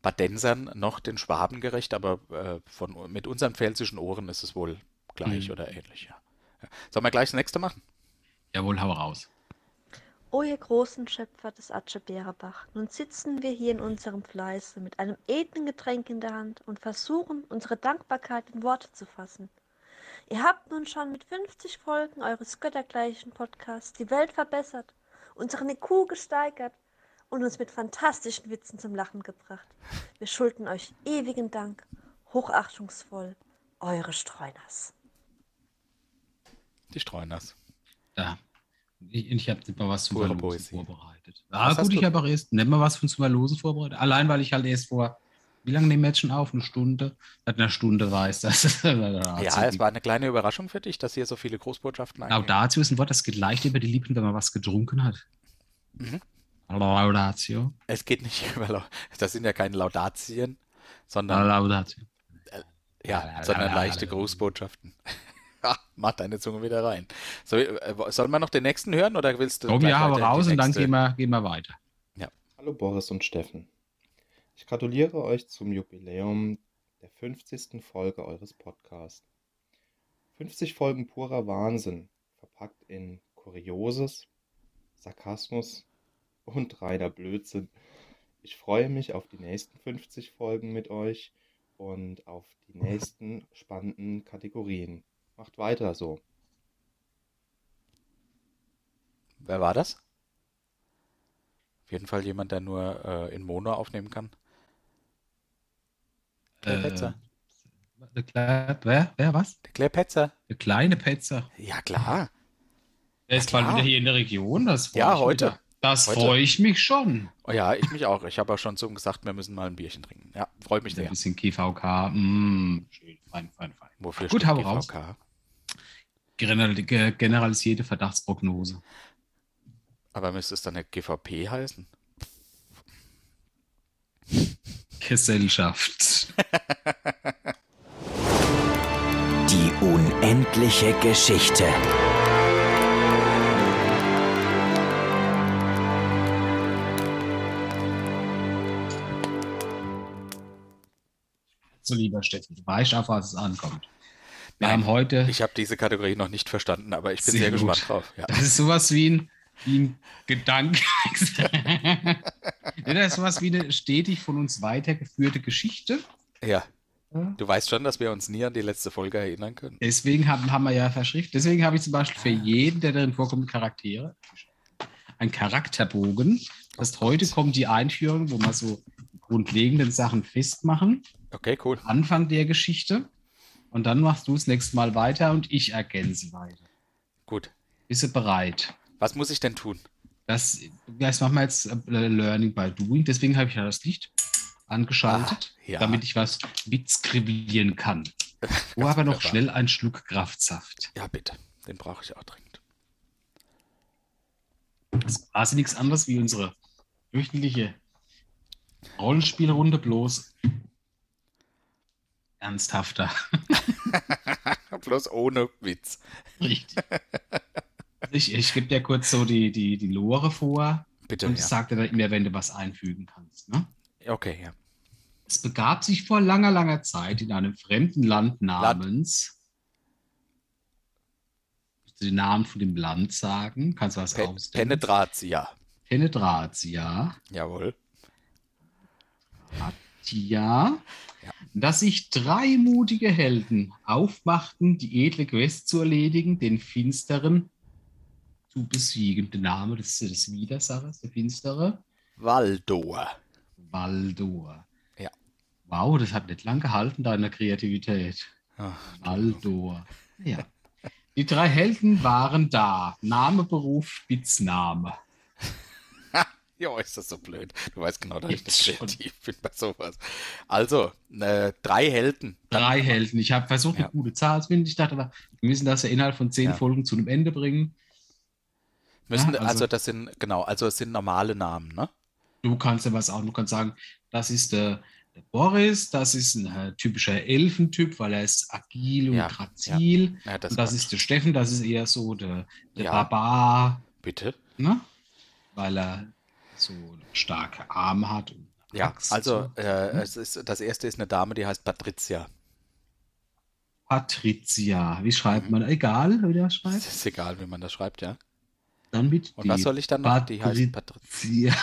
[SPEAKER 2] Badensern noch den Schwaben gerecht, aber äh, von, mit unseren pfälzischen Ohren ist es wohl gleich
[SPEAKER 1] Mhm.
[SPEAKER 2] oder ähnlich. Ja. Ja. Sollen wir gleich das nächste machen?
[SPEAKER 1] Jawohl, hau raus.
[SPEAKER 16] O ihr großen Schöpfer des Atschebeerbach, nun sitzen wir hier in unserem Fleiße mit einem edlen Getränk in der Hand und versuchen, unsere Dankbarkeit in Worte zu fassen. Ihr habt nun schon mit 50 Folgen eures göttergleichen Podcasts die Welt verbessert, unseren IQ gesteigert und uns mit fantastischen Witzen zum Lachen gebracht. Wir schulden euch ewigen Dank, hochachtungsvoll, eure Streuners.
[SPEAKER 2] Die streuen das.
[SPEAKER 1] Da. Ich, ich habe nicht mal was zum
[SPEAKER 2] Pure
[SPEAKER 1] Verlosen
[SPEAKER 2] Poesie.
[SPEAKER 1] vorbereitet. Ah,
[SPEAKER 2] Was hast
[SPEAKER 1] gut, ich
[SPEAKER 2] du?
[SPEAKER 1] habe auch erst nicht mal was von zum Verlosen vorbereitet. Allein, weil ich halt erst vor, wie lange nehmen wir jetzt schon auf? Eine Stunde? Seit einer Stunde weiß das. also
[SPEAKER 2] Ja, es war eine kleine Überraschung für dich, dass hier so viele Großbotschaften eingehen.
[SPEAKER 1] Laudatio Genau, ist ein Wort, das geht leicht über die Lippen, wenn man was getrunken hat.
[SPEAKER 2] Mhm.
[SPEAKER 1] Laudatio.
[SPEAKER 2] Es geht nicht über Lau- Das sind ja keine Laudatien, sondern
[SPEAKER 1] Laudatio.
[SPEAKER 2] Ja, sondern leichte Grußbotschaften. Ha, Mach deine Zunge wieder rein. So, äh, wo- sollen wir noch den nächsten hören oder willst du?
[SPEAKER 1] Komm,
[SPEAKER 2] gleich
[SPEAKER 1] ja, hau
[SPEAKER 2] weiter in die
[SPEAKER 1] raus und dann
[SPEAKER 2] nächste?
[SPEAKER 1] gehen wir, gehen wir weiter.
[SPEAKER 17] Hallo Boris und Steffen. Ich gratuliere euch zum Jubiläum der 50. Folge eures Podcasts. 50 Folgen purer Wahnsinn, verpackt in Kurioses, Sarkasmus und reiner Blödsinn. Ich freue mich auf die nächsten 50 Folgen mit euch und auf die nächsten spannenden Kategorien. Macht weiter so.
[SPEAKER 2] Wer war das? Auf jeden Fall jemand, der nur äh, in Mono aufnehmen kann. Der
[SPEAKER 1] Äh,
[SPEAKER 2] Petzer.
[SPEAKER 1] Der Kle wer, wer, was?
[SPEAKER 2] Der kleine Petzer.
[SPEAKER 1] Der kleine Petzer.
[SPEAKER 2] Ja, klar.
[SPEAKER 1] Der ist
[SPEAKER 2] Ah, klar.
[SPEAKER 1] bald wieder hier in der Region. Das freut
[SPEAKER 2] Ja,
[SPEAKER 1] mich
[SPEAKER 2] heute.
[SPEAKER 1] wieder. Das
[SPEAKER 2] Heute.
[SPEAKER 1] freue ich mich schon.
[SPEAKER 2] Oh ja, ich mich auch. Ich habe auch schon zu ihm gesagt, wir müssen mal ein Bierchen trinken. Ja, freut mich
[SPEAKER 1] Ein
[SPEAKER 2] sehr.
[SPEAKER 1] bisschen KVK. Mm, schön, fein, fein, fein.
[SPEAKER 2] Wofür
[SPEAKER 1] Gut,
[SPEAKER 2] steht
[SPEAKER 1] hau raus.
[SPEAKER 2] GVK?
[SPEAKER 1] General, ge- generalisierte Verdachtsprognose.
[SPEAKER 2] Aber müsste es dann eine GVP heißen?
[SPEAKER 1] Gesellschaft.
[SPEAKER 14] Die unendliche Geschichte.
[SPEAKER 1] So, lieber Steffen, du weißt auf, was es ankommt. Wir
[SPEAKER 2] Nein,
[SPEAKER 1] haben heute.
[SPEAKER 2] Ich habe diese Kategorie noch nicht verstanden, aber ich bin sehr,
[SPEAKER 1] Sehr gut.
[SPEAKER 2] gespannt drauf. Ja.
[SPEAKER 1] Das ist sowas wie ein, wie ein Gedanke. Ja, das ist sowas wie eine stetig von uns weitergeführte Geschichte.
[SPEAKER 2] Ja.
[SPEAKER 1] Ja.
[SPEAKER 2] Du weißt schon, dass wir uns nie an die letzte Folge erinnern können.
[SPEAKER 1] Deswegen haben, haben wir ja verschrift. Deswegen habe ich zum Beispiel für jeden der darin vorkommenden Charaktere einen Charakterbogen. Das heißt, heute kommt die Einführung, wo wir so die grundlegenden Sachen festmachen.
[SPEAKER 2] Okay, cool.
[SPEAKER 1] Anfang der Geschichte. Und dann machst du das nächste Mal weiter und ich ergänze weiter.
[SPEAKER 2] Gut.
[SPEAKER 1] Bist du bereit?
[SPEAKER 2] Was muss ich denn tun?
[SPEAKER 1] Das, das machen wir jetzt äh, Learning by Doing. Deswegen habe ich ja das Licht angeschaltet,
[SPEAKER 2] Ah, ja.
[SPEAKER 1] damit ich was mitskriblieren kann. Oh, aber noch schnell einen Schluck Kraftsaft.
[SPEAKER 2] Ja, bitte. Den brauche ich auch dringend.
[SPEAKER 1] Das ist quasi nichts anderes wie unsere wöchentliche Rollenspielrunde, bloß ernsthafter.
[SPEAKER 2] Bloß ohne Witz.
[SPEAKER 1] Richtig. Ich, ich gebe dir kurz so die, die, die Lore vor
[SPEAKER 2] Bitte,
[SPEAKER 1] und
[SPEAKER 2] ja.
[SPEAKER 1] sag dir dann immer, wenn du was einfügen kannst. Ne?
[SPEAKER 2] Okay, ja.
[SPEAKER 1] Es begab sich vor langer, langer Zeit in einem fremden Land namens. Willst du den Namen von dem Land sagen? Kannst du was
[SPEAKER 2] Pe
[SPEAKER 1] ausdenken?
[SPEAKER 2] Penetratia.
[SPEAKER 1] Penetratia.
[SPEAKER 2] Jawohl.
[SPEAKER 1] Tia. Dass sich drei mutige Helden aufmachten, die edle Quest zu erledigen, den finsteren zu besiegen. Der Name des, des Widersachers, der finstere.
[SPEAKER 2] Waldor.
[SPEAKER 1] Waldor.
[SPEAKER 2] Ja.
[SPEAKER 1] Wow, das hat nicht lang gehalten, deine Kreativität.
[SPEAKER 2] Ach,
[SPEAKER 1] Waldor. Also, Ja. Die drei Helden waren da. Name, Beruf, Spitzname.
[SPEAKER 2] Ja, ist das so blöd. Du weißt genau, dass ich nicht kreativ bin bei sowas. Also, äh, drei Helden.
[SPEAKER 1] Drei Helden. Ich habe versucht, eine gute Zahl zu finden. Ich dachte aber, wir müssen das ja innerhalb von zehn
[SPEAKER 2] Ja.
[SPEAKER 1] Folgen zu einem Ende bringen.
[SPEAKER 2] Müssen,
[SPEAKER 1] Ja,
[SPEAKER 2] also,
[SPEAKER 1] also-
[SPEAKER 2] das sind, genau, also es sind normale Namen, ne?
[SPEAKER 1] Du kannst ja was auch, du kannst sagen, das ist der, der Boris, das ist ein äh, typischer Elfentyp, weil er ist agil und grazil.
[SPEAKER 2] Ja, das
[SPEAKER 1] und das
[SPEAKER 2] passt.
[SPEAKER 1] ist der Steffen, das ist eher so der, der
[SPEAKER 2] Ja.
[SPEAKER 1] Barbar,
[SPEAKER 2] Bitte?
[SPEAKER 1] ne? weil er so starke Arme hat. Und
[SPEAKER 2] Ja,
[SPEAKER 1] Axt,
[SPEAKER 2] also
[SPEAKER 1] so.
[SPEAKER 2] äh,
[SPEAKER 1] Hm?
[SPEAKER 2] es ist, das erste ist eine Dame, die heißt Patricia.
[SPEAKER 1] Patricia, wie schreibt
[SPEAKER 2] Mhm.
[SPEAKER 1] man? Egal, wie man schreibt.
[SPEAKER 2] Ist egal, wie man das schreibt, ja.
[SPEAKER 1] Dann mit
[SPEAKER 2] Und was soll ich dann noch? Die heißt
[SPEAKER 1] Patricia.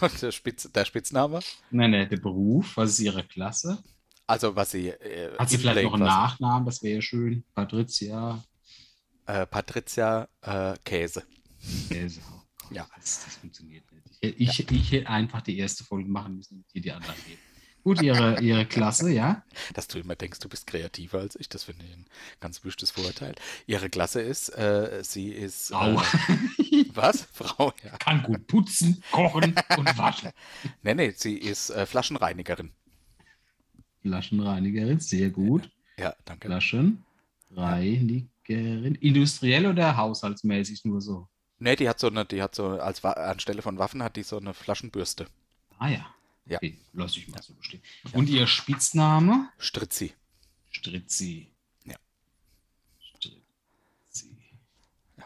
[SPEAKER 2] Und der, Spitz, der Spitzname?
[SPEAKER 1] Nein, nein, der Beruf, was ist ihre Klasse?
[SPEAKER 2] Also, was sie. Äh,
[SPEAKER 1] Hat sie vielleicht
[SPEAKER 2] Play
[SPEAKER 1] noch einen
[SPEAKER 2] quasi-
[SPEAKER 1] Nachnamen? Das wäre ja schön. Patricia.
[SPEAKER 2] Äh, Patricia äh, Käse.
[SPEAKER 1] Käse.
[SPEAKER 2] Ja.
[SPEAKER 1] Das, das funktioniert nicht. Ich, ich hätte einfach die erste Folge machen müssen und hier die anderen geben. Gut, ihre, ihre Klasse, ja.
[SPEAKER 2] Dass du immer denkst, du bist kreativer als ich, das finde ich ein ganz wüstes Vorurteil. Ihre Klasse ist, äh, sie ist.
[SPEAKER 1] Frau.
[SPEAKER 2] Äh, was? Frau, ja.
[SPEAKER 1] Kann gut putzen, kochen und waschen.
[SPEAKER 2] Nee, nee, sie ist äh, Flaschenreinigerin.
[SPEAKER 1] Flaschenreinigerin, sehr gut.
[SPEAKER 2] Ja, genau. danke.
[SPEAKER 1] Flaschenreinigerin. Industriell oder haushaltsmäßig nur so?
[SPEAKER 2] Nee, die hat so eine, die hat so, als Wa- anstelle von Waffen hat die so eine Flaschenbürste.
[SPEAKER 1] Ah ja.
[SPEAKER 2] Ja.
[SPEAKER 1] Okay, lass ich mal so stehen. Und ihr Spitzname?
[SPEAKER 2] Stritzi.
[SPEAKER 1] Stritzi.
[SPEAKER 2] Ja.
[SPEAKER 1] Stritzi. Ja.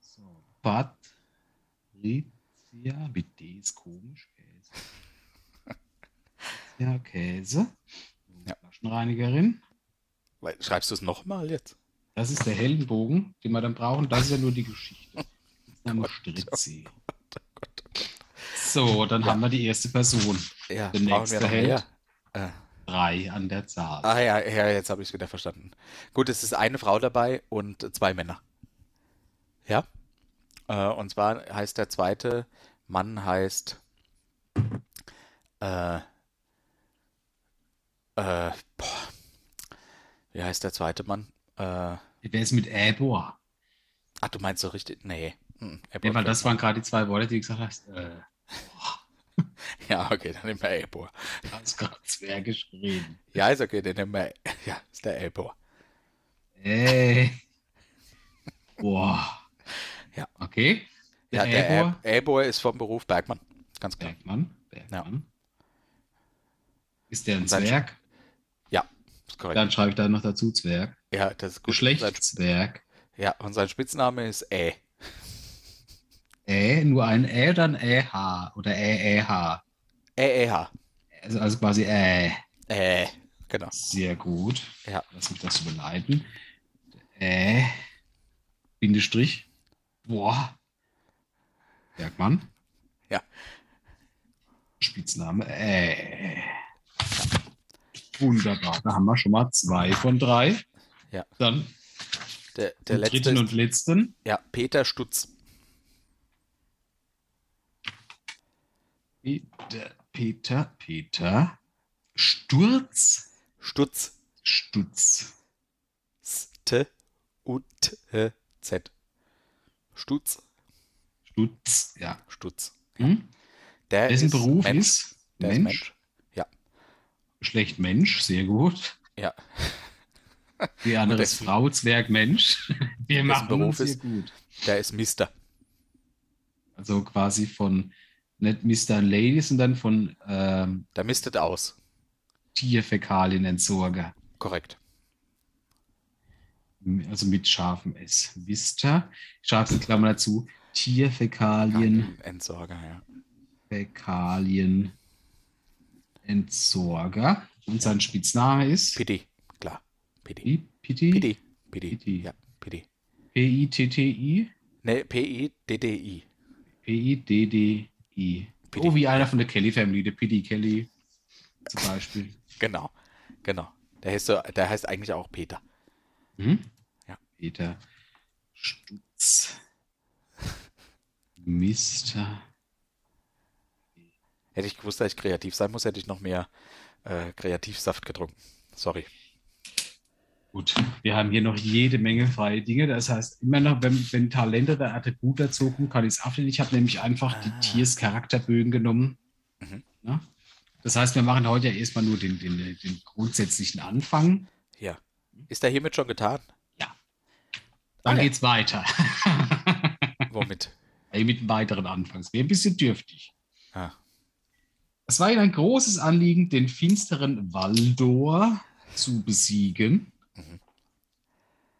[SPEAKER 1] So. Patricia, mit D ist komisch. Käse. ja, Käse.
[SPEAKER 2] Ja.
[SPEAKER 1] Flaschenreinigerin.
[SPEAKER 2] Weil- Schreibst du es nochmal jetzt?
[SPEAKER 1] Das ist der Heldenbogen, den wir dann brauchen. Das ist ja nur die Geschichte. Name
[SPEAKER 2] oh
[SPEAKER 1] Stritzi. So, dann haben wir die erste Person.
[SPEAKER 2] Ja,
[SPEAKER 1] der
[SPEAKER 2] brauchen wir
[SPEAKER 1] nächste
[SPEAKER 2] noch
[SPEAKER 1] Held.
[SPEAKER 2] mehr? Äh.
[SPEAKER 1] Drei an der Zahl.
[SPEAKER 2] Ah ja, ja jetzt habe ich es wieder verstanden. Gut, es ist eine Frau dabei und zwei Männer. Ja? Äh, und zwar heißt der zweite Mann heißt äh, äh, boah, wie heißt der zweite Mann? Äh, ah,
[SPEAKER 1] Wer ist mit Äbor?
[SPEAKER 2] du meinst so richtig? Nee. Hm,
[SPEAKER 1] Ja, weil
[SPEAKER 2] Ebor-
[SPEAKER 1] das waren gerade die zwei Worte, die du gesagt hast. Äh,
[SPEAKER 2] Ja, okay, dann nehmen wir Elbow.
[SPEAKER 1] da ist gerade zwergisch reden.
[SPEAKER 2] Ja, ist okay, dann nehmen wir. Ja, ist der Elbow.
[SPEAKER 1] Ey. Boah.
[SPEAKER 2] Ja.
[SPEAKER 1] Okay. Der
[SPEAKER 2] Ja, der
[SPEAKER 1] Elbow.
[SPEAKER 2] Elbow, Elbow ist vom Beruf Bergmann. Ganz klar.
[SPEAKER 1] Bergmann. Bergmann. Ist der ein
[SPEAKER 2] Und sein
[SPEAKER 1] Zwerg?
[SPEAKER 2] Ja, ist korrekt.
[SPEAKER 1] Dann schreibe ich da noch dazu Zwerg.
[SPEAKER 2] Ja, das ist gut.
[SPEAKER 1] Geschlechtszwerg.
[SPEAKER 2] Ja, und sein Spitzname ist Ä.
[SPEAKER 1] Äh, nur ein Äh, dann Äh-H. Oder Äh-Äh-H.
[SPEAKER 2] Ä-Ä-H.
[SPEAKER 1] Also, also quasi Äh.
[SPEAKER 2] Äh, genau.
[SPEAKER 1] Sehr gut.
[SPEAKER 2] Ja.
[SPEAKER 1] Lass mich das überleiten. Äh. Bindestrich. Boah. Bergmann.
[SPEAKER 2] Ja.
[SPEAKER 1] Spitzname. Äh. Wunderbar. Da haben wir schon mal zwei von drei.
[SPEAKER 2] Ja.
[SPEAKER 1] Dann
[SPEAKER 2] Der, der
[SPEAKER 1] den
[SPEAKER 2] letzte
[SPEAKER 1] dritten
[SPEAKER 2] ist,
[SPEAKER 1] und letzten.
[SPEAKER 2] ja, Peter Stutz.
[SPEAKER 1] Peter, Peter, Peter. Sturz.
[SPEAKER 2] Stutz.
[SPEAKER 1] Stutz.
[SPEAKER 2] T. U. T. H. Z. Stutz.
[SPEAKER 1] Stutz, ja.
[SPEAKER 2] Stutz.
[SPEAKER 1] Hm?
[SPEAKER 2] Der
[SPEAKER 1] Dessen
[SPEAKER 2] ist
[SPEAKER 1] Beruf
[SPEAKER 2] Mensch.
[SPEAKER 1] ist
[SPEAKER 2] Der
[SPEAKER 1] Mensch.
[SPEAKER 2] ist Mensch. Ja,
[SPEAKER 1] Schlecht Mensch, sehr gut.
[SPEAKER 2] ja.
[SPEAKER 1] Die andere ist
[SPEAKER 2] dessen-
[SPEAKER 1] Frau, Zwerg, Mensch. Wir
[SPEAKER 2] Dessen
[SPEAKER 1] machen
[SPEAKER 2] Beruf
[SPEAKER 1] uns hier
[SPEAKER 2] ist-
[SPEAKER 1] gut.
[SPEAKER 2] Der ist Mister.
[SPEAKER 1] Also quasi von nicht Mr. and Lady, sondern von ähm,
[SPEAKER 2] Der mistet aus.
[SPEAKER 1] Tierfäkalienentsorger.
[SPEAKER 2] Korrekt.
[SPEAKER 1] Also mit scharfem S. Mister, scharfe Klammer dazu, Tierfäkalien,
[SPEAKER 2] Entsorger, ja.
[SPEAKER 1] Fäkalien, Entsorger. Und sein Spitzname ist
[SPEAKER 2] Pitti, klar. Pitti.
[SPEAKER 1] Pitti. Pitti.
[SPEAKER 2] Pitti. Pitti.
[SPEAKER 1] Pitti.
[SPEAKER 2] Ja, Pitti.
[SPEAKER 1] P-I-T-T-I.
[SPEAKER 2] Ne, P-I-D-D-I.
[SPEAKER 1] P-I-D-D-I.
[SPEAKER 2] Pitti.
[SPEAKER 1] Oh, wie einer von der Kelly-Family, der Pitti Kelly zum Beispiel.
[SPEAKER 2] Genau, genau. Der heißt, so, der heißt eigentlich auch Peter.
[SPEAKER 1] Mhm.
[SPEAKER 2] Ja.
[SPEAKER 1] Peter Stutz. Mister.
[SPEAKER 2] Hätte ich gewusst, dass ich kreativ sein muss, hätte ich noch mehr äh, Kreativsaft getrunken. Sorry.
[SPEAKER 1] Gut, wir haben hier noch jede Menge freie Dinge. Das heißt, immer noch, wenn, wenn Talente oder Attribut dazukommen, kann ich es abnehmen. Ich habe nämlich einfach die Tiers Charakterbögen genommen. Ne? Das heißt, wir machen heute ja erstmal nur den, den, den grundsätzlichen Anfang.
[SPEAKER 2] Ja. Ist der hiermit schon getan?
[SPEAKER 1] Dann geht's weiter.
[SPEAKER 2] Womit?
[SPEAKER 1] Ey, mit einem weiteren Anfang. Es wäre ein bisschen dürftig.
[SPEAKER 2] Ah.
[SPEAKER 1] Es war ihnen ein großes Anliegen, den finsteren Waldor zu besiegen.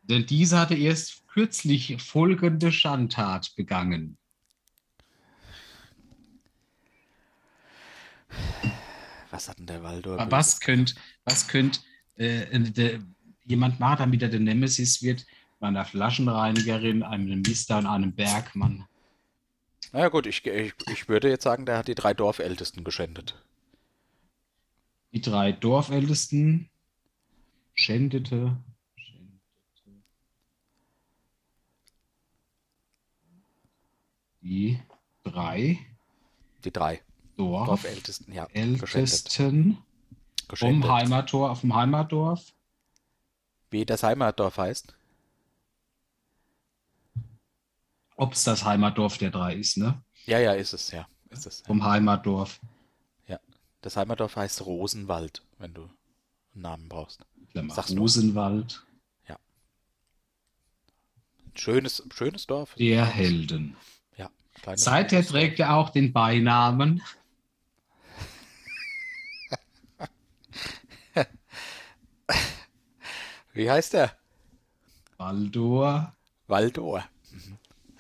[SPEAKER 1] Denn dieser hatte erst kürzlich folgende Schandtat begangen.
[SPEAKER 2] Was hat denn der Waldor?
[SPEAKER 1] Aber
[SPEAKER 2] Böses?
[SPEAKER 1] was könnt, was könnt äh, äh, de, jemand machen, damit er der Nemesis wird? Meiner Flaschenreinigerin, einem Mister und einem Bergmann.
[SPEAKER 2] Naja gut, ich, ich, ich würde jetzt sagen, der hat die drei Dorfältesten geschändet.
[SPEAKER 1] Die drei Dorfältesten schändete. schändete. Die drei
[SPEAKER 2] Die drei Dorfältesten, ja, geschändet.
[SPEAKER 1] Dorfältesten vom
[SPEAKER 2] Geschändet.
[SPEAKER 1] Heimattor auf dem Heimatdorf.
[SPEAKER 2] Wie das Heimatdorf heißt?
[SPEAKER 1] Ob es das Heimatdorf der drei ist, ne?
[SPEAKER 2] Ja, ja, ist es, ja. Ist es,
[SPEAKER 1] Vom Heimatdorf.
[SPEAKER 2] ja. Das Heimatdorf heißt Rosenwald, wenn du einen Namen brauchst.
[SPEAKER 1] Klammer,
[SPEAKER 2] Sagst du.
[SPEAKER 1] Rosenwald,
[SPEAKER 2] Schönes, schönes Dorf.
[SPEAKER 1] der Helden.
[SPEAKER 2] Ja. kleines
[SPEAKER 1] Seither
[SPEAKER 2] Dorf.
[SPEAKER 1] trägt er auch den Beinamen
[SPEAKER 2] Wie heißt der?
[SPEAKER 1] Waldor.
[SPEAKER 2] Waldor.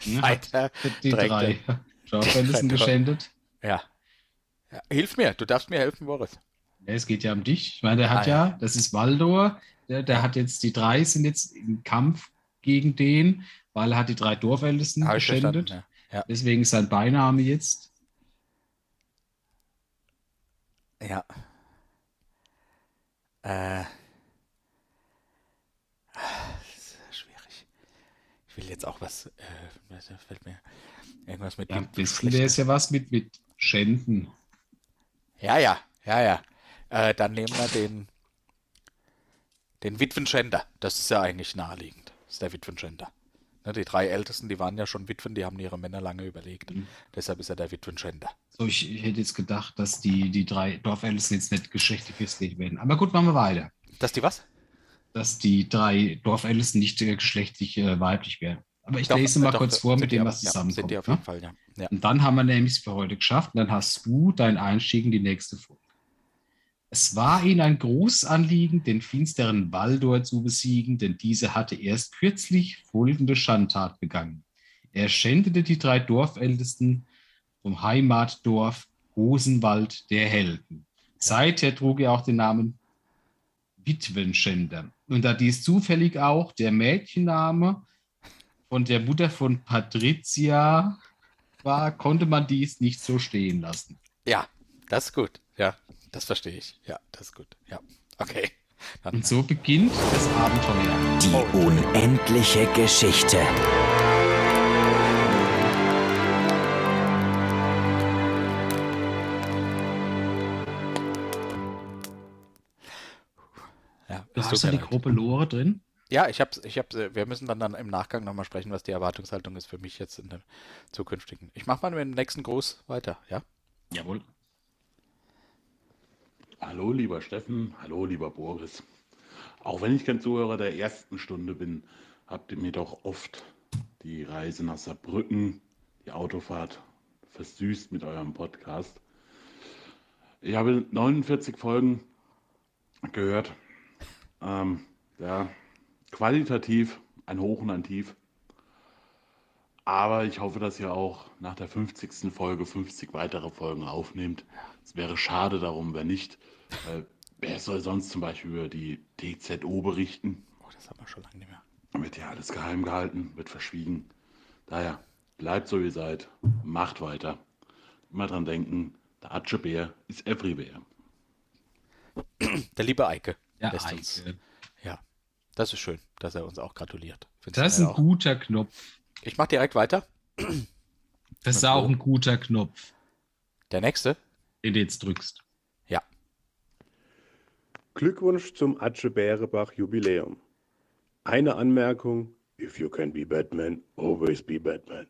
[SPEAKER 1] Ne, hat
[SPEAKER 2] Seither
[SPEAKER 1] die
[SPEAKER 2] trägt
[SPEAKER 1] drei
[SPEAKER 2] er-
[SPEAKER 1] Dorfältesten
[SPEAKER 2] Drei Dor-
[SPEAKER 1] geschändet.
[SPEAKER 2] Ja. ja. Hilf mir, du darfst mir helfen, Boris.
[SPEAKER 1] Ja, es geht ja um dich. Ich meine, der hat
[SPEAKER 2] Ah, ja.
[SPEAKER 1] ja, das ist Waldor, der, der hat jetzt, die drei sind jetzt im Kampf gegen den, weil er hat die drei Dorfältesten
[SPEAKER 2] Hab ich verstanden,
[SPEAKER 1] geschändet.
[SPEAKER 2] ja.
[SPEAKER 1] Deswegen ist sein Beiname jetzt
[SPEAKER 2] Ja. Äh. Das ist schwierig. Ich will jetzt auch was. Äh, was fällt mir irgendwas mit
[SPEAKER 1] Ja,
[SPEAKER 2] dem
[SPEAKER 1] wissen
[SPEAKER 2] Geschlecht.
[SPEAKER 1] wir ist ja was mit, mit Schänden.
[SPEAKER 2] Ja, ja, ja, ja. Äh, dann nehmen wir den. Den Witwenschänder. Das ist ja eigentlich naheliegend. Das ist der Witwenschänder. Ne, die drei Ältesten, die waren ja schon Witwen, die haben ihre Männer lange überlegt. Deshalb ist er der Witwenschänder.
[SPEAKER 1] So, ich, ich hätte jetzt gedacht, dass die, die drei Dorfältesten jetzt nicht geschlechtlich festgelegt werden. Aber gut, machen wir weiter.
[SPEAKER 2] Dass die was?
[SPEAKER 1] Dass die drei Dorfältesten nicht äh, geschlechtlich äh, weiblich werden. Aber ich
[SPEAKER 2] Doch,
[SPEAKER 1] lese mal
[SPEAKER 2] doch,
[SPEAKER 1] kurz vor,
[SPEAKER 2] sind
[SPEAKER 1] mit
[SPEAKER 2] die
[SPEAKER 1] dem,
[SPEAKER 2] aber-
[SPEAKER 1] was
[SPEAKER 2] ja,
[SPEAKER 1] zusammenkommt.
[SPEAKER 2] Sind die auf
[SPEAKER 1] ne?
[SPEAKER 2] jeden Fall, ja. ja.
[SPEAKER 1] Und dann haben wir nämlich es für heute geschafft. Und dann hast du deinen Einstieg in die nächste Folge. Es war ihnen ein großes Anliegen, den finsteren Waldor zu besiegen, denn diese hatte erst kürzlich folgende Schandtat begangen. Er schändete die drei Dorfältesten vom Heimatdorf Hosenwald der Helden. Seither trug er auch den Namen Witwenschänder. Und da dies zufällig auch der Mädchenname von der Mutter von Patricia war, konnte man dies nicht so stehen lassen.
[SPEAKER 2] Ja, das ist gut. Ja, das verstehe ich. Ja, das ist gut. Ja, okay.
[SPEAKER 1] Und so beginnt das Abenteuer.
[SPEAKER 14] Die
[SPEAKER 2] Oh,
[SPEAKER 14] unendliche Geschichte.
[SPEAKER 2] Ja,
[SPEAKER 1] Du
[SPEAKER 2] es
[SPEAKER 1] hast
[SPEAKER 2] tut
[SPEAKER 1] ja
[SPEAKER 2] mir
[SPEAKER 1] die
[SPEAKER 2] leid.
[SPEAKER 1] Gruppe Lore drin.
[SPEAKER 2] Ja, ich hab's, ich hab's, äh, wir müssen dann, dann im Nachgang nochmal sprechen, was die Erwartungshaltung ist für mich jetzt in dem zukünftigen. Ich mach mal mit dem nächsten Gruß weiter, ja?
[SPEAKER 1] Jawohl.
[SPEAKER 10] Hallo, lieber Steffen. Hallo, lieber Boris. Auch wenn ich kein Zuhörer der ersten Stunde bin, habt ihr mir doch oft die Reise nach Saarbrücken, die Autofahrt versüßt mit eurem Podcast. Ich habe 49 Folgen gehört. Ähm, ja, qualitativ ein Hoch und ein Tief. Aber ich hoffe, dass ihr auch nach der 50. Folge 50 weitere Folgen aufnehmt. Es wäre schade darum, wenn nicht. Weil wer soll sonst zum Beispiel über die DZO berichten?
[SPEAKER 2] Oh, das haben wir schon lange nicht mehr.
[SPEAKER 10] Wird ja alles geheim gehalten, wird verschwiegen. Daher, bleibt so wie ihr seid, macht weiter. Immer dran denken, der Atschebär ist everywhere.
[SPEAKER 2] Der liebe Eike.
[SPEAKER 1] Der
[SPEAKER 2] lässt uns-
[SPEAKER 1] Eike.
[SPEAKER 2] Ja, das ist schön, dass er uns auch gratuliert. Findest
[SPEAKER 1] Das ist
[SPEAKER 2] du
[SPEAKER 1] ein
[SPEAKER 2] auch?
[SPEAKER 1] guter Knopf.
[SPEAKER 2] Ich mach direkt weiter.
[SPEAKER 1] Das ist auch ein guter Knopf,
[SPEAKER 2] Der nächste?
[SPEAKER 1] den du jetzt drückst.
[SPEAKER 2] Ja.
[SPEAKER 18] Glückwunsch zum Atschebärebach Jubiläum. Eine Anmerkung. If you can be Batman, always be Batman.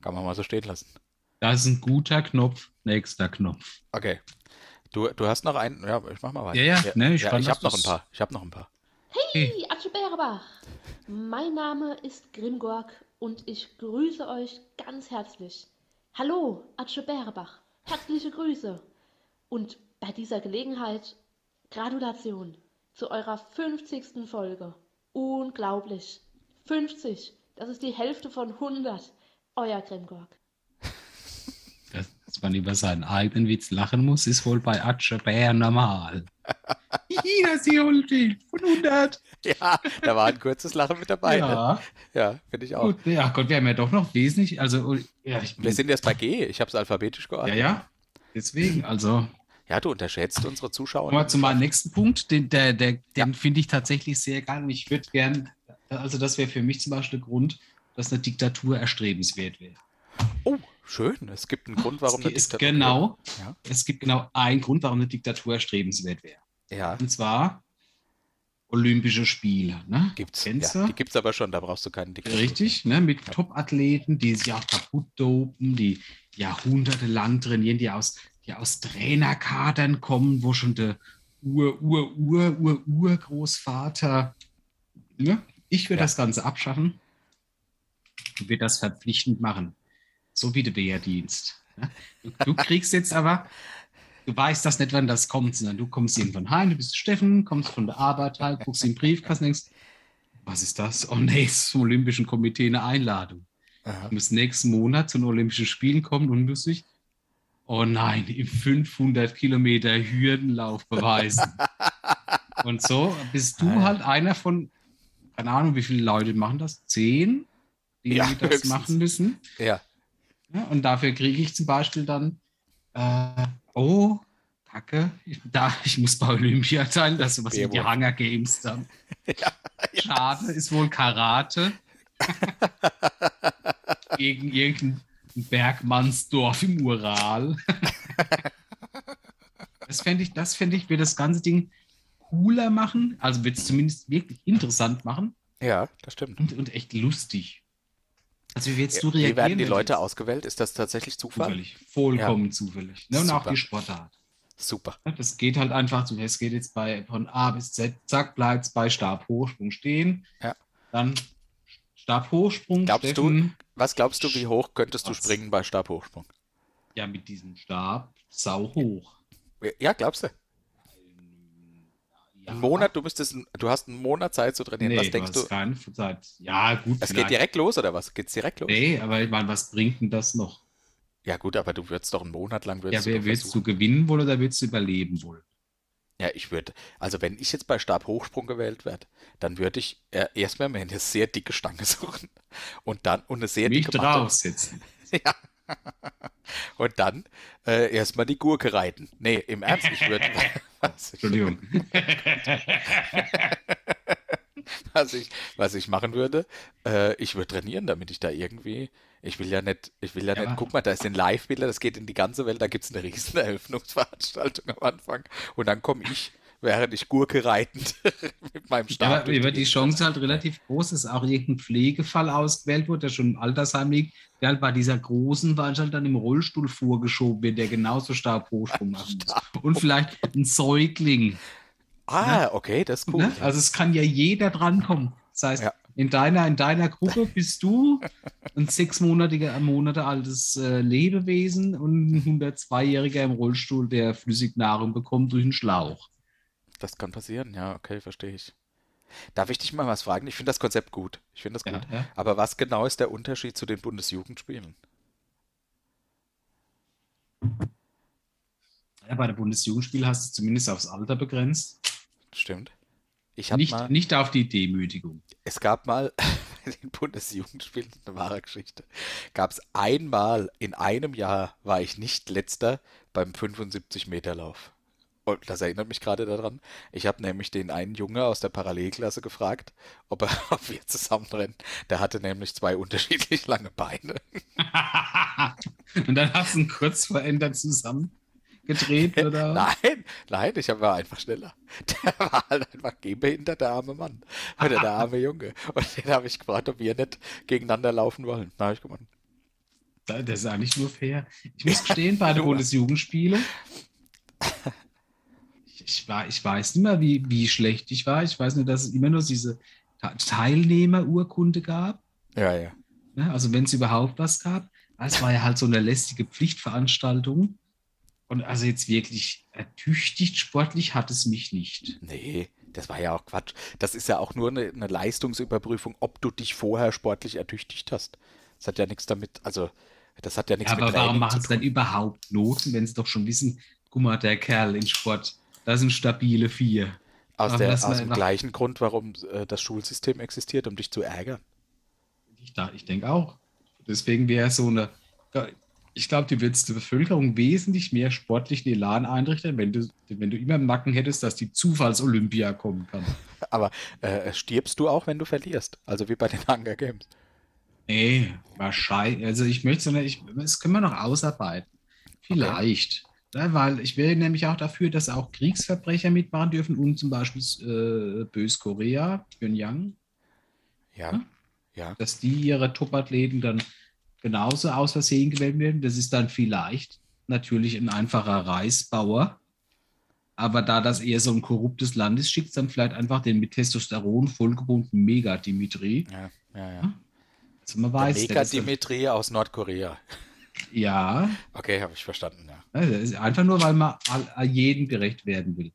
[SPEAKER 2] Kann man mal so stehen lassen.
[SPEAKER 1] Das ist ein guter Knopf, nächster Knopf.
[SPEAKER 2] Okay. Du, du hast noch einen. Ja, ich mach mal weiter.
[SPEAKER 1] Ja, ja, ne, ich
[SPEAKER 2] ich, ja,
[SPEAKER 1] fand
[SPEAKER 2] ich
[SPEAKER 1] das-
[SPEAKER 2] habe noch ein paar. Ich habe noch ein paar.
[SPEAKER 19] Hey, Atsche Bärebach! Mein Name ist Grimgorg und ich grüße euch ganz herzlich. Hallo, Atsche Bärebach. Herzliche Grüße. Und bei dieser Gelegenheit Gratulation zu eurer 50. Folge. Unglaublich. 50. Das ist die Hälfte von 100. Euer Grimgorg.
[SPEAKER 1] Dass man über seinen eigenen Witz lachen muss, ist wohl bei Atschebär normal.
[SPEAKER 2] Jeder Seeholte von 100. Ja, da war ein kurzes Lachen mit dabei.
[SPEAKER 1] Ja.
[SPEAKER 2] Ne? Ja, finde ich auch.
[SPEAKER 1] Gut, ja Gott, wir haben ja doch noch wesentlich, also ja, ich
[SPEAKER 2] Oh. Wir sind erst bei G. Ich habe es alphabetisch geordnet.
[SPEAKER 1] Ja, ja. Deswegen, also.
[SPEAKER 2] Ja, du unterschätzt unsere Zuschauer.
[SPEAKER 1] Kommen wir zu meinem nächsten Punkt, den, der, der, den finde ich tatsächlich sehr geil und ich würde gern, also das wäre für mich zum Beispiel der Grund, dass eine Diktatur erstrebenswert wäre.
[SPEAKER 2] Oh, Schön. Es gibt einen Grund, warum
[SPEAKER 1] es,
[SPEAKER 2] eine Diktatur-
[SPEAKER 1] genau,
[SPEAKER 2] Ja.
[SPEAKER 1] es gibt genau einen Grund, warum eine Diktatur erstrebenswert wäre.
[SPEAKER 2] Ja.
[SPEAKER 1] Und zwar Olympische Spiele. Ne?
[SPEAKER 2] Gibt's.
[SPEAKER 1] Kennst
[SPEAKER 2] Ja,
[SPEAKER 1] du?
[SPEAKER 2] die gibt's aber schon, da brauchst du keinen Diktatur.
[SPEAKER 1] Richtig, ne? mit Top-Athleten, die sich auch kaputt dopen, die jahrhundertelang trainieren, die aus, die aus Trainerkadern kommen, wo schon der Ur, Ur, Ur, Ur, Urgroßvater. Ne? Ich würde das Ganze abschaffen und würde das verpflichtend machen. So wie der Wehrdienst. Ne? Du, du kriegst jetzt aber, du weißt das nicht, wann das kommt, sondern du kommst irgendwann heim, du bist Steffen, kommst von der Arbeit, heim, guckst in den Briefkasten, denkst, was ist das? Oh nee, es ist vom Olympischen Komitee eine Einladung. Ich muss nächsten Monat zu den Olympischen Spielen kommen und muss ich, oh nein, im 500 Kilometer Hürdenlauf beweisen. und so bist
[SPEAKER 2] Ah,
[SPEAKER 1] du halt einer von, keine Ahnung, wie viele Leute machen das? Zehn, die
[SPEAKER 2] Ja,
[SPEAKER 1] das
[SPEAKER 2] höchstens.
[SPEAKER 1] machen müssen.
[SPEAKER 2] Ja.
[SPEAKER 1] Ja, und dafür kriege ich zum Beispiel dann, äh, oh, Kacke, ich- da, ich muss bei Olympia teilen, das ist sowas wie die
[SPEAKER 2] Beowulf.
[SPEAKER 1] Hunger Games dann. Schade, ist wohl Karate. Gegen irgendein Bergmannsdorf im Ural. das fände ich, das fände ich, würde das ganze Ding cooler machen, also würde es zumindest wirklich interessant machen
[SPEAKER 2] Ja, das stimmt.
[SPEAKER 1] und, und echt lustig. Also wie jetzt du
[SPEAKER 2] Wie werden
[SPEAKER 1] reagieren,
[SPEAKER 2] die
[SPEAKER 1] wenn
[SPEAKER 2] Leute ausgewählt? Ist das tatsächlich Zufall?
[SPEAKER 1] Zufällig. Vollkommen
[SPEAKER 2] Ja.
[SPEAKER 1] zufällig. Ne? Und auch
[SPEAKER 2] Super.
[SPEAKER 1] die Sportart.
[SPEAKER 2] Super.
[SPEAKER 1] Das geht halt einfach so. Es geht jetzt bei von A bis Z, zack, bleibt bei Stabhochsprung stehen. Dann Stabhochsprung.
[SPEAKER 2] Glaubst
[SPEAKER 1] Steffen,
[SPEAKER 2] du, was glaubst du, wie hoch könntest du
[SPEAKER 1] Was?
[SPEAKER 2] springen bei Stabhochsprung?
[SPEAKER 1] Ja, mit diesem Stab sau hoch.
[SPEAKER 2] Ja, glaubst du? Ein Monat, du müsstest, du hast einen Monat Zeit zu trainieren.
[SPEAKER 1] Nee,
[SPEAKER 2] was denkst
[SPEAKER 1] du
[SPEAKER 2] du?
[SPEAKER 1] hast keine Zeit. Ja, gut.
[SPEAKER 2] Es geht
[SPEAKER 1] vielleicht.
[SPEAKER 2] direkt los oder was? Geht's direkt los?
[SPEAKER 1] Nee, aber ich meine, was bringt denn das noch?
[SPEAKER 2] Ja gut, aber du würdest doch einen Monat lang
[SPEAKER 1] Ja,
[SPEAKER 2] würdest
[SPEAKER 1] wer
[SPEAKER 2] doch
[SPEAKER 1] willst
[SPEAKER 2] versuchen.
[SPEAKER 1] du gewinnen wollen oder willst du überleben wollen?
[SPEAKER 2] Ja, ich würde, also wenn ich jetzt bei Stabhochsprung gewählt werde, dann würde ich äh, erstmal mir eine sehr dicke Stange suchen und dann und eine sehr
[SPEAKER 1] Mich
[SPEAKER 2] dicke Matte.
[SPEAKER 1] draufsetzen.
[SPEAKER 2] Ja. Und dann äh, erstmal die Gurke reiten. Nee, im Ernst, ich würde.
[SPEAKER 1] Entschuldigung.
[SPEAKER 2] was, ich, was ich machen würde, äh, ich würde trainieren, damit ich da irgendwie. Ich will ja nicht, ich will ja,
[SPEAKER 1] Ja,
[SPEAKER 2] nicht,
[SPEAKER 1] aber-
[SPEAKER 2] guck mal, da ist ein Live-Bilder, das geht in die ganze Welt, da gibt es eine riesen Eröffnungsveranstaltung am Anfang. Und dann komme ich, während ich Gurke reitend mit meinem
[SPEAKER 1] Ja,
[SPEAKER 2] Stab.
[SPEAKER 1] aber
[SPEAKER 2] durch
[SPEAKER 1] über die
[SPEAKER 2] Gegend.
[SPEAKER 1] Chance halt relativ groß ist. Auch irgendein Pflegefall ausgewählt wurde, der schon im Altersheim liegt, der halt bei dieser großen Veranstaltung dann im Rollstuhl vorgeschoben wird, der genauso stark Hochsprung machen muss. Und vielleicht ein Säugling.
[SPEAKER 2] Ah, okay, das ist cool.
[SPEAKER 1] Ne? Also es kann ja jeder drankommen. Das heißt, in, deiner, in deiner Gruppe bist du ein sechsmonatiger, Monate altes äh, Lebewesen und ein 102-Jähriger im Rollstuhl, der flüssig Nahrung bekommt durch einen Schlauch.
[SPEAKER 2] Das kann passieren, ja, okay, verstehe ich. Darf ich dich mal was fragen? Ich finde das Konzept gut. Ich finde das gut.
[SPEAKER 1] ja.
[SPEAKER 2] Aber was genau ist der Unterschied zu den Bundesjugendspielen?
[SPEAKER 1] Ja, bei der Bundesjugendspiel hast du zumindest aufs Alter begrenzt.
[SPEAKER 2] Stimmt. Ich hab
[SPEAKER 1] nicht,
[SPEAKER 2] mal-
[SPEAKER 1] nicht auf die Demütigung.
[SPEAKER 2] Es gab mal bei den Bundesjugendspielen das ist eine wahre Geschichte. Gab es einmal in einem Jahr war ich nicht letzter beim 75-Meter-Lauf. Und das erinnert mich gerade daran. Ich habe nämlich den einen Junge aus der Parallelklasse gefragt, ob, er, ob wir zusammenrennen. Der hatte nämlich zwei unterschiedlich lange Beine.
[SPEAKER 1] Und dann hast du ihn kurz verändert zusammen.
[SPEAKER 2] getreten oder?
[SPEAKER 7] Nein, nein, ich hab- war einfach schneller. Der war halt einfach gehbehindert, der arme Mann. Oder der arme Junge. Und den habe ich gefragt, ob wir nicht gegeneinander laufen wollen. Na, hab ich gewonnen.
[SPEAKER 2] Da- Das ist eigentlich nur fair. Ich muss gestehen, bei den Bundesjugendspielen, ich, ich, war, ich weiß nicht mehr, wie, wie schlecht ich war. Ich weiß nur, dass es immer nur diese Ta- Teilnehmerurkunde gab.
[SPEAKER 7] Ja, ja.
[SPEAKER 2] Ne? Also wenn es überhaupt was gab. Es war ja halt so eine lästige Pflichtveranstaltung. Und also jetzt wirklich ertüchtigt sportlich hat es mich nicht.
[SPEAKER 7] Nee, das war ja auch Quatsch. Das ist ja auch nur eine, eine Leistungsüberprüfung, ob du dich vorher sportlich ertüchtigt hast. Das hat ja nichts damit, also das hat ja nichts
[SPEAKER 2] Ja, aber
[SPEAKER 7] mit
[SPEAKER 2] warum
[SPEAKER 7] Training
[SPEAKER 2] machen
[SPEAKER 7] zu
[SPEAKER 2] sie denn überhaupt Noten, wenn sie doch schon wissen, guck mal, der Kerl in Sport, das sind stabile Vier.
[SPEAKER 7] Aus,
[SPEAKER 2] Warum
[SPEAKER 7] der,
[SPEAKER 2] lassen wir
[SPEAKER 7] aus dem
[SPEAKER 2] einfach-
[SPEAKER 7] gleichen Grund, warum äh, das Schulsystem existiert, um dich zu ärgern.
[SPEAKER 2] Ich, da- ich denke auch. Deswegen wäre so eine. Ich glaube, die würdest der Bevölkerung wesentlich mehr sportlichen Elan einrichten, wenn du, wenn du immer im Nacken hättest, dass die Zufallsolympia kommen kann.
[SPEAKER 7] Aber äh, stirbst du auch, wenn du verlierst? Also wie bei den Hunger Games.
[SPEAKER 2] Nee, wahrscheinlich. Also ich möchte, sondern ich, das können wir noch ausarbeiten. Vielleicht. Ja, weil ich wäre nämlich auch dafür, dass auch Kriegsverbrecher mitmachen dürfen und zum Beispiel äh, Bös-Korea, Pyongyang.
[SPEAKER 7] Ja,
[SPEAKER 2] Hm?
[SPEAKER 7] ja.
[SPEAKER 2] Dass die ihre Topathleten dann genauso aus Versehen gewählt werden. Das ist dann vielleicht natürlich ein einfacher Reisbauer. Aber da das eher so ein korruptes Land ist, schickt es dann vielleicht einfach den mit Testosteron vollgebundenen Mega-Dimitri.
[SPEAKER 7] Ja, ja, ja.
[SPEAKER 2] Also man
[SPEAKER 7] Der
[SPEAKER 2] weiß, der
[SPEAKER 7] Mega
[SPEAKER 2] ist dann-
[SPEAKER 7] Dimitri aus Nordkorea.
[SPEAKER 2] ja,
[SPEAKER 7] Okay, habe ich verstanden, ja.
[SPEAKER 2] also es ist einfach nur, weil man all- all jedem gerecht werden will.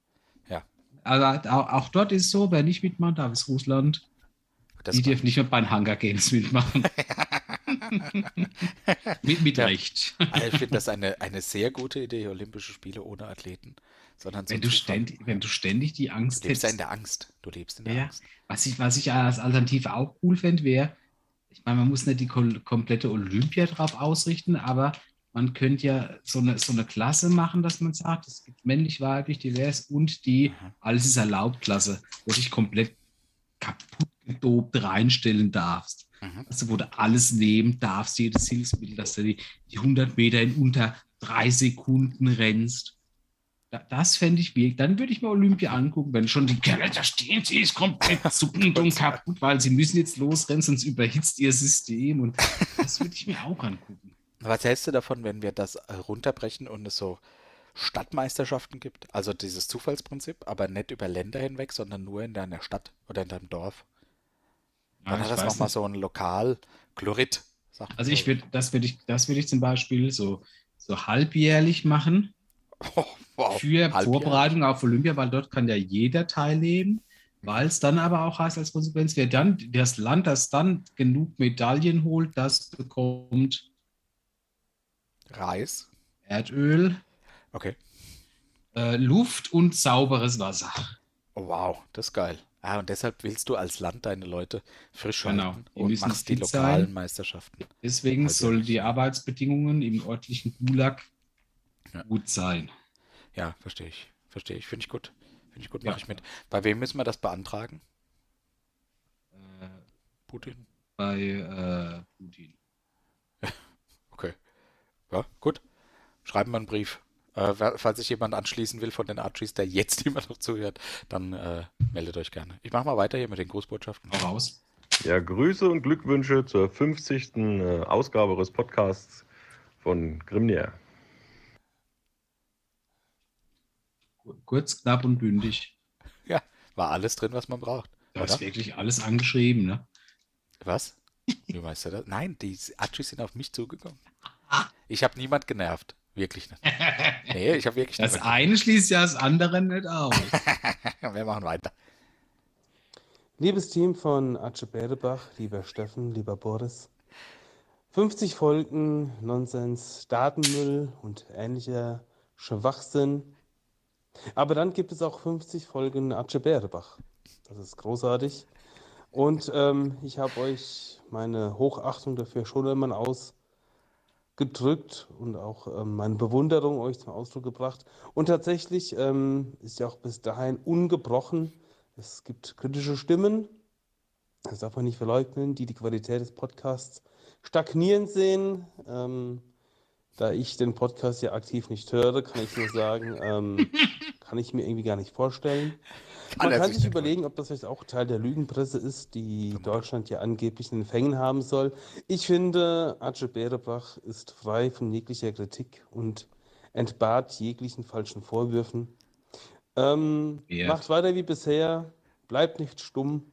[SPEAKER 7] Ja.
[SPEAKER 2] Aber auch, auch dort ist so, wer nicht mitmachen darf, ist Russland. die dürfen nicht mehr bei den Hunger Games mitmachen. mit mit Recht.
[SPEAKER 7] Also ich finde das eine, eine sehr gute Idee, Olympische Spiele ohne Athleten. Sondern so
[SPEAKER 2] Wenn du,
[SPEAKER 7] Zufall.
[SPEAKER 2] ständig, wenn du ständig die Angst
[SPEAKER 7] Du lebst ja in
[SPEAKER 2] hättest.
[SPEAKER 7] der Angst. Du lebst in der
[SPEAKER 2] Ja,
[SPEAKER 7] Angst.
[SPEAKER 2] was ich, was ich als Alternative auch cool fände, wäre, ich meine, man muss nicht die kol- komplette Olympia drauf ausrichten, aber man könnte ja so eine, so eine Klasse machen, dass man sagt, es gibt männlich, weiblich, divers und die alles ist erlaubt Klasse, wo du dich komplett kaputt gedopt reinstellen darfst. Also wo du alles nehmen darfst, jedes Hilfsmittel, dass du die, die 100 Meter in unter drei Sekunden rennst. Da- Das fände ich wirklich. Dann würde ich mir Olympia angucken, wenn schon die Kerle da stehen, sie ist komplett zuckend und kaputt, weil sie müssen jetzt losrennen, sonst überhitzt ihr System. Und das würde ich mir auch angucken.
[SPEAKER 7] Was hältst du davon, wenn wir das äh, runterbrechen und es so Stadtmeisterschaften gibt? Also dieses Zufallsprinzip, aber nicht über Länder hinweg, sondern nur in deiner Stadt oder in deinem Dorf.
[SPEAKER 2] Ja,
[SPEAKER 7] Dann
[SPEAKER 2] ich
[SPEAKER 7] hat das
[SPEAKER 2] weiß
[SPEAKER 7] nochmal
[SPEAKER 2] nicht.
[SPEAKER 7] so ein Lokal-Chlorid. sagt man,
[SPEAKER 2] Also ich
[SPEAKER 7] glaub
[SPEAKER 2] würde, das würde ich, das würde ich zum Beispiel so, so halbjährlich machen.
[SPEAKER 7] Oh,
[SPEAKER 2] für
[SPEAKER 7] halbjährlich.
[SPEAKER 2] Vorbereitung auf Olympia, weil dort kann ja jeder teilnehmen, weil es dann aber auch heißt als Konsequenz, wer dann das Land, das dann genug Medaillen holt, das bekommt
[SPEAKER 7] Reis,
[SPEAKER 2] Erdöl,
[SPEAKER 7] okay.
[SPEAKER 2] äh, Luft und sauberes Wasser.
[SPEAKER 7] Oh, wow, das ist geil. Ah, und deshalb willst du als Land deine Leute frisch
[SPEAKER 2] Genau,
[SPEAKER 7] halten
[SPEAKER 2] die
[SPEAKER 7] und
[SPEAKER 2] müssen
[SPEAKER 7] machst die
[SPEAKER 2] fit sein.
[SPEAKER 7] lokalen Meisterschaften.
[SPEAKER 2] Deswegen
[SPEAKER 7] Also-
[SPEAKER 2] sollen die Arbeitsbedingungen im örtlichen Gulag gut sein.
[SPEAKER 7] Ja, verstehe ich. Verstehe ich. Finde ich gut. Finde ich gut,
[SPEAKER 2] Ja.
[SPEAKER 7] mache ich mit. Bei wem müssen wir das beantragen?
[SPEAKER 1] Äh,
[SPEAKER 7] Putin.
[SPEAKER 2] Bei äh, Putin.
[SPEAKER 7] Okay. Ja, gut. Schreiben wir einen Brief. Äh, wer- falls sich jemand anschließen will von den Archies, der jetzt immer noch zuhört, dann äh, meldet euch gerne. Ich mache mal weiter hier mit den Grußbotschaften.
[SPEAKER 2] Voraus.
[SPEAKER 18] Ja, Grüße und Glückwünsche zur 50. äh, Ausgabe eures Podcasts von Grimnir.
[SPEAKER 2] Kurz, knapp und bündig.
[SPEAKER 7] Ja, war alles drin, was man braucht.
[SPEAKER 2] Da ist
[SPEAKER 7] oder?
[SPEAKER 2] wirklich alles angeschrieben, ne?
[SPEAKER 7] Was? Wie meinst du das? Nein, die Archies sind auf mich zugekommen. Ich habe niemand genervt. Wirklich nicht. Nee, ich habe wirklich
[SPEAKER 2] Das
[SPEAKER 7] niemand
[SPEAKER 2] eine schließt ja das andere nicht aus.
[SPEAKER 7] Wir machen weiter.
[SPEAKER 1] Liebes Team von Atsche Bärebach, lieber Steffen, lieber Boris. 50 Folgen Nonsens, Datenmüll und ähnlicher Schwachsinn. Aber dann gibt es auch 50 Folgen Atsche Bärebach. Das ist großartig. Und ähm, ich habe euch meine Hochachtung dafür schon einmal ausgedrückt und auch ähm, meine Bewunderung euch zum Ausdruck gebracht. Und tatsächlich ähm, ist ja auch bis dahin ungebrochen. Es gibt kritische Stimmen, das darf man nicht verleugnen, die die Qualität des Podcasts stagnieren sehen. Ähm,
[SPEAKER 20] Da ich den Podcast ja aktiv nicht höre, kann ich nur sagen, ähm, kann ich mir irgendwie gar nicht vorstellen.
[SPEAKER 11] Kann
[SPEAKER 20] Man
[SPEAKER 11] er
[SPEAKER 20] kann
[SPEAKER 11] sich
[SPEAKER 20] sich
[SPEAKER 11] nicht
[SPEAKER 20] überlegen, ob das vielleicht auch Teil der Lügenpresse ist, die Deutschland ja angeblich in den Fängen haben soll. Ich finde, Atze Berebach ist frei von jeglicher Kritik und entbart jeglichen falschen Vorwürfen. Ähm,
[SPEAKER 1] Wert.
[SPEAKER 20] macht weiter wie bisher, bleibt nicht stumm.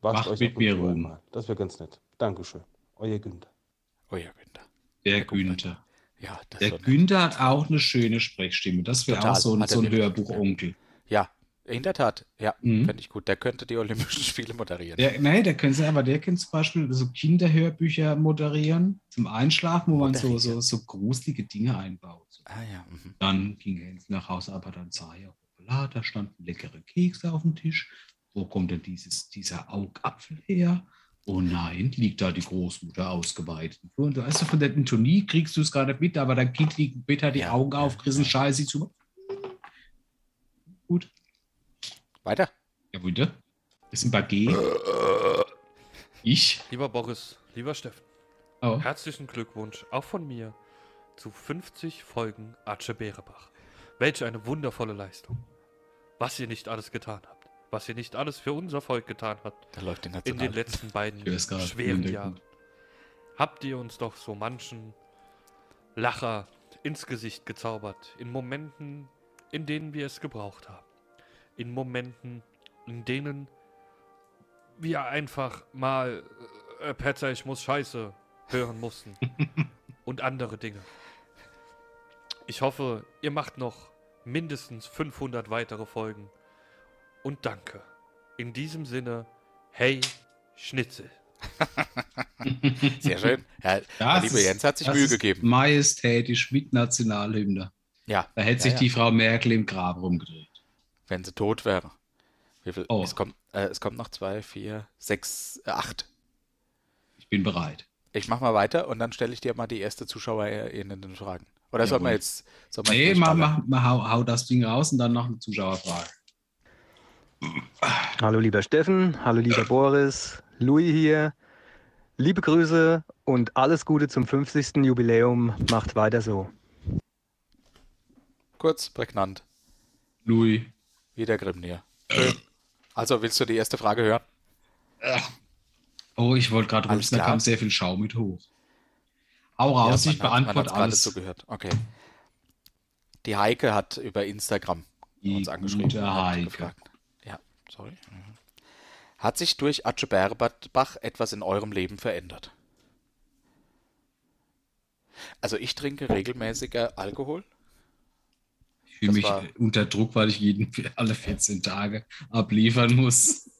[SPEAKER 20] Wascht
[SPEAKER 1] Macht
[SPEAKER 20] euch
[SPEAKER 1] mit
[SPEAKER 20] ab und
[SPEAKER 1] mir
[SPEAKER 20] zu
[SPEAKER 1] rum.
[SPEAKER 20] einmal. Das wäre ganz nett. Dankeschön. Euer Günther.
[SPEAKER 2] Euer Günther.
[SPEAKER 1] Der Günther.
[SPEAKER 2] Ja, das
[SPEAKER 1] der
[SPEAKER 2] war-
[SPEAKER 1] Günther hat auch eine schöne Sprechstimme. Das wäre
[SPEAKER 2] Total.
[SPEAKER 1] auch so ein,
[SPEAKER 2] Hat er
[SPEAKER 1] so ein
[SPEAKER 2] wirklich.
[SPEAKER 1] Hörbuchonkel.
[SPEAKER 2] Ja, in der Tat. Ja,
[SPEAKER 1] Mhm.
[SPEAKER 2] fände ich gut. Der könnte die Olympischen Spiele moderieren.
[SPEAKER 1] Der, nein, der könnte, aber der könnte zum Beispiel so Kinderhörbücher moderieren zum Einschlafen, wo man so, so, so gruselige Dinge einbaut.
[SPEAKER 2] Ah ja.
[SPEAKER 1] Dann ging er ins- nach Hause, aber dann sah er, hoppla, da standen leckere Kekse auf dem Tisch. Wo kommt denn dieses, dieser Augapfel her? Oh nein, liegt da die Großmutter ausgeweitet. Und du weißt, du, von der Intonie kriegst du es gerade mit, aber dann geht die Bitter die Augen aufgerissen, scheiße, zu. Gut.
[SPEAKER 2] Weiter.
[SPEAKER 1] Ja, bitte. Wir sind bei G. Ich?
[SPEAKER 7] Lieber Boris, lieber Steffen,
[SPEAKER 1] Oh.
[SPEAKER 7] herzlichen Glückwunsch auch von mir zu 50 Folgen Atsche Beerebach. Welch eine wundervolle Leistung. Was ihr nicht alles getan habt, was ihr nicht alles für unser Volk getan habt,
[SPEAKER 2] Da läuft die
[SPEAKER 7] in den
[SPEAKER 2] Nationalhymne.
[SPEAKER 7] letzten beiden
[SPEAKER 2] Ich weiß gar nicht,
[SPEAKER 7] schweren
[SPEAKER 2] wie
[SPEAKER 7] Jahren. Habt ihr uns doch so manchen Lacher ins Gesicht gezaubert, in Momenten, in denen wir es gebraucht haben. In Momenten, in denen wir einfach mal äh, Petter, ich muss Scheiße hören mussten und andere Dinge. Ich hoffe, ihr macht noch mindestens 500 weitere Folgen und danke. In diesem Sinne, hey Schnitzel.
[SPEAKER 2] Sehr schön. Ja, der
[SPEAKER 1] Das
[SPEAKER 2] liebe
[SPEAKER 1] ist-
[SPEAKER 2] Jens hat sich
[SPEAKER 1] das
[SPEAKER 2] Mühe
[SPEAKER 1] ist
[SPEAKER 2] gegeben.
[SPEAKER 1] Majestätisch mit Nationalhymne.
[SPEAKER 2] Ja.
[SPEAKER 1] Da hätte
[SPEAKER 2] Ja,
[SPEAKER 1] sich
[SPEAKER 2] ja.
[SPEAKER 1] die Frau Merkel im Grab rumgedreht.
[SPEAKER 2] Wenn sie tot wäre. Wie viel?
[SPEAKER 1] Oh.
[SPEAKER 2] Es, kommt, äh, es kommt noch zwei, vier, sechs, äh, acht.
[SPEAKER 1] Ich bin bereit.
[SPEAKER 2] Ich mach mal weiter und dann stelle ich dir mal die erste Zuschauerinnen Fragen. Oder soll man
[SPEAKER 1] Jawohl.
[SPEAKER 2] jetzt. Soll man
[SPEAKER 1] nee,
[SPEAKER 2] jetzt
[SPEAKER 1] mach,
[SPEAKER 2] durchballern?
[SPEAKER 1] mach, mach, hau, hau das Ding raus und dann noch eine Zuschauerfrage.
[SPEAKER 9] Hallo lieber Steffen, hallo lieber Boris, Louis hier. Liebe Grüße und alles Gute zum 50. Jubiläum. Macht weiter so.
[SPEAKER 2] Kurz, prägnant.
[SPEAKER 1] Louis.
[SPEAKER 2] Wie der Grimnir.
[SPEAKER 1] Äh.
[SPEAKER 2] Schön. Also, willst du die erste Frage hören?
[SPEAKER 1] Oh, ich wollte gerade
[SPEAKER 2] Alles
[SPEAKER 1] rülpsen, da
[SPEAKER 2] klar.
[SPEAKER 1] kam sehr viel Schau mit hoch. Hau raus,
[SPEAKER 2] man
[SPEAKER 1] ich
[SPEAKER 2] hat- man hat's
[SPEAKER 1] beantworte
[SPEAKER 2] gerade
[SPEAKER 1] alles.
[SPEAKER 2] Zugehört. Okay. Die Heike hat über Instagram uns angeschrieben.
[SPEAKER 1] gute
[SPEAKER 2] und hat
[SPEAKER 1] Heike.
[SPEAKER 2] gefragt. Ja, sorry. Mhm. Hat sich durch Atsche Berbach etwas in eurem Leben verändert? Also ich trinke regelmäßiger Alkohol.
[SPEAKER 1] Ich fühle
[SPEAKER 2] das
[SPEAKER 1] mich
[SPEAKER 2] war-
[SPEAKER 1] unter Druck, weil ich jeden, alle 14 Tage abliefern muss.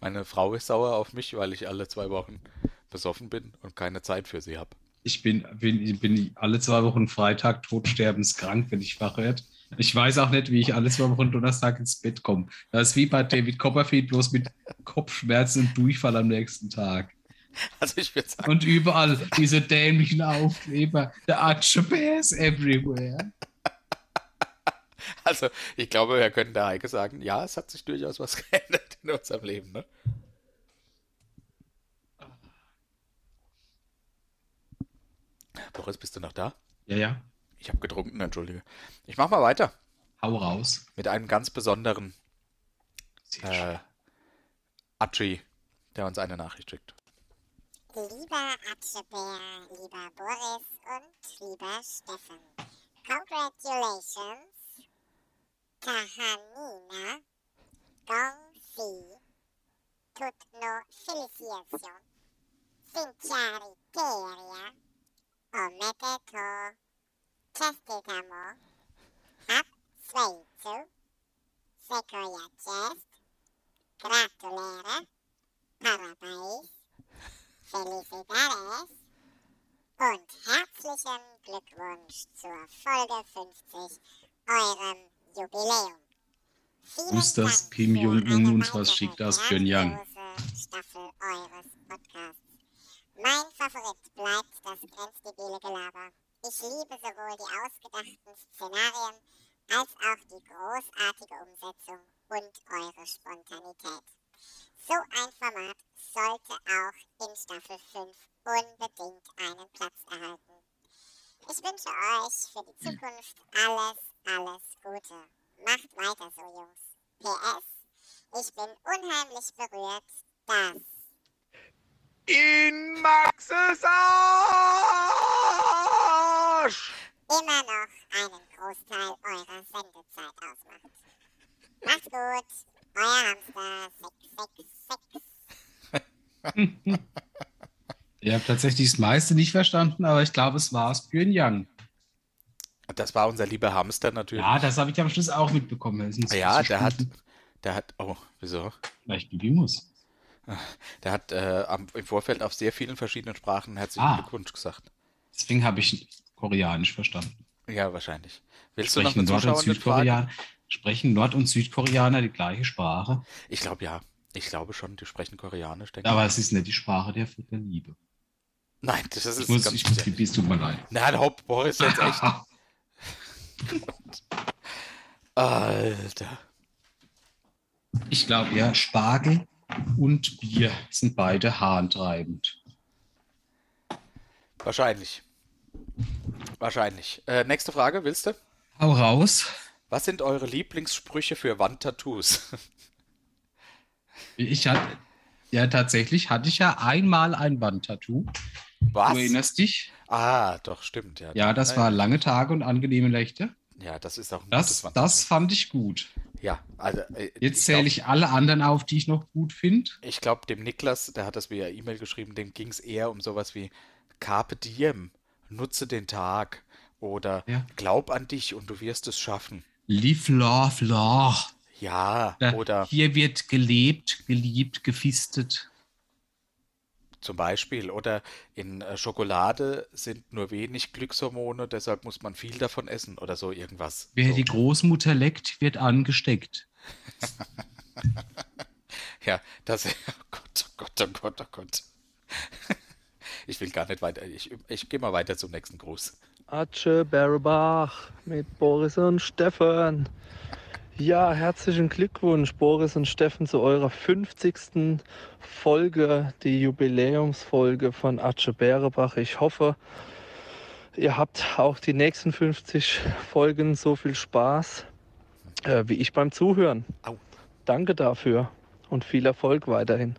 [SPEAKER 2] Meine Frau ist sauer auf mich, weil ich alle zwei Wochen besoffen bin und keine Zeit für sie habe.
[SPEAKER 1] Ich bin, bin, bin alle zwei Wochen Freitag totsterbenskrank, wenn ich wach werde. Ich weiß auch nicht, wie ich alle zwei Wochen Donnerstag ins Bett komme. Das ist wie bei David Copperfield, bloß mit Kopfschmerzen und Durchfall am nächsten Tag.
[SPEAKER 2] Also ich würde sagen,
[SPEAKER 1] Und überall diese dämlichen Aufkleber. Der Archibald is everywhere.
[SPEAKER 2] also ich glaube, wir können der Heike sagen, ja, es hat sich durchaus was geändert in unserem Leben. Ne? Boris, bist du noch da?
[SPEAKER 1] Ja, ja.
[SPEAKER 2] Ich habe getrunken, entschuldige. Ich mache mal weiter.
[SPEAKER 1] Hau raus.
[SPEAKER 2] Mit einem ganz besonderen äh, Achi, der uns eine Nachricht schickt.
[SPEAKER 21] Lieber Atschebär, lieber Boris und lieber Steffen. Congratulations, Kahanina, Gongfi, Tutno Felicitacion, Sinciari Teria, Ometeto, Chestetamo, Hap Sveitu, Sequoia Chest, Gratulere, Parabéns, Felicidades und herzlichen Glückwunsch zur Folge 50, eurem Jubiläum.
[SPEAKER 1] Muss das Kim Jong-un uns was schickt aus Pyongyang?
[SPEAKER 21] Staffel eures Podcasts. Mein Favorit bleibt das grenzdebile Gelaber. Ich liebe sowohl die ausgedachten Szenarien als auch die großartige Umsetzung und eure Spontanität. So ein Format sollte auch in Staffel 5 unbedingt einen Platz erhalten. Ich wünsche euch für die Zukunft alles, alles Gute. Macht weiter so, Jungs. PS, ich bin unheimlich berührt, dass...
[SPEAKER 3] In Maxes Arsch!
[SPEAKER 21] Immer noch einen Großteil eurer Sendezeit ausmacht. Macht's gut, euer Hamster 666.
[SPEAKER 1] Ich habe tatsächlich das meiste nicht verstanden, aber ich glaube, es war es Björn Young.
[SPEAKER 2] Das war unser lieber Hamster natürlich.
[SPEAKER 1] Ja, das habe ich am Schluss auch mitbekommen. Das sind so
[SPEAKER 2] Ja,
[SPEAKER 1] viele
[SPEAKER 2] der hat,
[SPEAKER 1] Stunden.
[SPEAKER 2] der hat, oh, wieso?
[SPEAKER 1] Vielleicht wie muss.
[SPEAKER 2] Der hat äh, am, im Vorfeld auf sehr vielen verschiedenen Sprachen herzlichen
[SPEAKER 1] Ah.
[SPEAKER 2] Glückwunsch gesagt.
[SPEAKER 1] Deswegen habe ich Koreanisch verstanden.
[SPEAKER 2] Ja, wahrscheinlich. Willst du noch
[SPEAKER 1] Sprechen
[SPEAKER 2] eine
[SPEAKER 1] Nord- und
[SPEAKER 2] Zuschauerin
[SPEAKER 1] Südkoreaner, sprechen Nord- und Südkoreaner die gleiche Sprache?
[SPEAKER 2] Ich glaube ja. Ich glaube schon, die sprechen Koreanisch, denke
[SPEAKER 1] Aber
[SPEAKER 2] ich.
[SPEAKER 1] es ist nicht die Sprache der, der Liebe.
[SPEAKER 2] Nein, das ist
[SPEAKER 1] ich muss,
[SPEAKER 2] ganz
[SPEAKER 1] ich muss,
[SPEAKER 2] sicher
[SPEAKER 1] es tut mir leid.
[SPEAKER 2] Nein, Hopp, Boris, jetzt echt. Alter.
[SPEAKER 1] Ich glaube ja, Spargel und Bier sind beide haarentreibend.
[SPEAKER 2] Wahrscheinlich. Wahrscheinlich. Äh, nächste Frage, willst du?
[SPEAKER 1] Hau raus.
[SPEAKER 2] Was sind eure Lieblingssprüche für Wandtattoos?
[SPEAKER 1] Ich hatte, ja, tatsächlich hatte ich ja einmal ein Wandtattoo.
[SPEAKER 2] Was?
[SPEAKER 1] Du erinnerst dich?
[SPEAKER 2] Ah, doch, stimmt. Ja,
[SPEAKER 1] Ja, das war lange Tage und angenehme Nächte.
[SPEAKER 2] Ja, das ist auch ein
[SPEAKER 1] Das,
[SPEAKER 2] gutes
[SPEAKER 1] das fand ich gut.
[SPEAKER 2] Ja, also äh,
[SPEAKER 1] Jetzt zähle ich alle anderen auf, die ich noch gut finde.
[SPEAKER 2] Ich glaube, dem Niklas, der hat das via E-Mail geschrieben, dem ging es eher um sowas wie Carpe diem, nutze den Tag oder glaub an dich und du wirst es schaffen.
[SPEAKER 1] Live, love, love.
[SPEAKER 2] Ja, oder
[SPEAKER 1] Hier wird gelebt, geliebt, gefistet.
[SPEAKER 2] zum Beispiel, oder in äh, Schokolade sind nur wenig Glückshormone, deshalb muss man viel davon essen oder so irgendwas.
[SPEAKER 1] Wer die Großmutter leckt, wird angesteckt.
[SPEAKER 2] Ja, das, oh Gott, oh Gott, oh Gott, oh Gott. Ich will gar nicht weiter, ich, ich gehe mal weiter zum nächsten Gruß.
[SPEAKER 9] Atsche Berbach mit Boris und Stefan. Ja, herzlichen Glückwunsch, Boris und Steffen, zu eurer 50. Folge, die Jubiläumsfolge von Atsche Berbach. Ich hoffe, ihr habt auch die nächsten 50 Folgen so viel Spaß äh, wie ich beim Zuhören. Danke dafür und viel Erfolg weiterhin.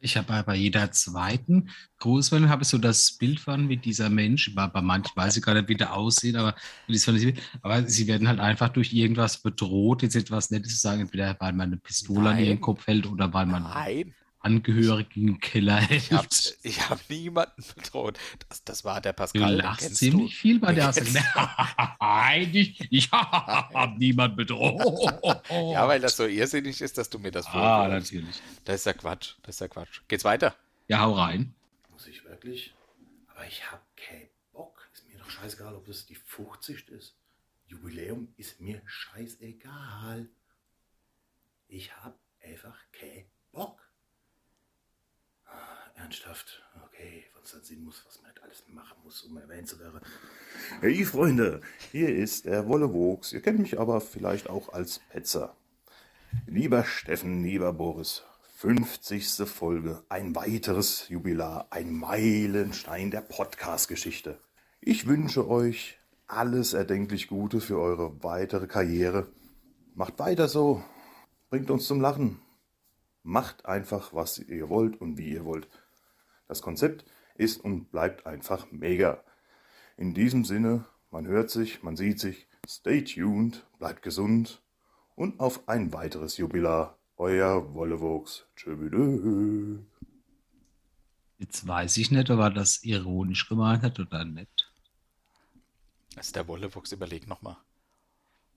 [SPEAKER 1] Ich habe bei jeder zweiten Großwelle habe ich so das Bild von, wie dieser Mensch, bei, bei manchen weiß ich gar nicht, wie der aussieht, aber, wie das von- aber sie werden halt einfach durch irgendwas bedroht, jetzt etwas Nettes zu sagen, entweder weil man eine Pistole an
[SPEAKER 2] Nein.
[SPEAKER 1] ihren Kopf hält oder weil man
[SPEAKER 2] Nein.
[SPEAKER 1] Angehörigen im Keller
[SPEAKER 2] Ich habe
[SPEAKER 1] hilft.
[SPEAKER 2] ich hab niemanden bedroht. Das, das war der
[SPEAKER 1] Du
[SPEAKER 2] Pascal. den
[SPEAKER 1] lachst
[SPEAKER 2] kennst
[SPEAKER 1] ziemlich
[SPEAKER 2] du.
[SPEAKER 1] viel bei
[SPEAKER 2] Den
[SPEAKER 1] der
[SPEAKER 2] kennst
[SPEAKER 1] Aussage. Nein, ich, ich habe niemand bedroht.
[SPEAKER 2] du. Ja, weil das so irrsinnig ist, dass du mir das
[SPEAKER 1] Ah,
[SPEAKER 2] vorwirfst.
[SPEAKER 1] natürlich.
[SPEAKER 2] Das ist ja Quatsch. Das ist ja Quatsch. Geht's weiter?
[SPEAKER 1] Ja, hau rein.
[SPEAKER 4] Muss ich wirklich? Aber ich habe keinen Bock. Ist mir doch scheißegal, ob das die 50 ist. Jubiläum ist mir scheißegal. Ich habe einfach keinen Bock. Ah, Ernsthaft, okay, wenn es dann sehen muss, was man nicht alles machen muss, um erwähnt zu werden.
[SPEAKER 18] Hey Freunde, hier ist der Wollewogs. Ihr kennt mich aber vielleicht auch als Petzer. Lieber Steffen, lieber Boris, 50. Folge, ein weiteres Jubilar, ein Meilenstein der Podcast-Geschichte. Ich wünsche euch alles erdenklich Gute für eure weitere Karriere. Macht weiter so, bringt uns zum Lachen. Macht einfach, was ihr wollt und wie ihr wollt. Das Konzept ist und bleibt einfach mega. In diesem Sinne, man hört sich, man sieht sich. Stay tuned, bleibt gesund und auf ein weiteres Jubilar. Euer Wollewogs. Tschöbidö.
[SPEAKER 1] Jetzt weiß ich nicht, ob er das ironisch gemeint hat oder nicht.
[SPEAKER 2] Das ist der Wollefuchs. Überleg nochmal.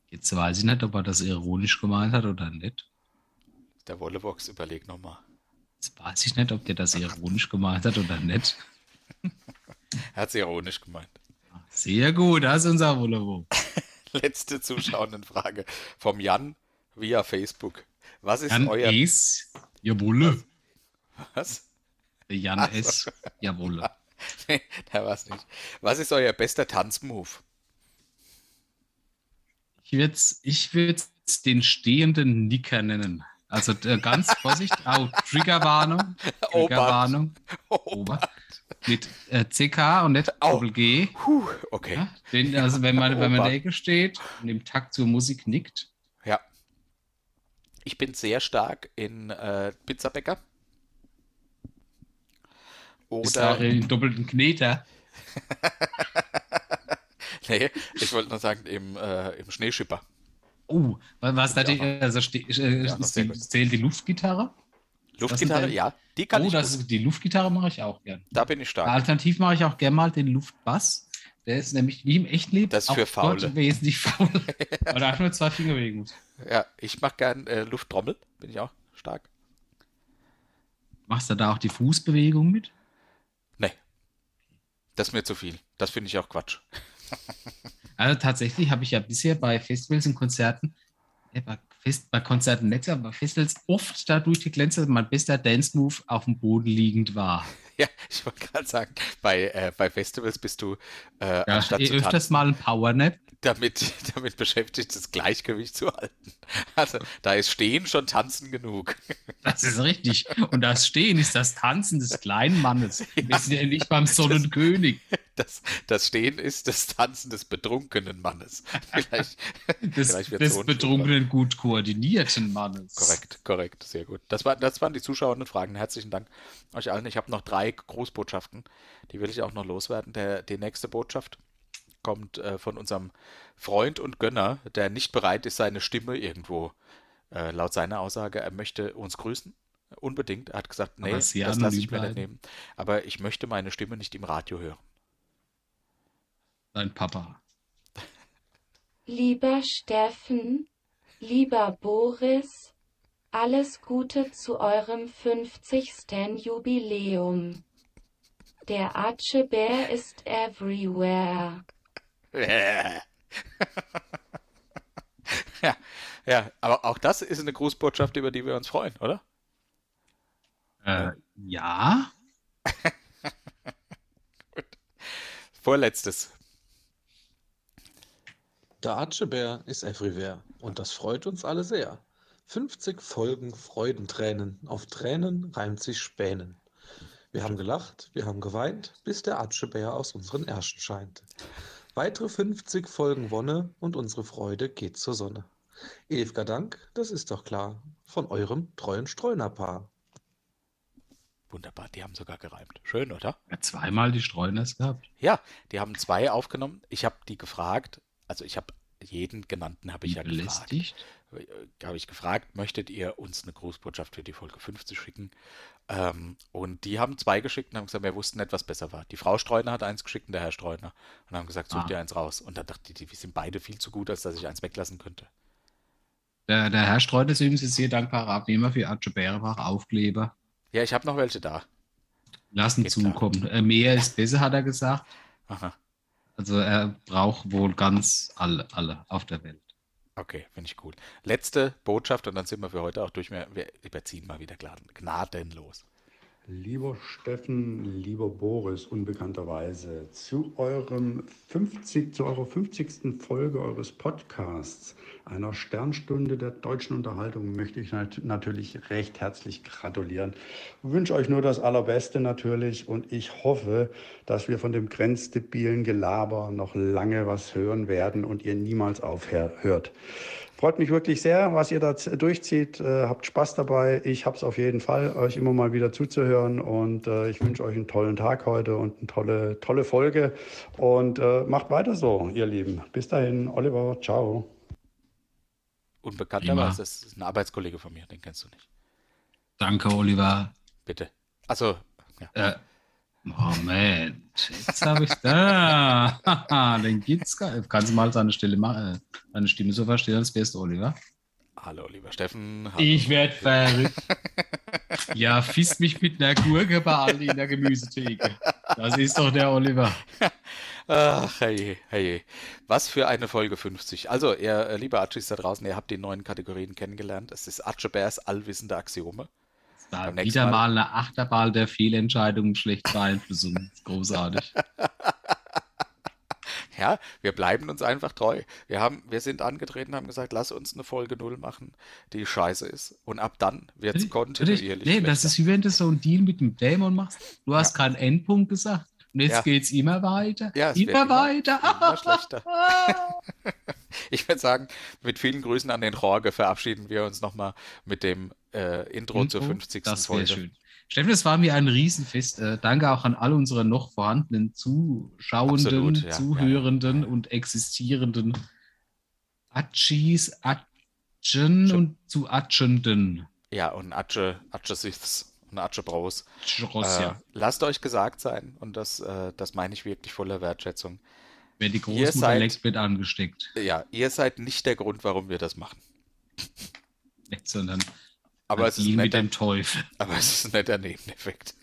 [SPEAKER 1] Jetzt weiß ich nicht, ob er das ironisch gemeint hat oder nicht.
[SPEAKER 2] Der Wollewox, überleg nochmal.
[SPEAKER 1] Jetzt weiß ich nicht, ob der das ironisch gemeint hat oder nicht.
[SPEAKER 2] Er hat es ironisch gemeint.
[SPEAKER 1] Sehr gut, das ist unser Wollewo.
[SPEAKER 2] Letzte Zuschauendenfrage vom Jan via Facebook. Was ist
[SPEAKER 1] Jan E.
[SPEAKER 2] euer.
[SPEAKER 1] S. Jawolle.
[SPEAKER 2] Was?
[SPEAKER 1] Jan
[SPEAKER 2] Ach so.
[SPEAKER 1] S. Jawolle.
[SPEAKER 2] Nee, da war es nicht. Was ist euer bester Tanzmove?
[SPEAKER 1] Ich würde ich würd's den stehenden Nicker nennen. Also äh, ganz Vorsicht, oh, Triggerwarnung, Triggerwarnung, Obacht. mit äh, CK und nicht Doppel G.
[SPEAKER 2] okay.
[SPEAKER 1] Ja, den, also wenn man, wenn man in
[SPEAKER 2] Obacht.
[SPEAKER 1] der Ecke steht und im Takt zur Musik nickt,
[SPEAKER 2] Ja. Ich bin sehr stark in äh, Pizzabäcker.
[SPEAKER 1] ist
[SPEAKER 2] Oder.
[SPEAKER 1] auch in doppelten Kneter.
[SPEAKER 2] Nee, ich wollte nur sagen, im, äh, im Schneeschipper.
[SPEAKER 1] Oh, wa- was
[SPEAKER 2] Ja.
[SPEAKER 1] natürlich, also ste- äh,
[SPEAKER 2] Ja, noch
[SPEAKER 1] ist
[SPEAKER 2] sehr
[SPEAKER 1] die,
[SPEAKER 2] gut.
[SPEAKER 1] zählt die Luftgitarre?
[SPEAKER 2] Luftgitarre,
[SPEAKER 1] Das sind
[SPEAKER 2] ja, die kann
[SPEAKER 1] oh,
[SPEAKER 2] ich
[SPEAKER 1] Das,
[SPEAKER 2] gut.
[SPEAKER 1] die Luftgitarre mache ich auch gern.
[SPEAKER 2] Da bin ich stark.
[SPEAKER 1] Alternativ mache ich auch gern mal den Luftbass. Der ist nämlich wie im echten Leben
[SPEAKER 2] Das ist
[SPEAKER 1] auch
[SPEAKER 2] für Faule.
[SPEAKER 1] Gott wesentlich faul. Weil da hat nur zwei Finger wegen.
[SPEAKER 2] Ja, ich mache gern äh, Lufttrommel, bin ich auch stark.
[SPEAKER 1] Machst du da auch die Fußbewegung mit?
[SPEAKER 2] Das ist mir zu viel. Das finde ich auch Quatsch.
[SPEAKER 1] Also tatsächlich habe ich ja bisher bei Festivals und Konzerten, äh, bei, Fest, bei Konzerten nicht, aber bei Festivals oft dadurch geglänzt, dass mein bester Dance-Move auf dem Boden liegend war.
[SPEAKER 2] Ja, ich wollte gerade sagen, bei, äh, bei Festivals bist du äh,
[SPEAKER 1] Ja,
[SPEAKER 2] anstatt
[SPEAKER 1] eh
[SPEAKER 2] zu
[SPEAKER 1] öfters
[SPEAKER 2] tanzen,
[SPEAKER 1] mal ein Powernap.
[SPEAKER 2] damit, damit beschäftigt, das Gleichgewicht zu halten. Also da ist Stehen schon Tanzen genug.
[SPEAKER 1] Das ist richtig. Und das Stehen ist das Tanzen des kleinen Mannes. Wir sind ja nicht beim Sonnenkönig.
[SPEAKER 2] Das, das Stehen ist das Tanzen des betrunkenen Mannes. Vielleicht,
[SPEAKER 1] Des,
[SPEAKER 2] vielleicht wird's so
[SPEAKER 1] des
[SPEAKER 2] ein Film.
[SPEAKER 1] betrunkenen, gut koordinierten Mannes.
[SPEAKER 2] Korrekt, korrekt, sehr gut. Das, war, das waren die zuschauenden Fragen. Herzlichen Dank euch allen. Ich habe noch drei Großbotschaften, die will ich auch noch loswerden. Der, die nächste Botschaft kommt äh, von unserem Freund und Gönner, der nicht bereit ist, seine Stimme irgendwo, äh, laut seiner Aussage, er möchte uns grüßen. Unbedingt. Er hat gesagt,
[SPEAKER 1] Aber
[SPEAKER 2] nee, das
[SPEAKER 1] sehr
[SPEAKER 2] lasse ich mir
[SPEAKER 1] anonym
[SPEAKER 2] nicht nehmen. Aber ich möchte meine Stimme nicht im Radio hören.
[SPEAKER 1] Dein Papa.
[SPEAKER 5] Lieber Steffen, lieber Boris, alles Gute zu eurem 50. Jubiläum. Der Archebär ist everywhere.
[SPEAKER 2] Ja, ja, aber auch das ist eine Grußbotschaft, über die wir uns freuen, oder?
[SPEAKER 1] Äh, ja.
[SPEAKER 2] Vorletztes.
[SPEAKER 20] Der Atschebär ist everywhere und das freut uns alle sehr. 50 Folgen Freudentränen. Auf Tränen reimt sich Spänen. Wir haben gelacht, wir haben geweint, bis der Atschebär aus unseren Ärschen scheint. Weitere 50 Folgen Wonne und unsere Freude geht zur Sonne. Elfger Dank, das ist doch klar, von eurem treuen Streunerpaar.
[SPEAKER 2] Wunderbar, die haben sogar gereimt. Schön, oder?
[SPEAKER 1] Ja, zweimal die Streuners gehabt.
[SPEAKER 2] Ja, die haben zwei aufgenommen. Ich habe die gefragt, also ich habe jeden genannten habe ich ja
[SPEAKER 1] belästigt?
[SPEAKER 2] gefragt. Äh, Habe ich gefragt, möchtet ihr uns eine Grußbotschaft für die Folge 50 schicken? Ähm, und die haben zwei geschickt und haben gesagt, wir wussten nicht, was besser war. Die Frau Streuner hat eins geschickt und der Herr Streuner. Und haben gesagt, such
[SPEAKER 1] Ah.
[SPEAKER 2] dir eins raus. Und da dachte ich, wir sind beide viel zu gut, als dass ich eins weglassen könnte.
[SPEAKER 1] Der, der Herr Streuner ist übrigens jetzt hier dankbarer Abnehmer für Arche Bärebach, Aufkleber.
[SPEAKER 2] Ja, ich habe noch welche da.
[SPEAKER 1] Lassen zukommen. Äh, mehr ist besser, hat er gesagt. Also er braucht wohl ganz alle, alle auf der Welt.
[SPEAKER 2] Okay, finde ich cool. Letzte Botschaft und dann sind wir für heute auch durch. Wir, wir überziehen mal wieder gladen- gnadenlos.
[SPEAKER 6] Lieber Steffen, lieber Boris, unbekannterweise, zu eurem 50, zu eurer 50. Folge eures Podcasts, einer Sternstunde der deutschen Unterhaltung, möchte ich nat natürlich recht herzlich gratulieren. Wünsche euch nur das Allerbeste natürlich und ich hoffe, dass wir von dem grenzdebilen Gelaber noch lange was hören werden und ihr niemals aufhört. Freut mich wirklich sehr, was ihr da z- durchzieht. Äh, habt Spaß dabei. Ich hab's auf jeden Fall, euch immer mal wieder zuzuhören. Und äh, ich wünsche euch einen tollen Tag heute und eine tolle, tolle Folge. Und äh, macht weiter so, ihr Lieben. Bis dahin, Oliver, ciao.
[SPEAKER 2] Unbekannterweise, das ist ein Arbeitskollege von mir, den kennst du nicht.
[SPEAKER 1] Danke, Oliver.
[SPEAKER 2] Bitte. Also, ja.
[SPEAKER 1] Äh, Moment, jetzt habe ich da. Haha, Den gibt's gar nicht. Kannst du mal seine, Stelle ma- äh, seine Stimme so verstehen, als wärst du Oliver?
[SPEAKER 2] hallo lieber Steffen. Hallo.
[SPEAKER 1] Ich werde verrückt. ja, fisst mich mit einer Gurke bei allen in der Gemüsetheke. Das ist doch der Oliver.
[SPEAKER 2] Ach, hey, hey. Was für eine Folge 50. Also, ihr äh, liebe Archis da draußen, ihr habt die neuen Kategorien kennengelernt. Es ist Archie Bears allwissende Axiome. Beim nächsten
[SPEAKER 1] Wieder mal eine Achterbahn der Fehlentscheidungen, schlecht Beeinflussung. Großartig.
[SPEAKER 2] Ja, Ja, wir bleiben uns einfach treu. Wir, haben, wir sind angetreten, haben gesagt, lass uns eine Folge null machen, die scheiße ist. Und ab dann wird es kontinuierlich.
[SPEAKER 1] Nee, das ist wie wenn du so einen Deal mit dem Dämon machst. Du hast keinen Endpunkt gesagt. Und jetzt
[SPEAKER 2] Ja.
[SPEAKER 1] geht's immer weiter.
[SPEAKER 2] Ja, es wird
[SPEAKER 1] immer
[SPEAKER 2] immer-
[SPEAKER 1] weiter.
[SPEAKER 2] immer schlechter. Ich würde sagen, mit vielen Grüßen an den Jorge verabschieden wir uns nochmal mit dem äh, Intro zur 50.
[SPEAKER 1] Mhm, Das wäre
[SPEAKER 2] Folge.
[SPEAKER 1] schön. Steffen, das war mir ein Riesenfest. Äh, danke auch an alle unsere noch vorhandenen Zuschauenden,
[SPEAKER 2] Absolut, ja,
[SPEAKER 1] Zuhörenden und existierenden Atschis, Atschen und zu Atschenden.
[SPEAKER 2] Ja, und Atsche, Atsche Siths und Atsche Bros.
[SPEAKER 1] Bros,
[SPEAKER 2] äh,
[SPEAKER 1] ja.
[SPEAKER 2] Lasst euch gesagt sein, und das, äh, das meine ich wirklich voller Wertschätzung.
[SPEAKER 1] Wer die
[SPEAKER 2] Ihr
[SPEAKER 1] Großmutter
[SPEAKER 2] seid,
[SPEAKER 1] leckt, wird angesteckt.
[SPEAKER 2] ja, ihr seid nicht der Grund, warum wir das machen.
[SPEAKER 1] Sondern
[SPEAKER 2] aber
[SPEAKER 1] ein
[SPEAKER 2] es ist
[SPEAKER 1] Deal
[SPEAKER 2] ein
[SPEAKER 1] mit
[SPEAKER 2] netter-
[SPEAKER 1] dem Teufel.
[SPEAKER 2] Aber es ist ein netter Nebeneffekt,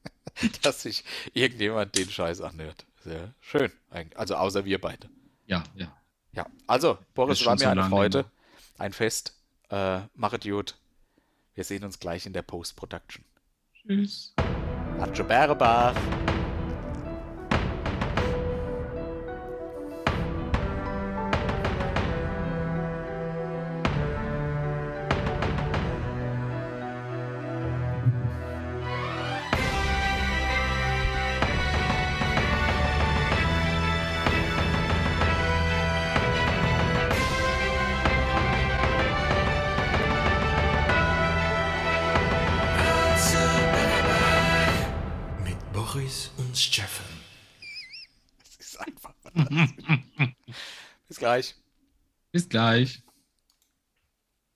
[SPEAKER 2] dass sich irgendjemand den Scheiß anhört. Sehr schön. eigentlich. Also außer wir beide.
[SPEAKER 1] Ja, ja.
[SPEAKER 2] Ja, also, Boris,
[SPEAKER 1] Ist schon
[SPEAKER 2] war mir
[SPEAKER 1] so
[SPEAKER 2] eine
[SPEAKER 1] lange
[SPEAKER 2] Freude, ein Fest. Äh, machet gut. Wir sehen uns gleich in der Post-Production.
[SPEAKER 1] Tschüss.
[SPEAKER 2] Atsche Bärbach.
[SPEAKER 8] Mit Boris und Steffen.
[SPEAKER 2] Bis gleich.
[SPEAKER 1] Bis gleich.